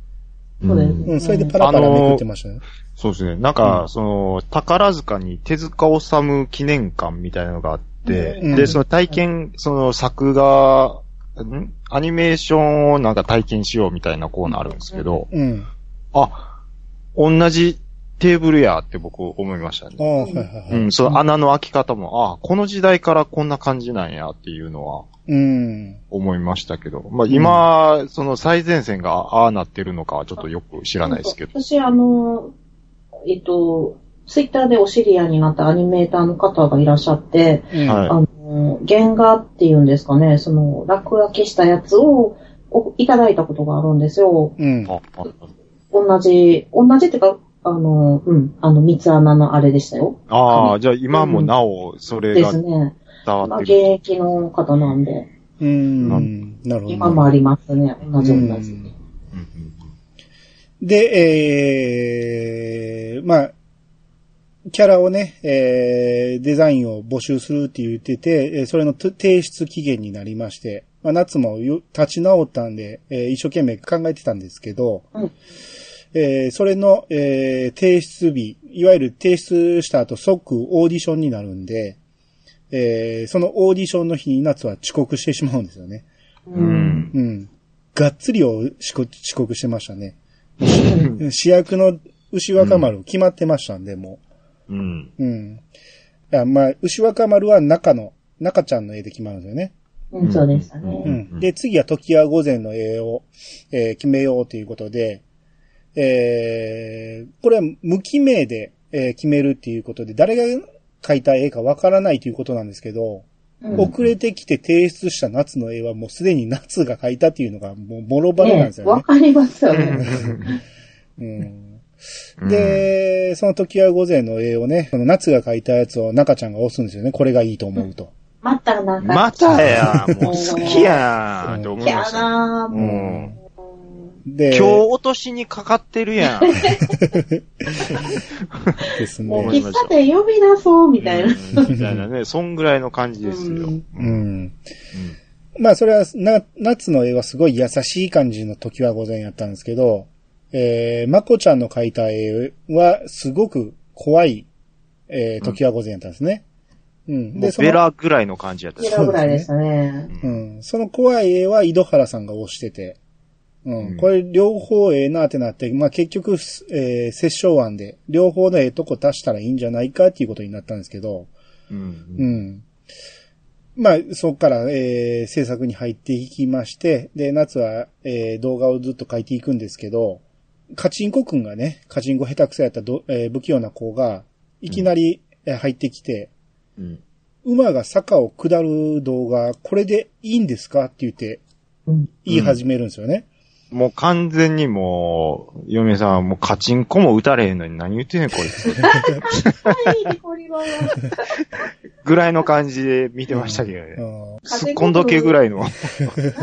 Speaker 3: うん。
Speaker 2: そうです
Speaker 1: うん、それでパラパラめくってましたね。
Speaker 3: そうですね。なんか、
Speaker 1: うん
Speaker 3: その、宝塚に手塚治虫記念館みたいなのがあって、
Speaker 1: うん
Speaker 3: で、その体験、その作画、んアニメーションをなんか体験しようみたいなコーナーあるんですけど、
Speaker 1: うん。
Speaker 3: あ、同じテーブルやって僕思いました
Speaker 1: ああ、
Speaker 3: ね。
Speaker 1: はいはいは
Speaker 3: う
Speaker 1: い。
Speaker 3: ん、その穴の開き方も、あ、この時代からこんな感じなんやっていうのは
Speaker 1: うん。
Speaker 3: 思いましたけど、まあ今、その最前線がああなってるのかはちょっとよく知らないですけど。
Speaker 2: 私、あの、えっと、ツイッターでお知り合いになったアニメーターの方がいらっしゃって、
Speaker 1: うん
Speaker 3: はい
Speaker 2: あの、原画っていうんですかね、その、落書きしたやつを、おいただいたことがあるんですよ。
Speaker 1: うん。
Speaker 3: ああ
Speaker 2: 同じ、同じってか、あの、うん、あの、三つ穴のあれでしたよ。
Speaker 3: ああ、じゃあ今もなおそれ
Speaker 2: で
Speaker 3: が
Speaker 2: すね。
Speaker 3: 伝わ
Speaker 2: まあ、
Speaker 3: って
Speaker 2: 現
Speaker 3: る。
Speaker 2: 役の方なんで、
Speaker 1: うん。なるほど。
Speaker 2: 今もありますね。同じ同じ。
Speaker 3: うん
Speaker 1: で、えー、まあ、キャラをね、えー、デザインを募集するって言ってて、えーそれのと提出期限になりまして、まあ、夏もよ立ち直ったんで、えー一生懸命考えてたんですけど、
Speaker 2: うん
Speaker 1: えーそれの、えー提出日、いわゆる提出した後即オーディションになるんで、えーそのオーディションの日に夏は遅刻してしまうんですよね。
Speaker 3: うんう
Speaker 1: う
Speaker 3: ん
Speaker 1: ん。がっつりを遅刻遅刻してましたね。主役の牛若丸決まってましたんで、も
Speaker 3: うん
Speaker 1: う。うん。いやまあ、牛若丸は中の、中ちゃんの絵で決まるんですよね。
Speaker 2: うん、そうでした
Speaker 1: う
Speaker 2: ね。
Speaker 1: ん。で、次は時は午前の絵を、えー決めようということで、えー、これは無記名で、えー決めるっていうことで、誰が描いた絵かわからないということなんですけど、
Speaker 2: うん
Speaker 1: 遅れてきて提出した夏の絵はもうすでに夏が描いたっていうのがもうボロバロなんですよね。
Speaker 2: わかりますよね。
Speaker 1: うんで、その時は午前の絵をね、その夏が描いたやつを中ちゃんが押すんですよね。これがいいと思うと。
Speaker 2: またなんか。
Speaker 3: またや、もう好きやんって思い
Speaker 2: や
Speaker 3: ました。
Speaker 2: なぁ、
Speaker 3: う
Speaker 2: も
Speaker 3: ん。
Speaker 2: う。
Speaker 1: で、
Speaker 3: 今日落としにかかってるやん。
Speaker 1: です
Speaker 2: もう
Speaker 1: ね。
Speaker 2: 喫茶店呼び出そう、みたいな。
Speaker 3: (laughs) うんみたいなね、そんぐらいの感じですよ。
Speaker 2: う
Speaker 3: うんん
Speaker 1: うん。まあ、それは、な、夏の絵はすごい優しい感じの時は午前やったんですけど、えー、まこちゃんの描いた絵は、すごく怖い、えー、時は午前やったんですね。うん。
Speaker 3: も
Speaker 1: で、
Speaker 3: う
Speaker 1: そ
Speaker 3: ベ
Speaker 1: の、
Speaker 3: ラぐらいの感じやった
Speaker 2: キ
Speaker 3: し
Speaker 1: そ
Speaker 2: ラ
Speaker 1: う
Speaker 2: ぐらいでしたね。
Speaker 1: う
Speaker 3: うん
Speaker 1: ん。その怖い絵は、井戸原さんが推してて、うん。
Speaker 3: うん
Speaker 1: これ、両方ええなってなって、まあ、結局、えー、折衝案で、両方のええとこ足したらいいんじゃないかっていうことになったんですけど、
Speaker 3: う
Speaker 1: うんん。まあ、そこから、えー制作に入っていきまして、で、夏は、えー動画をずっと書いていくんですけど、カチンコくんがね、カチンコ下手くそやったど、えー不器用な子が、いきなりえー入ってきて、
Speaker 3: うん
Speaker 1: 馬が坂を下る動画、これでいいんですかって言って、
Speaker 2: うん。
Speaker 1: 言い始めるんですよね。
Speaker 3: もう完全にもう、嫁さんはもうカチンコも打たれへんのに何言ってんねんこいつ。
Speaker 2: はい、ニコリマは。
Speaker 3: ぐらいの感じで見てましたけ
Speaker 1: う
Speaker 3: どね。
Speaker 1: ん
Speaker 3: すっこんどけぐらいの。
Speaker 2: なん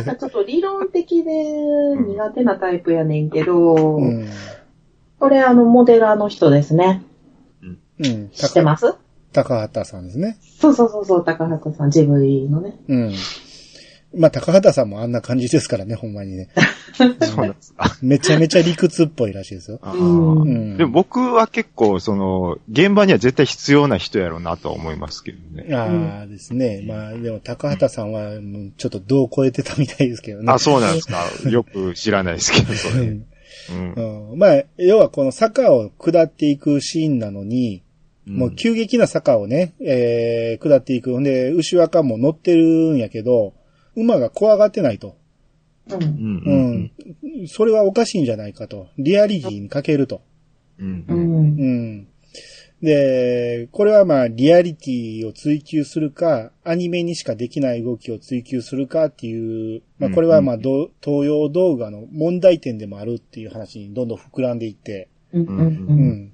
Speaker 2: かちょっと理論的で苦手なタイプやねんけど、
Speaker 1: うん。
Speaker 2: これあの、モデラーの人ですね。
Speaker 1: うん。
Speaker 2: 知って
Speaker 1: 高
Speaker 2: ます
Speaker 1: 高畑さんですね。
Speaker 2: そうそうそうそう、高畑さん、ジブリのね。
Speaker 1: うん。まあ、高畑さんもあんな感じですからね、ほんまにね。
Speaker 3: そうなんですか。
Speaker 1: めちゃめちゃ理屈っぽいらしいですよ。
Speaker 3: あ
Speaker 2: う
Speaker 1: う
Speaker 3: ー
Speaker 1: ん。
Speaker 3: でも僕は結構、その、現場には絶対必要な人やろうなとは思いますけどね。
Speaker 1: ああですね。まあ、でも、高畑さんは、もうちょっと度を超えてたみたいですけどね。
Speaker 3: あ、そうなんですか。よく知らないですけど、それ。うん
Speaker 1: うん、まあ、要はこの坂を下っていくシーンなのに、もう急激な坂をね、えー、下っていく。ほんで、牛若も乗ってるんやけど、馬が怖がってないと。
Speaker 2: う。
Speaker 3: うんん
Speaker 1: う
Speaker 3: うん
Speaker 1: ん。それはおかしいんじゃないかと。リアリティに欠けると。
Speaker 3: うん
Speaker 2: う。
Speaker 3: うん
Speaker 1: うんん。で、これはまあ、リアリティを追求するか、アニメにしかできない動きを追求するかっていう、まあ、これはまあ、どう東洋動画の問題点でもあるっていう話にどんどん膨らんでいって、
Speaker 2: うん。う。
Speaker 1: うんん。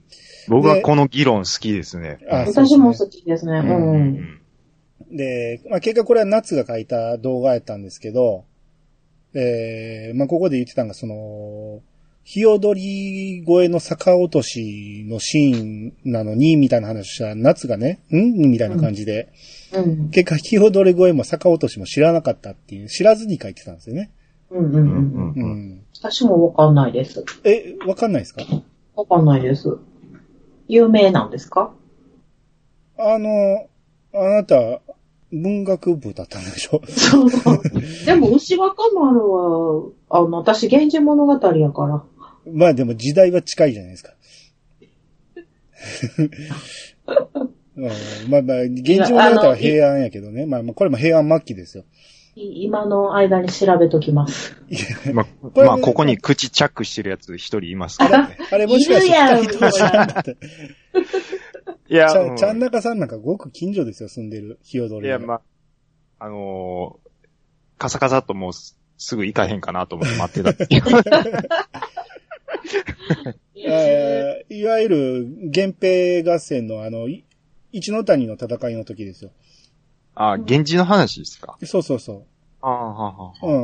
Speaker 3: 僕はこの議論好きですね。
Speaker 1: あそうです
Speaker 2: 私
Speaker 1: ね
Speaker 2: も好きですね。う。
Speaker 3: うんん
Speaker 1: で、まあ、結果これは夏が書いた動画やったんですけど、えー、まあ、ここで言ってたのが、その、日踊り越えの坂落としのシーンなのに、みたいな話したら、夏がね、んみたいな感じで、
Speaker 2: うん。
Speaker 1: 結果、日踊り越えも逆落としも知らなかったっていう、知らずに書いてたんですよね。
Speaker 2: うん。う。
Speaker 3: うん
Speaker 2: うん
Speaker 3: ん。
Speaker 1: う
Speaker 3: うんうん
Speaker 1: ん。
Speaker 2: 私もわかんないです。
Speaker 1: え、わかんないですか
Speaker 2: わかんないです。有名なんですか
Speaker 1: あの、あなた、文学部だったんでしょ
Speaker 2: そう。でも、牛若丸は、あの、私、源氏物語やから。
Speaker 1: まあでも時代は近いじゃないですか。うん、まあまあ、現状だったら平安やけどね。まあまあ、これも平安末期ですよ。
Speaker 2: い今の間に調べときます。
Speaker 3: ま
Speaker 1: れ
Speaker 3: まあ、ここに口チャックしてるやつ一人いますからね。
Speaker 1: あれもしかして二人とも知らなかった。ち
Speaker 3: いや、
Speaker 1: ゃ、
Speaker 3: うんん
Speaker 1: ちゃん中さんなんかごく近所ですよ、住んでる、日踊
Speaker 3: い
Speaker 1: り
Speaker 3: や、
Speaker 1: の。
Speaker 3: まあ、あのーカサカサっともうすすぐ行かへんかなと思って待ってたん (laughs) ですけど。
Speaker 2: え
Speaker 1: えーいわゆる、源平合戦のあの、い一の谷の戦いの時ですよ。
Speaker 3: あ、源氏の話ですか。
Speaker 1: そうそうそ
Speaker 3: あーはーはー
Speaker 1: う。う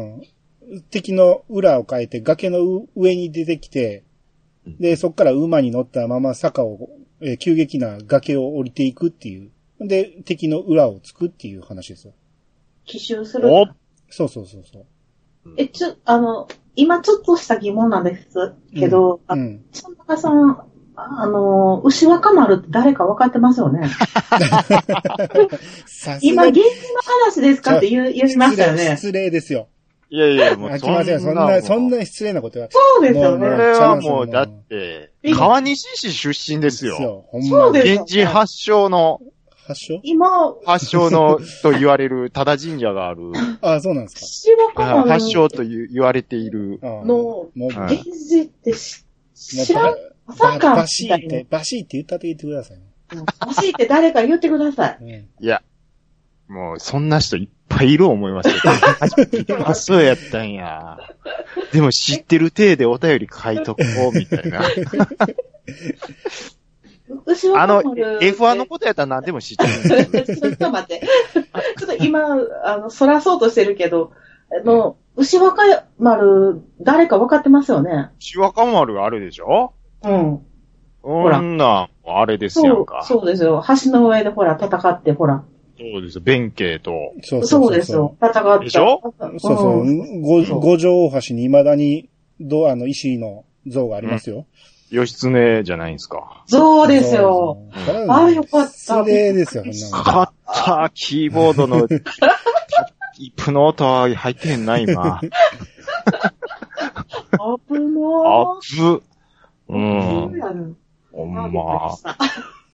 Speaker 1: ん。敵の裏を変えて崖のう上に出てきて、で、そっから馬に乗ったまま坂を、えー急激な崖を降りていくっていう。で、敵の裏をつくっていう話ですよ。
Speaker 2: 奇襲する。
Speaker 3: お
Speaker 1: そうそうそうそう。
Speaker 2: え、ちょ、あの、今ちょっとした疑問なんですけど、
Speaker 1: う
Speaker 2: あ
Speaker 1: ん。
Speaker 2: ちゃん中さん、あの、牛若丸って誰か分かってますよね。
Speaker 1: さす
Speaker 2: 今、
Speaker 1: が
Speaker 2: 現
Speaker 1: に
Speaker 2: 実の話ですかって言う言いましたよね。
Speaker 1: 失礼ですよ。
Speaker 3: いやいや、も
Speaker 1: あ
Speaker 3: う
Speaker 1: きません。そんな、そん
Speaker 3: なもう。
Speaker 1: な失礼なことは。
Speaker 2: そうですよ
Speaker 3: そ
Speaker 1: も
Speaker 2: ね。
Speaker 3: れはもう、だって、川西市出身ですよ。。
Speaker 1: ほん
Speaker 2: そ
Speaker 1: ま
Speaker 2: うです
Speaker 1: に。
Speaker 2: よ
Speaker 3: 源氏発祥の、
Speaker 1: 発祥
Speaker 2: 今、
Speaker 3: 発祥の、と言われる、多田神社がある、
Speaker 1: あ、そうなんです
Speaker 2: 牛若丸
Speaker 3: 発祥という言われている、
Speaker 1: か。あー
Speaker 2: の
Speaker 1: もう、
Speaker 3: は
Speaker 1: も
Speaker 3: い
Speaker 2: 現実ってし
Speaker 1: う
Speaker 2: 知らん
Speaker 1: ば
Speaker 2: 朝
Speaker 1: ば
Speaker 2: か
Speaker 1: バシーっ
Speaker 2: みたい
Speaker 1: て、バシーって言ったと言ってくださいね。
Speaker 2: 欲しいって誰か言ってください。
Speaker 1: うん
Speaker 3: いや、もう、そんな人いっぱいいる思いますよ。あ、そうやったんや。でも知ってる体でお便り書いとこう、みたい (laughs) な。
Speaker 2: 牛
Speaker 3: あの、
Speaker 2: 若丸って。
Speaker 3: F1 のことやったら何でも知って
Speaker 2: (laughs)
Speaker 3: るんですよ
Speaker 1: (laughs)
Speaker 3: ね。
Speaker 2: ちょっと待って。ちょっと今、あの、そらそうとしてるけど、あの、牛若丸、誰か分かってますよね。
Speaker 3: シワカマルあれでしょ
Speaker 2: うん。
Speaker 3: ほ
Speaker 2: ら
Speaker 3: んなん、あれですや
Speaker 2: そ
Speaker 3: ん
Speaker 2: う
Speaker 3: か。、そう
Speaker 2: そうですよ。橋の上でほら、戦って、ほら。
Speaker 3: ですよ。弁慶と。
Speaker 1: そうそうそう
Speaker 2: そうですよ。戦った。
Speaker 3: でしょ
Speaker 2: うん
Speaker 1: そうそう。五
Speaker 2: そう
Speaker 1: 五条大橋に未だに、ど、あの、石井の像がありますよ。
Speaker 3: 義経じゃないんですか。
Speaker 2: そうですよ。
Speaker 1: そうそう。
Speaker 2: ああよかった
Speaker 1: 失礼ですよ、そんなの
Speaker 3: カッター、キーボードの、タイプの音は入ってへんな、 (laughs) 今。
Speaker 2: 危な
Speaker 3: あっぶ。う
Speaker 2: ー
Speaker 3: ん。
Speaker 2: 危なー
Speaker 3: ほん
Speaker 2: あびっくり
Speaker 3: ま
Speaker 2: し。た